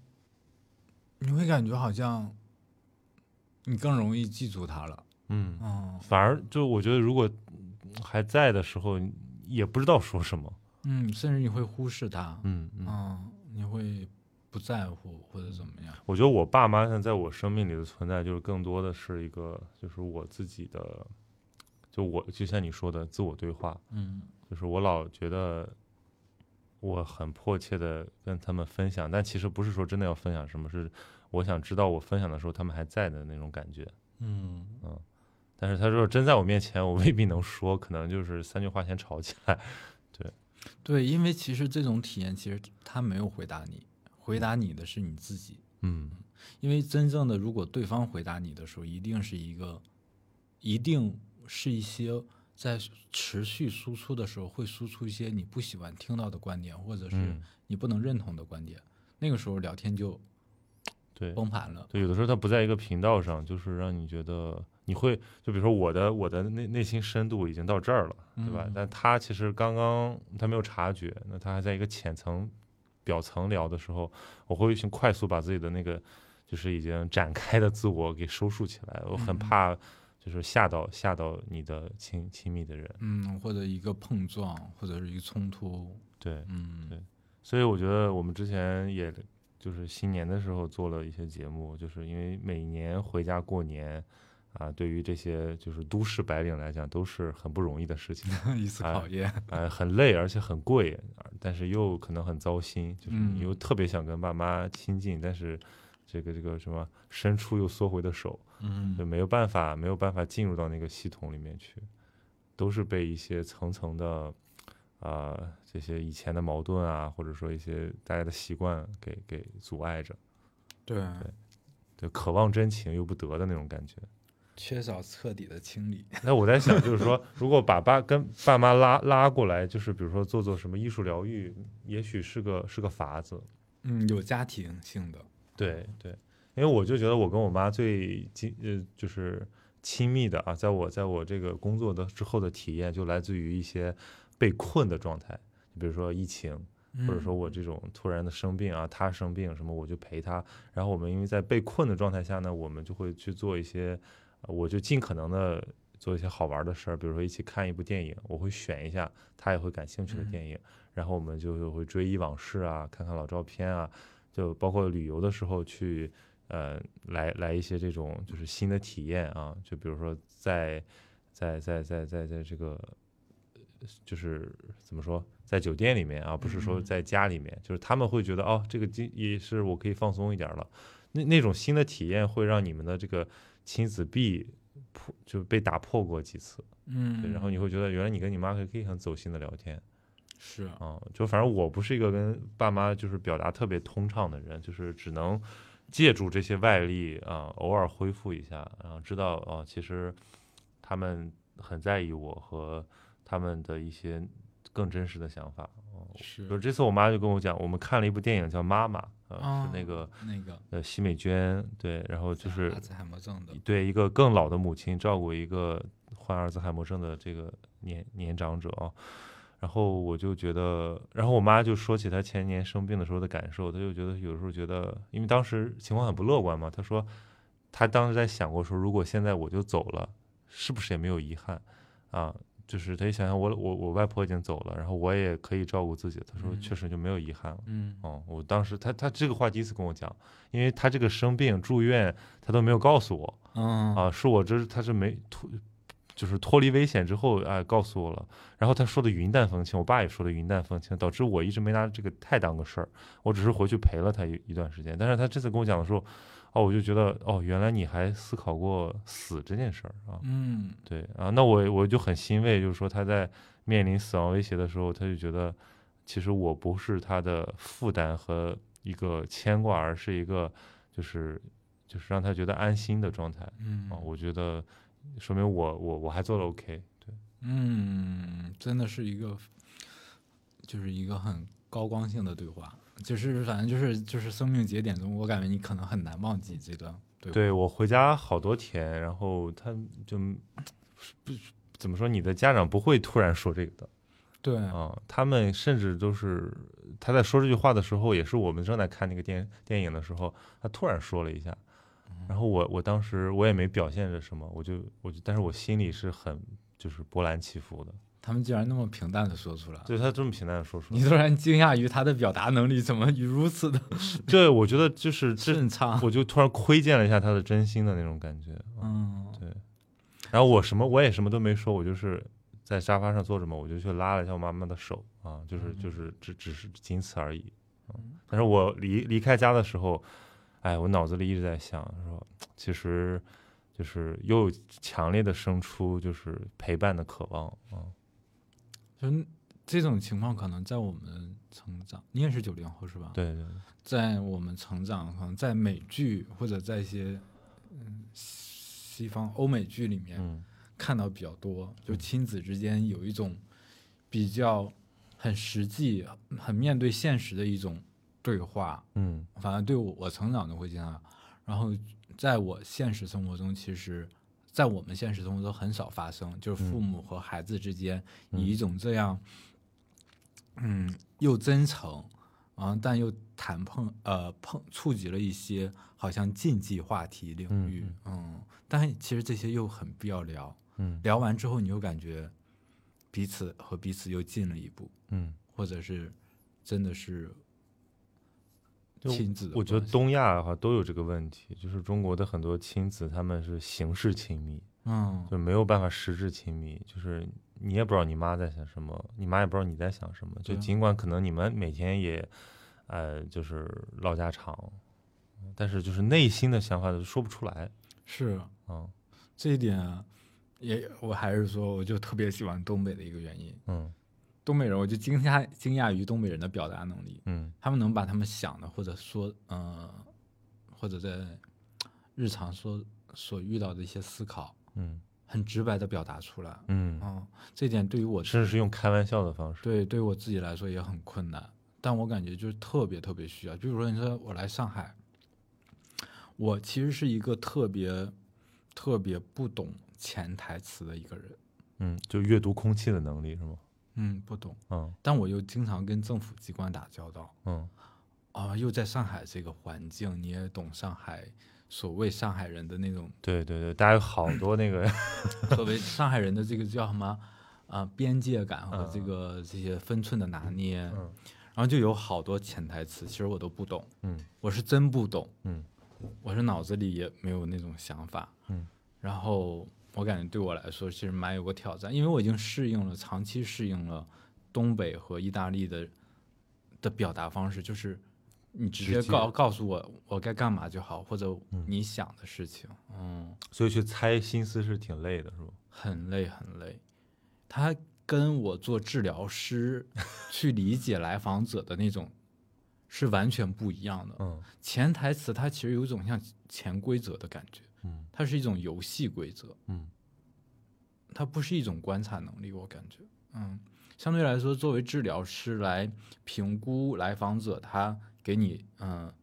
S3: 你会感觉好像你更容易记住他了，
S1: 嗯，
S3: 嗯
S1: 反而就我觉得，如果还在的时候，也不知道说什么。
S3: 嗯，甚至你会忽视他，
S1: 嗯嗯，
S3: 嗯，你会不在乎或者怎么样，
S1: 我觉得我爸妈现在在我生命里的存在，就是更多的是一个，就是我自己的，就我就像你说的自我对话，
S3: 嗯
S1: 就是我老觉得我很迫切的跟他们分享，但其实不是说真的要分享什么，是我想知道我分享的时候他们还在的那种感觉。
S3: 嗯
S1: 但是他说真在我面前，我未必能说，可能就是三句话先吵起来。
S3: 对，因为其实这种体验其实他没有回答你，回答你的是你自己。
S1: 嗯
S3: 因为真正的，如果对方回答你的时候，一定是一个，一定是一些在持续输出的时候，会输出一些你不喜欢听到的观点，或者是
S1: 嗯，
S3: 你不能认同的观点。那个时候聊天就
S1: 对
S3: 崩盘了。
S1: 对，有的时候他不在一个频道上，就是让你觉得你会就比如说我的我的内内心深度已经到这儿了，对吧？
S3: 嗯
S1: 但他其实刚刚他没有察觉，那他还在一个浅层、表层聊的时候，我会去快速把自己的那个就是已经展开的自我给收束起来，我很
S3: 嗯
S1: 怕就是吓到吓到你的亲亲密的人，
S3: 嗯，或者一个碰撞，或者是一个冲突。
S1: 对，
S3: 嗯
S1: 对所以我觉得我们之前也就是新年的时候做了一些节目，就是因为每年回家过年啊，对于这些就是都市白领来讲都是很不容易的事情，
S3: 一次
S1: 哎
S3: 考 验。
S1: 哎，很累，而且很贵，啊但是又可能很糟心，就是你
S3: 嗯
S1: 又特别想跟爸妈亲近，但是这个这个什么伸出又缩回的手，
S3: 嗯
S1: 就没有办法，没有办法进入到那个系统里面去，都是被一些层层的呃这些以前的矛盾啊，或者说一些大家的习惯给给阻碍着，
S3: 对，
S1: 就渴望真情又不得的那种感觉。
S3: 缺少彻底的清理，
S1: 那我在想，就是说，如果把爸跟爸妈拉拉过来，就是比如说做做什么艺术疗愈，也许是个是个法子。
S3: 嗯，有家庭性的，
S1: 对对，因为我就觉得我跟我妈最亲呃就是亲密的啊，在我在我这个工作的之后的体验，就来自于一些被困的状态，比如说疫情，或
S3: 嗯
S1: 者说我这种突然的生病啊，他生病什么，我就陪他。然后我们因为在被困的状态下呢，我们就会去做一些，呃我就尽可能的做一些好玩的事儿，比如说一起看一部电影，我会选一下他也会感兴趣的电影，然后我们就会追忆往事啊，看看老照片啊，就包括旅游的时候去，呃，来来一些这种就是新的体验啊，就比如说在在在在在在这个。就是怎么说，在酒店里面啊，不是说在家里面，就是他们会觉得哦，这个经也是我可以放松一点儿了。那那种新的体验会让你们的这个亲子壁破就被打破过几次，对
S3: 嗯
S1: 然后你会觉得原来你跟你妈可以可以很走心的聊天
S3: 是
S1: 啊、就反正我不是一个跟爸妈就是表达特别通畅的人，就是只能借助这些外力啊、偶尔恢复一下，然后知道啊、其实他们很在意我和他们的一些更真实的想法。就是是这次我妈就跟我讲，我们看了一部电影叫《妈妈》，呃，
S3: 哦
S1: 是那个
S3: 那个
S1: 呃奚美娟对，然后就是
S3: 阿兹海默症的，
S1: 对一个更老的母亲照顾一个患阿尔兹海默症的这个年年长者啊。然后我就觉得，然后我妈就说起她前年生病的时候的感受，她就觉得有时候觉得，因为当时情况很不乐观嘛，她说她当时在想过说，如果现在我就走了，是不是也没有遗憾啊？就是她一想想我我我外婆已经走了，然后我也可以照顾自己，她说
S3: 嗯
S1: 确实就没有遗憾了。
S3: 嗯，
S1: 哦，我当时她她这个话第一次跟我讲，因为她这个生病住院，她都没有告诉我，
S3: 嗯
S1: 啊，是我这他是没脱，就是脱离危险之后，哎，告诉我了。然后他说的云淡风轻，我爸也说的云淡风轻，导致我一直没拿这个太当个事儿，我只是回去陪了他一一段时间。但是他这次跟我讲的时候，哦，我就觉得，哦，原来你还思考过死这件事儿啊，
S3: 嗯，
S1: 对啊，那我我就很欣慰，就是说他在面临死亡威胁的时候，他就觉得，其实我不是他的负担和一个牵挂，而是一个就是就是让他觉得安心的状态。
S3: 嗯
S1: 啊，我觉得说明我我我还做的 OK，对，
S3: 嗯，真的是一个，就是一个很高光性的对话，就是反正就是就是生命节点中，我感觉你可能很难忘记这段对话。
S1: 对我回家好多天，然后他就不怎么说，你的家长不会突然说这个的
S3: 对
S1: 啊、他们甚至都是他在说这句话的时候，也是我们正在看那个电电影的时候，他突然说了一下，然后我我当时我也没表现着什么，我就我就，但是我心里是很就是波澜起伏的，
S3: 他们竟然那么平淡的说出来，
S1: 对他这么平淡啊的说出
S3: 你
S1: 来，
S3: 突然惊讶于他的表达能力怎么如此的
S1: 对我觉得就是这，
S3: 顺畅。
S1: 我就突然窥见了一下他的真心的那种感觉，嗯
S3: 嗯，
S1: 对，然后我什么我也什么都没说，我就是在沙发上坐着嘛，我就去拉了一下我妈妈的手啊，就是就是只只是仅此而已。嗯，但是我离离开家的时候，哎，我脑子里一直在想说，其实就是又强烈的生出就是陪伴的渴望啊。
S3: 就是这种情况，可能在我们成长，你也是九零后是吧？，
S1: 对对，
S3: 在我们成长，可能在美剧或者在一些嗯西方欧美剧里面，
S1: 嗯，
S3: 看到比较多，就亲子之间有一种比较很实际、很面对现实的一种对话。
S1: 嗯
S3: 反正对我我成长中会经常，然后在我现实生活中，其实，在我们现实生活中很少发生，就
S1: 嗯
S3: 是父母和孩子之间以一种这样，嗯，又真诚，啊，但又谈碰呃碰触及了一些好像禁忌话题领域，嗯但其实这些又很必要聊，
S1: 嗯
S3: 聊完之后你又感觉彼此和彼此又近了一步，
S1: 嗯，
S3: 或者是真的是
S1: 就
S3: 亲子的
S1: 我觉得
S3: 关系
S1: 东亚的话都有这个问题，就是中国的很多亲子他们是形式亲密，
S3: 嗯
S1: 就没有办法实质亲密，就是你也不知道你妈在想什么，你妈也不知道你在想什么。就
S3: 对啊
S1: 尽管可能你们每天也，呃，就是唠家常，但是就是内心的想法都说不出来。
S3: 是
S1: 嗯
S3: 这一点也我还是说我就特别喜欢东北的一个原因，
S1: 嗯
S3: 东北人，我就惊讶惊讶于东北人的表达能力，
S1: 嗯
S3: 他们能把他们想的或者说，呃，或者在日常所所遇到的一些思考，
S1: 嗯
S3: 很直白的表达出来。
S1: 嗯，
S3: 嗯，这点对于我
S1: 甚至是用开玩笑的方式，
S3: 对对我自己来说也很困难，但我感觉就是特别特别需要。比如说，你说我来上海，我其实是一个特别特别不懂潜台词的一个人，
S1: 嗯，就阅读空气的能力是吗？
S3: 嗯，不懂，
S1: 嗯
S3: 但我又经常跟政府机关打交道。
S1: 嗯，
S3: 啊、又在上海这个环境，你也懂上海所谓上海人的那种
S1: 对对对，大家有好多那个，
S3: 所谓上海人的这个叫什么啊、边界感和这个这些分寸的拿捏，
S1: 嗯
S3: 然后就有好多潜台词，其实我都不懂，
S1: 嗯
S3: 我是真不懂，
S1: 嗯
S3: 我是脑子里也没有那种想法，
S1: 嗯，
S3: 然后我感觉对我来说其实蛮有个挑战，因为我已经适应了，长期适应了东北和意大利的的表达方式，就是你直接
S1: 直接嗯
S3: 告告诉我我该干嘛就好，或者你想的事情，嗯，
S1: 所以去猜心思是挺累的，是吗？
S3: 很累很累，他跟我做治疗师去理解来访者的那种是完全不一样的，
S1: 嗯
S3: 潜台词它其实有一种像潜规则的感觉，
S1: 嗯
S3: 它是一种游戏规则，
S1: 嗯
S3: 它不是一种观察能力，我感觉，嗯，相对来说，作为治疗师来评估来访者，他给你嗯、呃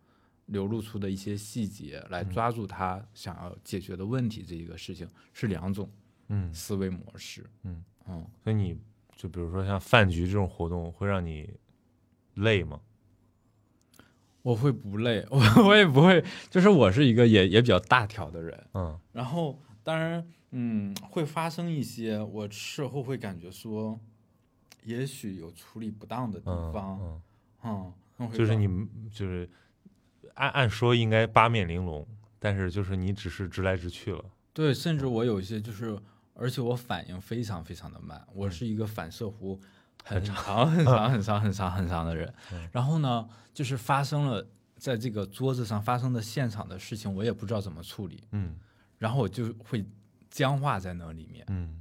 S3: 流露出的一些细节，来
S1: 嗯
S3: 抓住他想要解决的问题，这一个事情是两种
S1: 嗯，
S3: 思维模式，
S1: 嗯
S3: 嗯，
S1: 所以你就比如说像饭局这种活动，会让你累吗？
S3: 我会不累， 我我也不会，就是我是一个也也比较大条的人，
S1: 嗯
S3: 然后当然，嗯，会发生一些我事后会感觉说，也许有处理不当的地
S1: 嗯
S3: 方，
S1: 嗯，
S3: 嗯，那会
S1: 就是
S3: 告
S1: 你们就是按按说应该八面玲珑，但是就是你只是直来直去了。
S3: 对，甚至我有一些就是，而且我反应非常非常的慢，我是一个反射弧很长嗯很 长很长很长很长的人。然后呢，就是发生了在这个桌子上发生的现场的事情，我也不知道怎么处理，
S1: 嗯
S3: 然后我就会僵化在那里面。
S1: 嗯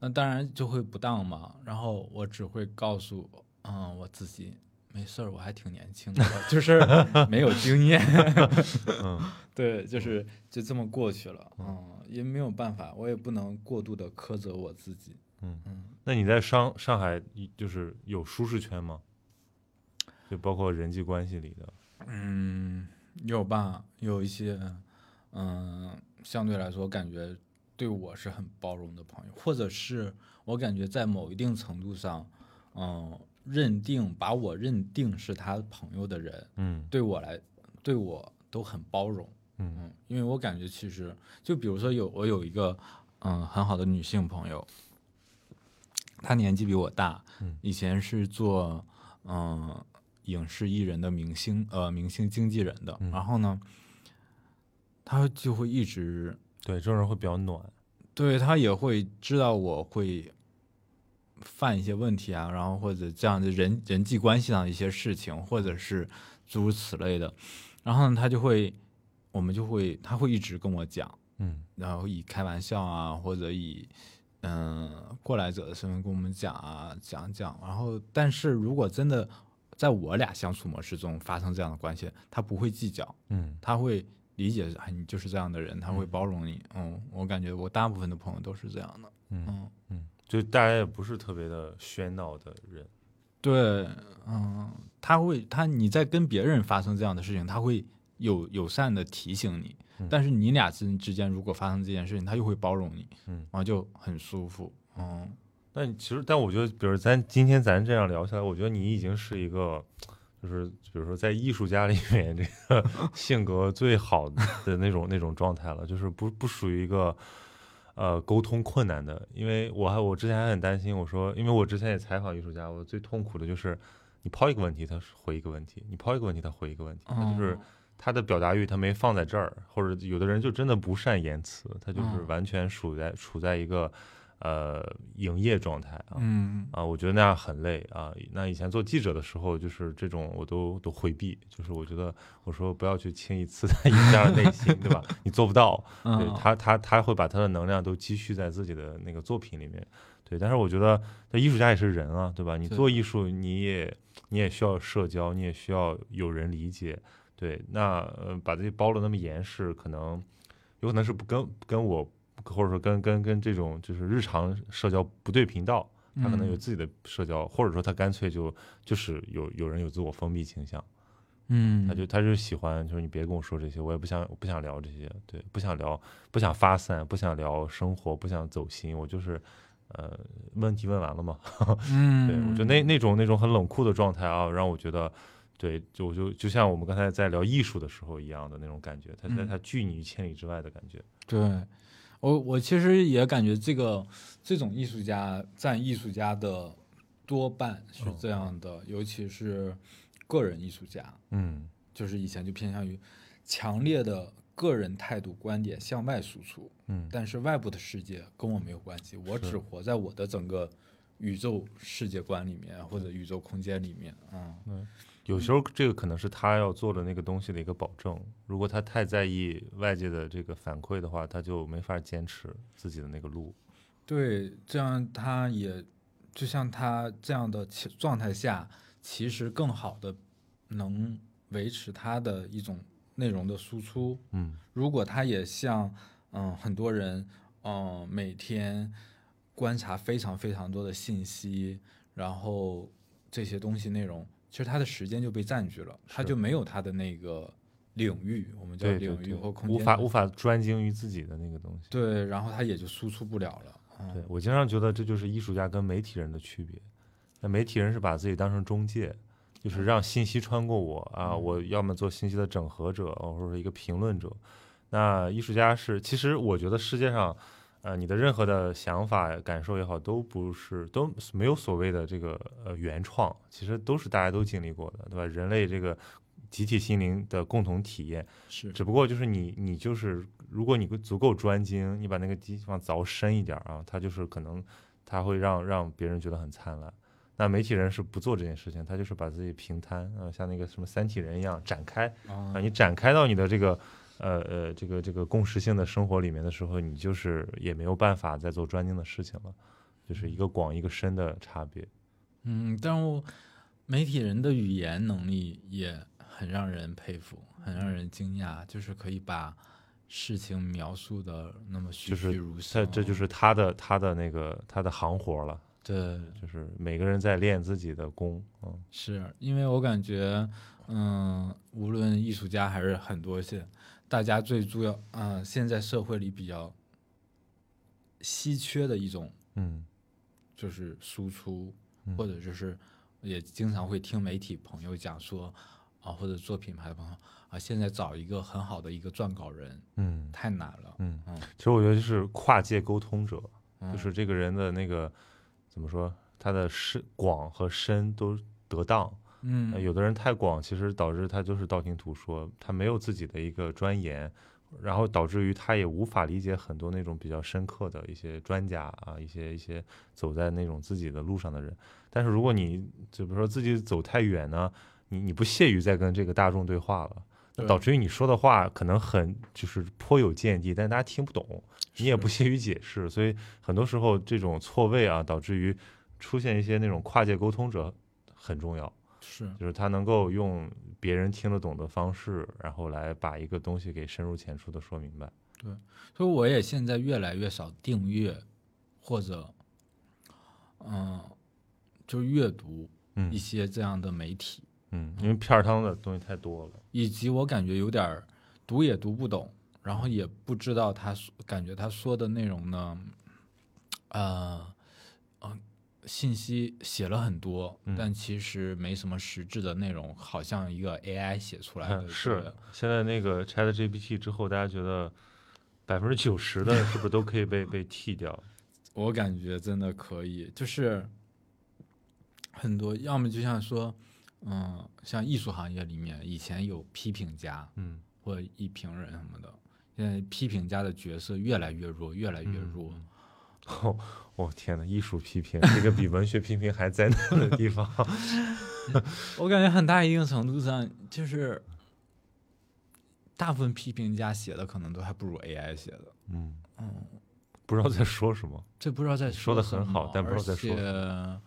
S3: 那当然就会不当嘛。然后我只会告诉，嗯，我自己没事儿，我还挺年轻的，就是没有经验。 对，就是就这么过去了。嗯，也没有办法，我也不能过度的苛责我自己。
S1: 嗯，那你在上上海一就是有舒适圈吗？就包括人际关系里的，
S3: 嗯，有吧，有一些，嗯，相对来说感觉对我是很包容的朋友，或者是我感觉在某一定程度上，嗯，认定把我认定是他朋友的人，
S1: 嗯
S3: 对我来，对我都很包容。
S1: 嗯
S3: 嗯，因为我感觉其实，就比如说有我有一个嗯很好的女性朋友，她年纪比我大，
S1: 嗯
S3: 以前是做嗯、影视艺人的明星呃明星经纪人的，
S1: 嗯
S3: 然后呢，她就会一直
S1: 对，这种人会比较暖，
S3: 对她也会知道我会犯一些问题啊，然后或者这样的人人际关系上的一些事情，或者是诸如此类的，然后呢，她就会我们就会她会一直跟我讲。
S1: 嗯
S3: 然后以开玩笑啊，或者以嗯、过来者的身份跟我们讲啊讲讲。然后，但是如果真的在我俩相处模式中发生这样的关系，他不会计较，
S1: 嗯
S3: 他会理解啊你就是这样的人，他会包容你。嗯我感觉我大部分的朋友都是这样的。
S1: 嗯
S3: 嗯，
S1: 嗯，就大家也不是特别的喧闹的人，
S3: 对，嗯，他会他你在跟别人发生这样的事情，他会有友善的提醒你。
S1: 嗯
S3: 但是你俩之之间如果发生这件事情，他又会包容你，
S1: 嗯
S3: 然后就很舒服，嗯，
S1: 那你其实，但我觉得，比如咱今天咱这样聊下来，我觉得你已经是一个，就是比如说在艺术家里面，这个性格最好的那种那种状态了，就是不不属于一个呃沟通困难的。因为我还我之前还很担心，我说，因为我之前也采访艺术家，我最痛苦的就是你抛一个问题，他回一个问题；你抛一个问题，他回一个问题，他就是
S3: 哦
S1: 他的表达欲他没放在这儿，或者有的人就真的不善言辞，他就是
S3: 嗯
S1: 完全处在处在一个呃营业状态啊，
S3: 嗯，
S1: 啊，我觉得那样很累啊。那以前做记者的时候，就是这种我都都回避，就是我觉得我说不要去轻易刺探一下内心，对吧？你做不到，对
S3: 嗯
S1: 他他他会把他的能量都积蓄在自己的那个作品里面，对。但是我觉得，那艺术家也是人啊，对吧？你
S3: 对
S1: 做艺术，你也你也需要社交，你也需要有人理解，对。那呃，把自己包的那么严实，可能有可能是不跟跟我，或者说跟跟跟这种就是日常社交不对频道。他可能有
S3: 嗯
S1: 自己的社交，或者说他干脆就就是有有人有自我封闭倾向，
S3: 嗯，
S1: 他就他就喜欢就是你别跟我说这些，我也不想我不想聊这些，对，不想聊，不想发散，不想聊生活，不想走心，我就是呃问题问完了嘛，
S3: 嗯，
S1: 对我觉得那那种那种很冷酷的状态啊，让我觉得。对，就我就就像我们刚才在聊艺术的时候一样的那种感觉，它它它拒你于千里之外的感觉。
S3: 对，我我其实也感觉这个这种艺术家占艺术家的多半是这样的，尤其是个人艺术家，
S1: 嗯
S3: 就是以前就偏向于强烈的个人态度观点向外输出，
S1: 嗯
S3: 但是外部的世界跟我没有关系，我
S1: 是
S3: 只活在我的整个宇宙世界观里面或者宇宙空间里面，嗯。
S1: 有时候这个可能是他要做的那个东西的一个保证。如果他太在意外界的这个反馈的话，他就没法坚持自己的那个路。
S3: 对，这样他也就像他这样的其状态下，其实更好的能维持他的一种内容的输出。
S1: 嗯
S3: 如果他也像嗯很多人嗯每天观察非常非常多的信息，然后这些东西内容，其实他的时间就被占据了，他
S1: 是
S3: 就没有他的那个领域，我们叫
S1: 对对
S3: 领域
S1: 对，
S3: 或空
S1: 无
S3: 间
S1: 法
S3: 的
S1: 无法专精于自己的那个东西。
S3: 对，然后他也就输出不了了。嗯
S1: 对我经常觉得这就是艺术家跟媒体人的区别。那媒体人是把自己当成中介，就是让信息穿过我啊，我要么做信息的整合者，哦或者是一个评论者。那艺术家是，其实我觉得世界上，呃，你的任何的想法、感受也好，都不是都没有所谓的这个呃原创，其实都是大家都经历过的，对吧？人类这个集体心灵的共同体验，
S3: 是
S1: 只不过就是你，你就是如果你足够专精，你把那个地方凿深一点儿啊，它就是可能它会让让别人觉得很灿烂。那媒体人是不做这件事情，他就是把自己平摊啊、呃像那个什么三体人一样展开啊、
S3: 啊，
S1: 你展开到你的这个呃呃这个这个共识性的生活里面的时候，你就是也没有办法再做专精的事情了，就是一个广一个深的差别。
S3: 嗯，但我媒体人的语言能力也很让人佩服，很让人惊讶，就是可以把事情描述的那么栩
S1: 就是
S3: 栩如
S1: 这
S3: 生。啊
S1: 这就是他的他的那个他的行活了，
S3: 对，
S1: 就是每个人在练自己的功，嗯。
S3: 是因为我感觉，嗯，无论艺术家还是很多些，大家最主要，嗯，现在社会里比较稀缺的一种
S1: 嗯
S3: 就是输出，
S1: 嗯
S3: 或者就是也经常会听媒体朋友讲说，啊，或者做品牌的朋友啊，现在找一个很好的一个撰稿人
S1: 嗯
S3: 太难了，
S1: 嗯
S3: 嗯，
S1: 其实我觉得就是跨界沟通者，
S3: 嗯
S1: 就是这个人的那个怎么说，他的深广和深都得当。
S3: 嗯
S1: 呃有的人太广，其实导致他就是道听途说，他没有自己的一个钻研，然后导致于他也无法理解很多那种比较深刻的一些专家啊，一些一些走在那种自己的路上的人。但是如果你就比如说自己走太远呢，你你不屑于再跟这个大众对话了。那
S3: 对
S1: 导致于你说的话可能很就是颇有见地，但是大家听不懂，你也不屑于解释，所以很多时候这种错位啊，导致于出现一些那种跨界沟通者很重要。
S3: 是
S1: 就是他能够用别人听得懂的方式，然后来把一个东西给深入浅出的说明白。
S3: 所以我也现在越来越少订阅或者，嗯，就阅读
S1: 嗯
S3: 一些这样的媒体，
S1: 嗯，因为片儿汤的东西太多了。
S3: 以及我感觉有点儿读也读不懂，然后也不知道他说感觉他说的内容呢，呃，嗯，信息写了很多，
S1: 嗯
S3: 但其实没什么实质的内容，好像一个 AI 写出来的、
S1: 嗯，是，现在那个 Chat GPT 之后，大家觉得百分之九十的是不是都可以被被替掉？
S3: 我感觉真的可以，就是很多，要么就像说，嗯，像艺术行业里面以前有批评家，
S1: 嗯，
S3: 或者
S1: 嗯
S3: 一评人什么的，现在批评家的角色越来越弱，越来越弱。
S1: 哦，我天呐，艺术批评这个比文学批评还灾难的地方。
S3: 我感觉很大一定程度上就是，大部分批评家写的可能都还不如 AI 写的。
S1: 嗯，不知道在说什 么。
S3: 这不知道在
S1: 说得很好但不知道在说什
S3: 说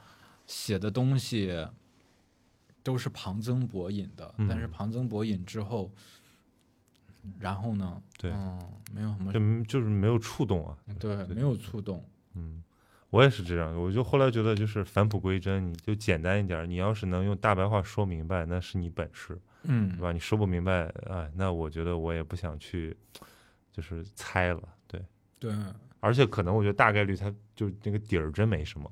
S3: 写的东西都是旁征博引的，
S1: 嗯
S3: 但是旁征博引之后，然后呢？
S1: 对
S3: 嗯，没有什么
S1: 就没就是没有触动啊。
S3: 对，没有触动。
S1: 嗯，我也是这样，我就后来觉得就是返璞归真，你就简单一点儿。你要是能用大白话说明白，那是你本事，
S3: 嗯
S1: 对，吧？你说不明白，哎，那我觉得我也不想去，就是猜了。对，
S4: 对，
S1: 而且可能我觉得大概率它就那个底儿真没什么。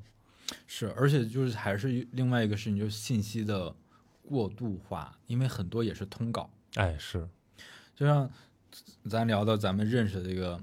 S3: 是，而且就是还是另外一个事情，就是信息的过度化，因为很多也是通稿，
S1: 哎，是，
S3: 就像咱聊到咱们认识的这个，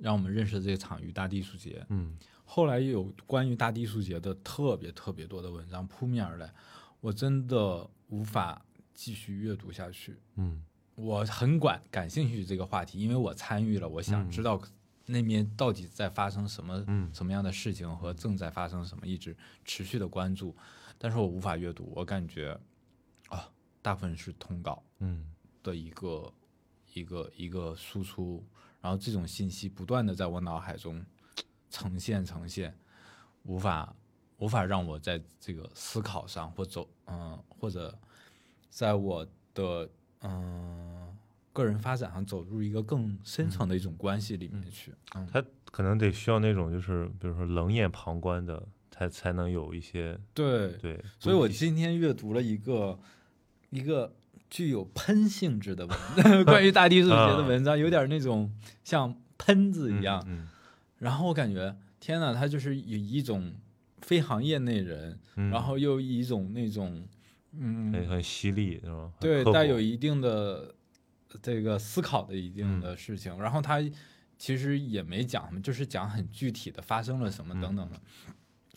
S3: 让我们认识的这个场域大地艺术节，
S1: 嗯，
S3: 后来有关于大地艺术节的特别特别多的文章扑面而来，我真的无法继续阅读下去。
S1: 嗯，
S3: 我很感感兴趣这个话题，因为我参与了，我想
S1: 嗯
S3: 知道那边到底在发生什么、
S1: 嗯
S3: 什么样的事情和正在发生什么，一直持续的关注，但是我无法阅读，我感觉啊、大部分是通稿
S1: 嗯，
S3: 的一个一个一个输出，然后这种信息不断的在我脑海中呈现呈现，无法无法让我在这个思考上或走嗯、或者在我的嗯、个人发展上走入一个更深层的一种关系里面去。嗯，
S1: 它可能得需要那种就是比如说冷眼旁观的，才才能有一些
S3: 对，
S1: 对。嗯
S3: 所以我今天阅读了一个一个具有喷性质的文， 关于大地主节的文章，有点那种像喷子一样。
S1: 嗯，
S3: 然后我感觉天呐，他就是以一种非行业内人，
S1: 嗯
S3: 然后又以一种那种嗯，
S1: 很很犀利是吧？很
S3: 对，
S1: 刻
S3: 带
S1: 薄。
S3: 有一定的这个思考的一定的事情。然后他其实也没讲什么，就是讲很具体的发生了什么等等的。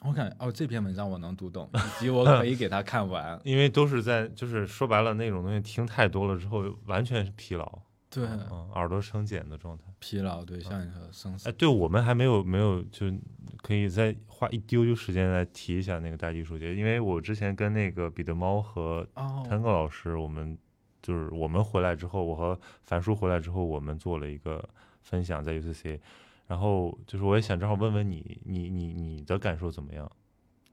S3: 我感觉哦，这篇文章我能读懂，以及我可以给他看完
S1: 因为都是在，就是说白了，那种东西听太多了之后，完全是疲劳，
S3: 对，
S1: 嗯，耳朵生茧的状态。
S3: 疲劳，对，像你说的生
S1: 哎，
S3: 死，
S1: 对我们还没有没有，就可以再花一丢丢时间来提一下那个大艺术节，因为我之前跟那个彼得猫和
S3: 哦
S1: Tango 老师，我们就是我们回来之后，我和樊叔回来之后，我们做了一个分享在 UCC，然后就是我也想正好问问你，你你你的感受怎么样？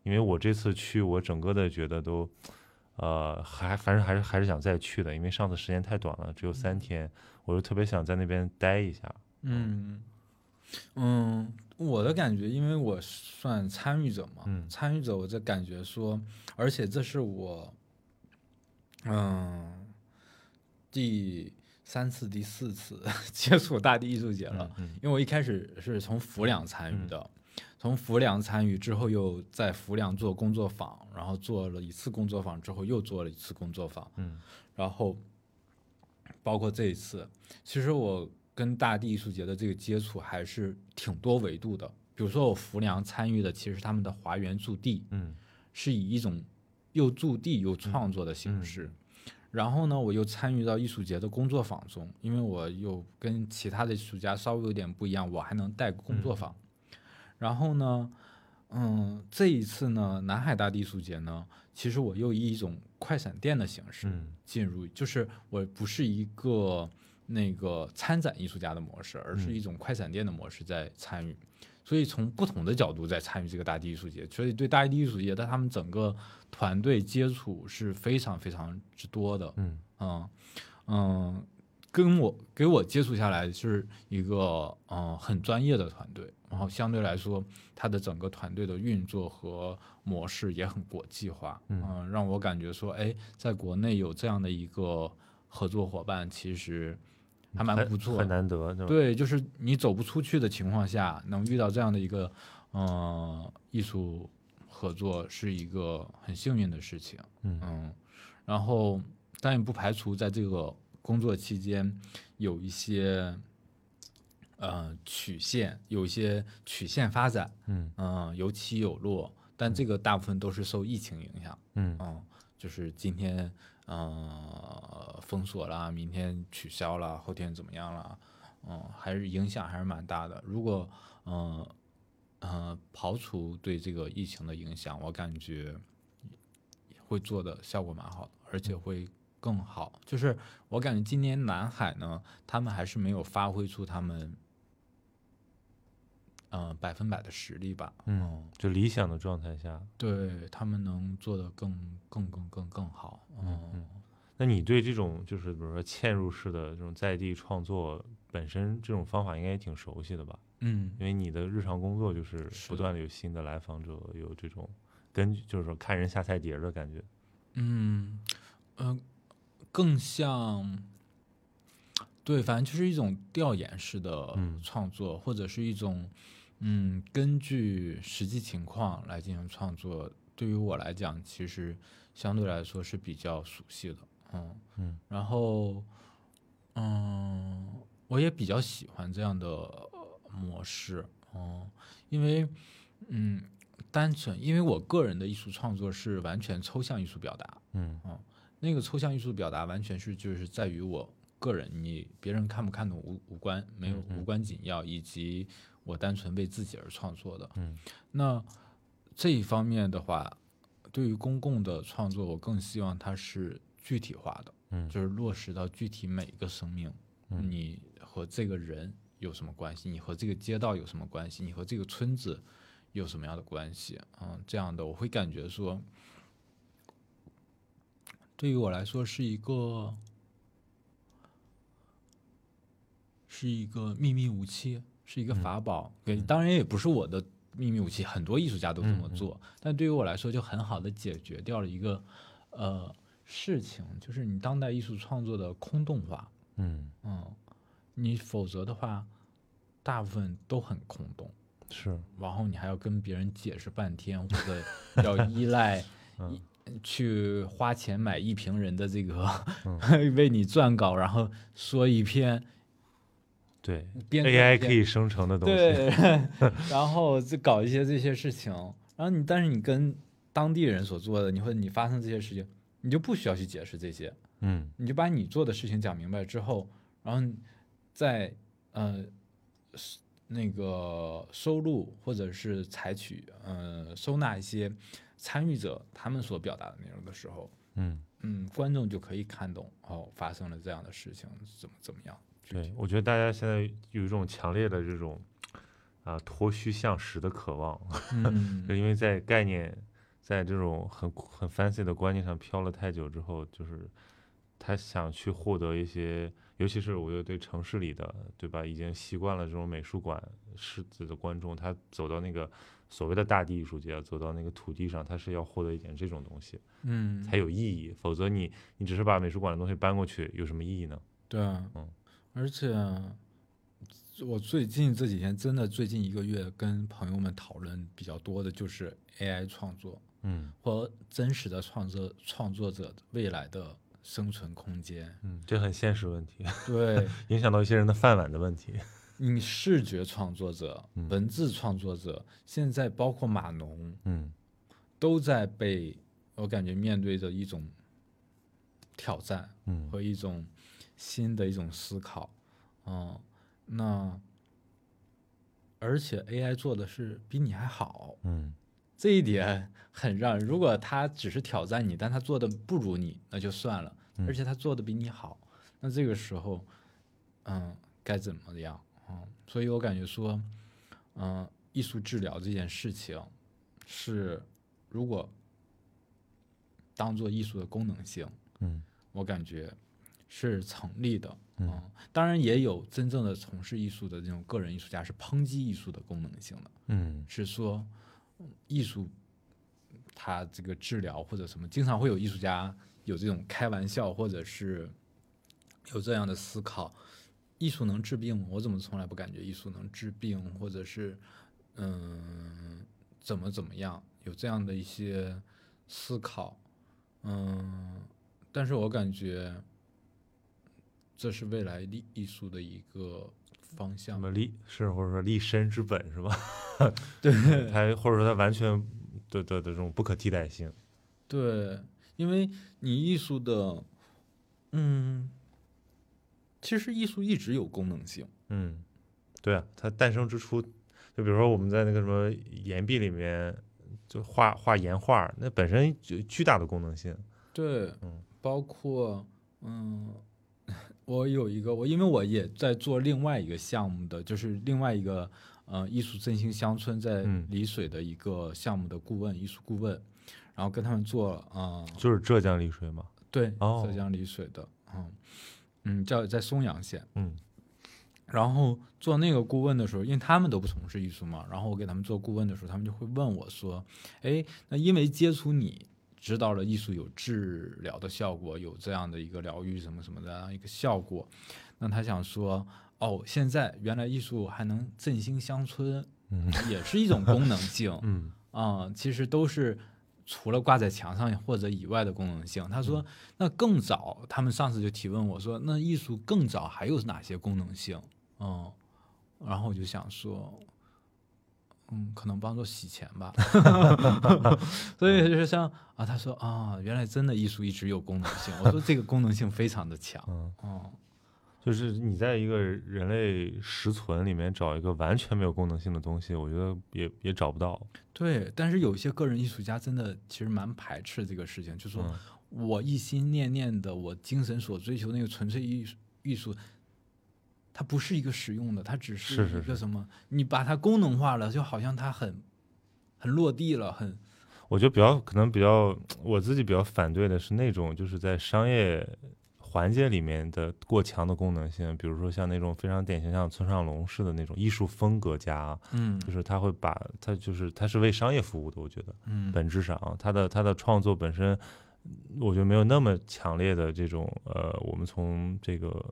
S1: 因为我这次去，我整个的觉得都，呃，还反正还是还是想再去的，因为上次时间太短了，只有三天，我就特别想在那边待一下。
S3: 嗯嗯，我的感觉，因为我算参与者嘛，
S1: 嗯
S3: 参与者我这感觉说，而且这是我，嗯，第三次、第四次 接触大地艺术节了，
S1: 嗯
S3: 因为我一开始是从浮梁参与的。从浮梁参与之后，又在浮梁做工作坊，然后做了一次工作坊之后，又做了一次工作坊，
S1: 嗯
S3: 然后包括这一次，其实我跟大地艺术节的这个接触还是挺多维度的。比如说，我浮梁参与的其实他们的华园驻地
S1: 嗯
S3: 是以一种又驻地又创作的形式。然后呢，我又参与到艺术节的工作坊中，因为我又跟其他的艺术家稍微有点不一样，我还能带个工作坊。然后呢，嗯，这一次呢，南海大地艺术节呢，其实我又以一种快闪店的形式，
S1: 嗯
S3: 进入，就是我不是一个那个参展艺术家的模式，而是一种快闪店的模式在参与。所以从不同的角度在参与这个大地艺术节，所以对大地艺术节的他们整个团队接触是非常非常之多的。
S1: 嗯
S3: 嗯嗯，跟我给我接触下来是一个嗯、呃很专业的团队，然后相对来说，它的整个团队的运作和模式也很国际化，
S1: 嗯
S3: 呃让我感觉说，哎，在国内有这样的一个合作伙伴，其实还蛮
S1: 很
S3: 不错
S1: 很
S3: 的。
S1: 难得，对吧？
S3: 对，就是你走不出去的情况下，能遇到这样的一个，呃，艺术合作是一个很幸运的事情。
S1: 嗯
S3: 嗯，然后但也不排除在这个工作期间有一些呃曲线，有一些曲线发展，
S1: 嗯
S3: 嗯、有起有落，但这个大部分都是受疫情影响，
S1: 嗯
S3: 嗯，就是今天呃封锁啦，明天取消啦，后天怎么样啦，嗯，还是影响还是蛮大的。如果嗯、呃呃，刨除对这个疫情的影响，我感觉会做的效果蛮好的，而且会更好。就是我感觉今年南海呢，他们还是没有发挥出他们。嗯、百分百的实力吧。
S1: 嗯，就理想的状态下，
S3: 对他们能做的更更更更更好。嗯，
S1: 那你对这种就是比如说嵌入式的这种在地创作本身这种方法应该也挺熟悉的吧？
S3: 嗯，
S1: 因为你的日常工作就是
S3: 是
S1: 不
S3: 的
S1: 断的有新的来访者，有这种根据就是说看人下菜碟儿的感觉。
S3: 嗯，呃，更像，对，反正就是一种调研式的
S1: 嗯
S3: 创作，或者是一种，嗯，根据实际情况来进行创作。对于我来讲，其实相对来说是比较熟悉的，嗯
S1: 嗯，
S3: 然后，嗯，我也比较喜欢这样的呃模式，嗯，因为，嗯，单纯因为我个人的艺术创作是完全抽象艺术表达，
S1: 嗯
S3: 那个抽象艺术表达完全是就是在于我个人，你别人看不看懂无无关，没
S1: 嗯
S3: 有无关紧要，以及我单纯为自己而创作的。
S1: 嗯，
S3: 那这一方面的话，对于公共的创作，我更希望它是具体化的，
S1: 嗯
S3: 就是落实到具体每一个生命，
S1: 嗯
S3: 你和这个人有什么关系？你和这个街道有什么关系？你和这个村子有什么样的关系？嗯，这样的我会感觉说，对于我来说是一个。是一个秘密武器，是一个法宝。对，当然也不是我的秘密武器，很多艺术家都这么做。但对于我来说，就很好的解决掉了一个呃事情，就是你当代艺术创作的空洞化。
S1: 嗯，
S3: 嗯，你否则的话，大部分都很空洞。
S1: 是
S3: 然后你还要跟别人解释半 天，或者要依赖
S1: 嗯
S3: 一去花钱买一评人的这个
S1: 嗯
S3: 为你撰稿，然后说一篇
S1: 对
S3: 编撰一
S1: ，AI
S3: 篇
S1: 可以生成的东西。
S3: 对， 然后就搞一些这些事情，然后你但是你跟当地人所做的，你或者你发生这些事情，你就不需要去解释这些，
S1: 嗯
S3: 你就把你做的事情讲明白之后，然后你再呃是那个收录或者是采取呃收纳一些参与者他们所表达的内容的时候，
S1: 嗯，
S3: 嗯，观众就可以看懂哦，发生了这样的事情，怎么怎么样。
S1: 对，我觉得大家现在有一种强烈的这种啊脱虚向实的渴望，
S3: 嗯
S1: 就因为在概念，在这种很很 fancy 的观念上飘了太久之后，就是他想去获得一些，尤其是我觉得对城市里的，对吧，已经习惯了这种美术馆狮子的观众，他走到那个所谓的大地艺术节，走到那个土地上，他是要获得一点这种东西
S3: 嗯，
S1: 才有意义，否则你你只是把美术馆的东西搬过去，有什么意义呢？
S5: 对，
S3: 啊
S1: 嗯，
S5: 而且我最近这几天真的最近一个月跟朋友们讨论比较多的就是 AI 创作
S1: 嗯
S5: 和真实的创作创作者未来的生存空间。
S1: 嗯，这很现实问 题，
S5: 对
S1: 影响到一些人的饭碗的问题。
S5: 你视觉创作者、
S1: 嗯
S5: 文字创作者，现在包括码农，
S1: 嗯
S5: 都在被我感觉面对着一种挑战
S1: 嗯
S5: 和一种新的一种思考，嗯，那而且 AI 做的是比你还好，
S1: 嗯
S5: 这一点很让人。如果他只是挑战你，但他做的不如你，那就算了，而且他做的比你好，那这个时候，嗯，该怎么样？嗯，所以我感觉说，嗯，艺术治疗这件事情是如果当做艺术的功能性，
S1: 嗯
S5: 我感觉是成立的。嗯，当然也有真正的从事艺术的这种个人艺术家是抨击艺术的功能性的，
S1: 嗯
S5: 是说嗯艺术它这个治疗或者什么，经常会有艺术家有这种开玩笑或者是有这样的思考：艺术能治病吗？我怎么从来不感觉艺术能治病，或者是嗯怎么怎么样？有这样的一些思考，嗯，但是我感觉这是未来艺艺术的一个方
S1: 那
S5: 向。
S1: 么立是或者说立身之本是吧？
S5: 对，
S1: 它或者说它完全的的的这种不可替代性。
S5: 对，因为你艺术的，嗯，其实艺术一直有功能性，
S1: 嗯，对啊，它诞生之初，就比如说我们在那个什么岩壁里面就画画岩画，那本身就巨大的功能性。
S3: 对，
S1: 嗯
S3: 包括嗯， 我有一个我，因为我也在做另外一个项目的，就是另外一个呃艺术振兴乡村在
S1: 嗯
S3: 丽水的一个项目的顾问，艺术顾问，然后跟他们做嗯、呃
S1: 就是浙江丽水嘛，
S3: 对，
S1: 哦
S3: 浙江丽水的，嗯嗯，叫在松阳县，
S1: 嗯
S3: 然后做那个顾问的时候，因为他们都不从事艺术嘛，然后我给他们做顾问的时候，他们就会问我说：“哎，那因为接触你，知道了艺术有治疗的效果，有这样的一个疗愈什么什么的这啊样一个效果，那他想说，哦，现在原来艺术还能振兴乡村，
S1: 嗯
S3: 也是一种功能 性啊、
S1: 嗯
S3: 其实都是。”除了挂在墙上或者以外的功能性，他说，那更早，他们上次就提问我说，那艺术更早还有哪些功能性？嗯，然后我就想说，嗯，可能帮助洗钱吧。 所以就是像啊，他说啊，原来真的艺术一直有功能性。我说这个功能性非常的强。
S1: 嗯，
S3: 哦、
S1: 就是你在一个人类实存里面找一个完全没有功能性的东西，我觉得也也找不到。
S3: 对，但是有一些个人艺术家真的其实蛮排斥这个事情，就说
S1: 嗯
S3: 我一心念念的，我精神所追求那个纯粹艺术艺术，它不是一个实用的，它只
S1: 是
S3: 是
S1: 是
S3: 一个什么？你把它功能化了，就好像它很很落地了，很
S1: 我觉得比较可能比较我自己比较反对的是那种就是在商业环节里面的过强的功能性，比如说像那种非常典型像村上龙式的那种艺术风格家，啊
S3: 嗯
S1: 就是他会把他就是他是为商业服务的，我觉得
S3: 嗯
S1: 本质上啊他的他的创作本身，我觉得没有那么强烈的这种呃我们从这个。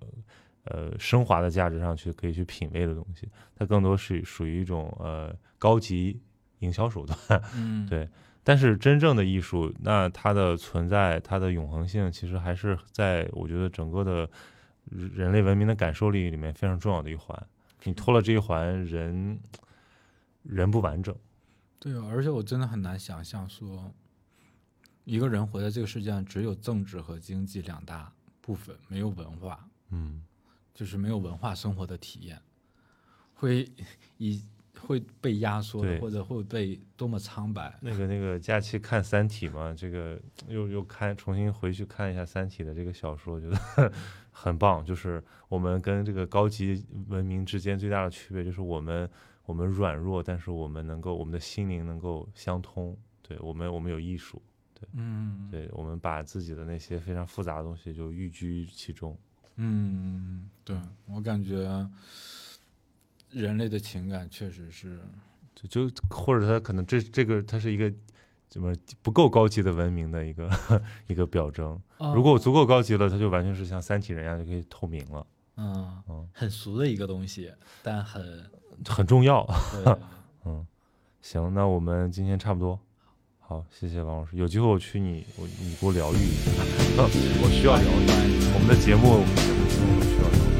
S1: 呃，升华的价值上去可以去品味的东西，它更多是属于一种呃高级营销手段。
S3: 嗯
S1: 对但是真正的艺术，那它的存在，它的永恒性，其实还是在我觉得整个的人人类文明的感受力里面非常重要的一环。你脱了这一环，人人不完整。
S3: 对啊，而且我真的很难想象说，一个人活在这个世界上，只有政治和经济两大部分，没有文化，
S1: 嗯，
S3: 就是没有文化生活的体验，会以会被压缩
S1: 对
S3: 的，或者会被多么苍白。
S1: 那个那个假期看《三体》嘛，这个又又看重新回去看一下《三体》的这个小说，我觉得很 棒。就是我们跟这个高级文明之间最大的区别，就是我们我们软弱，但是我们能够我们的心灵能够相通。对我们我们有艺术。
S3: 嗯
S1: 对我们把自己的那些非常复杂的东西就寓居其中。
S3: 嗯，对我感觉人类的情感确实是，
S1: 就就或者它可能这这个它是一个怎么不够高级的文明的一个 一个表征。
S3: 嗯
S1: 如果我足够高级了，它就完全是像三体人一样就可以透明了，
S3: 嗯
S1: 嗯
S3: 很俗的一个东西，但很
S1: 很重要。
S3: 对
S1: 嗯，行，那我们今天差不多。好，谢谢王老师。有机会我去你我你给我疗愈一下，我需要疗愈。我们的节目我们的节目需要疗愈。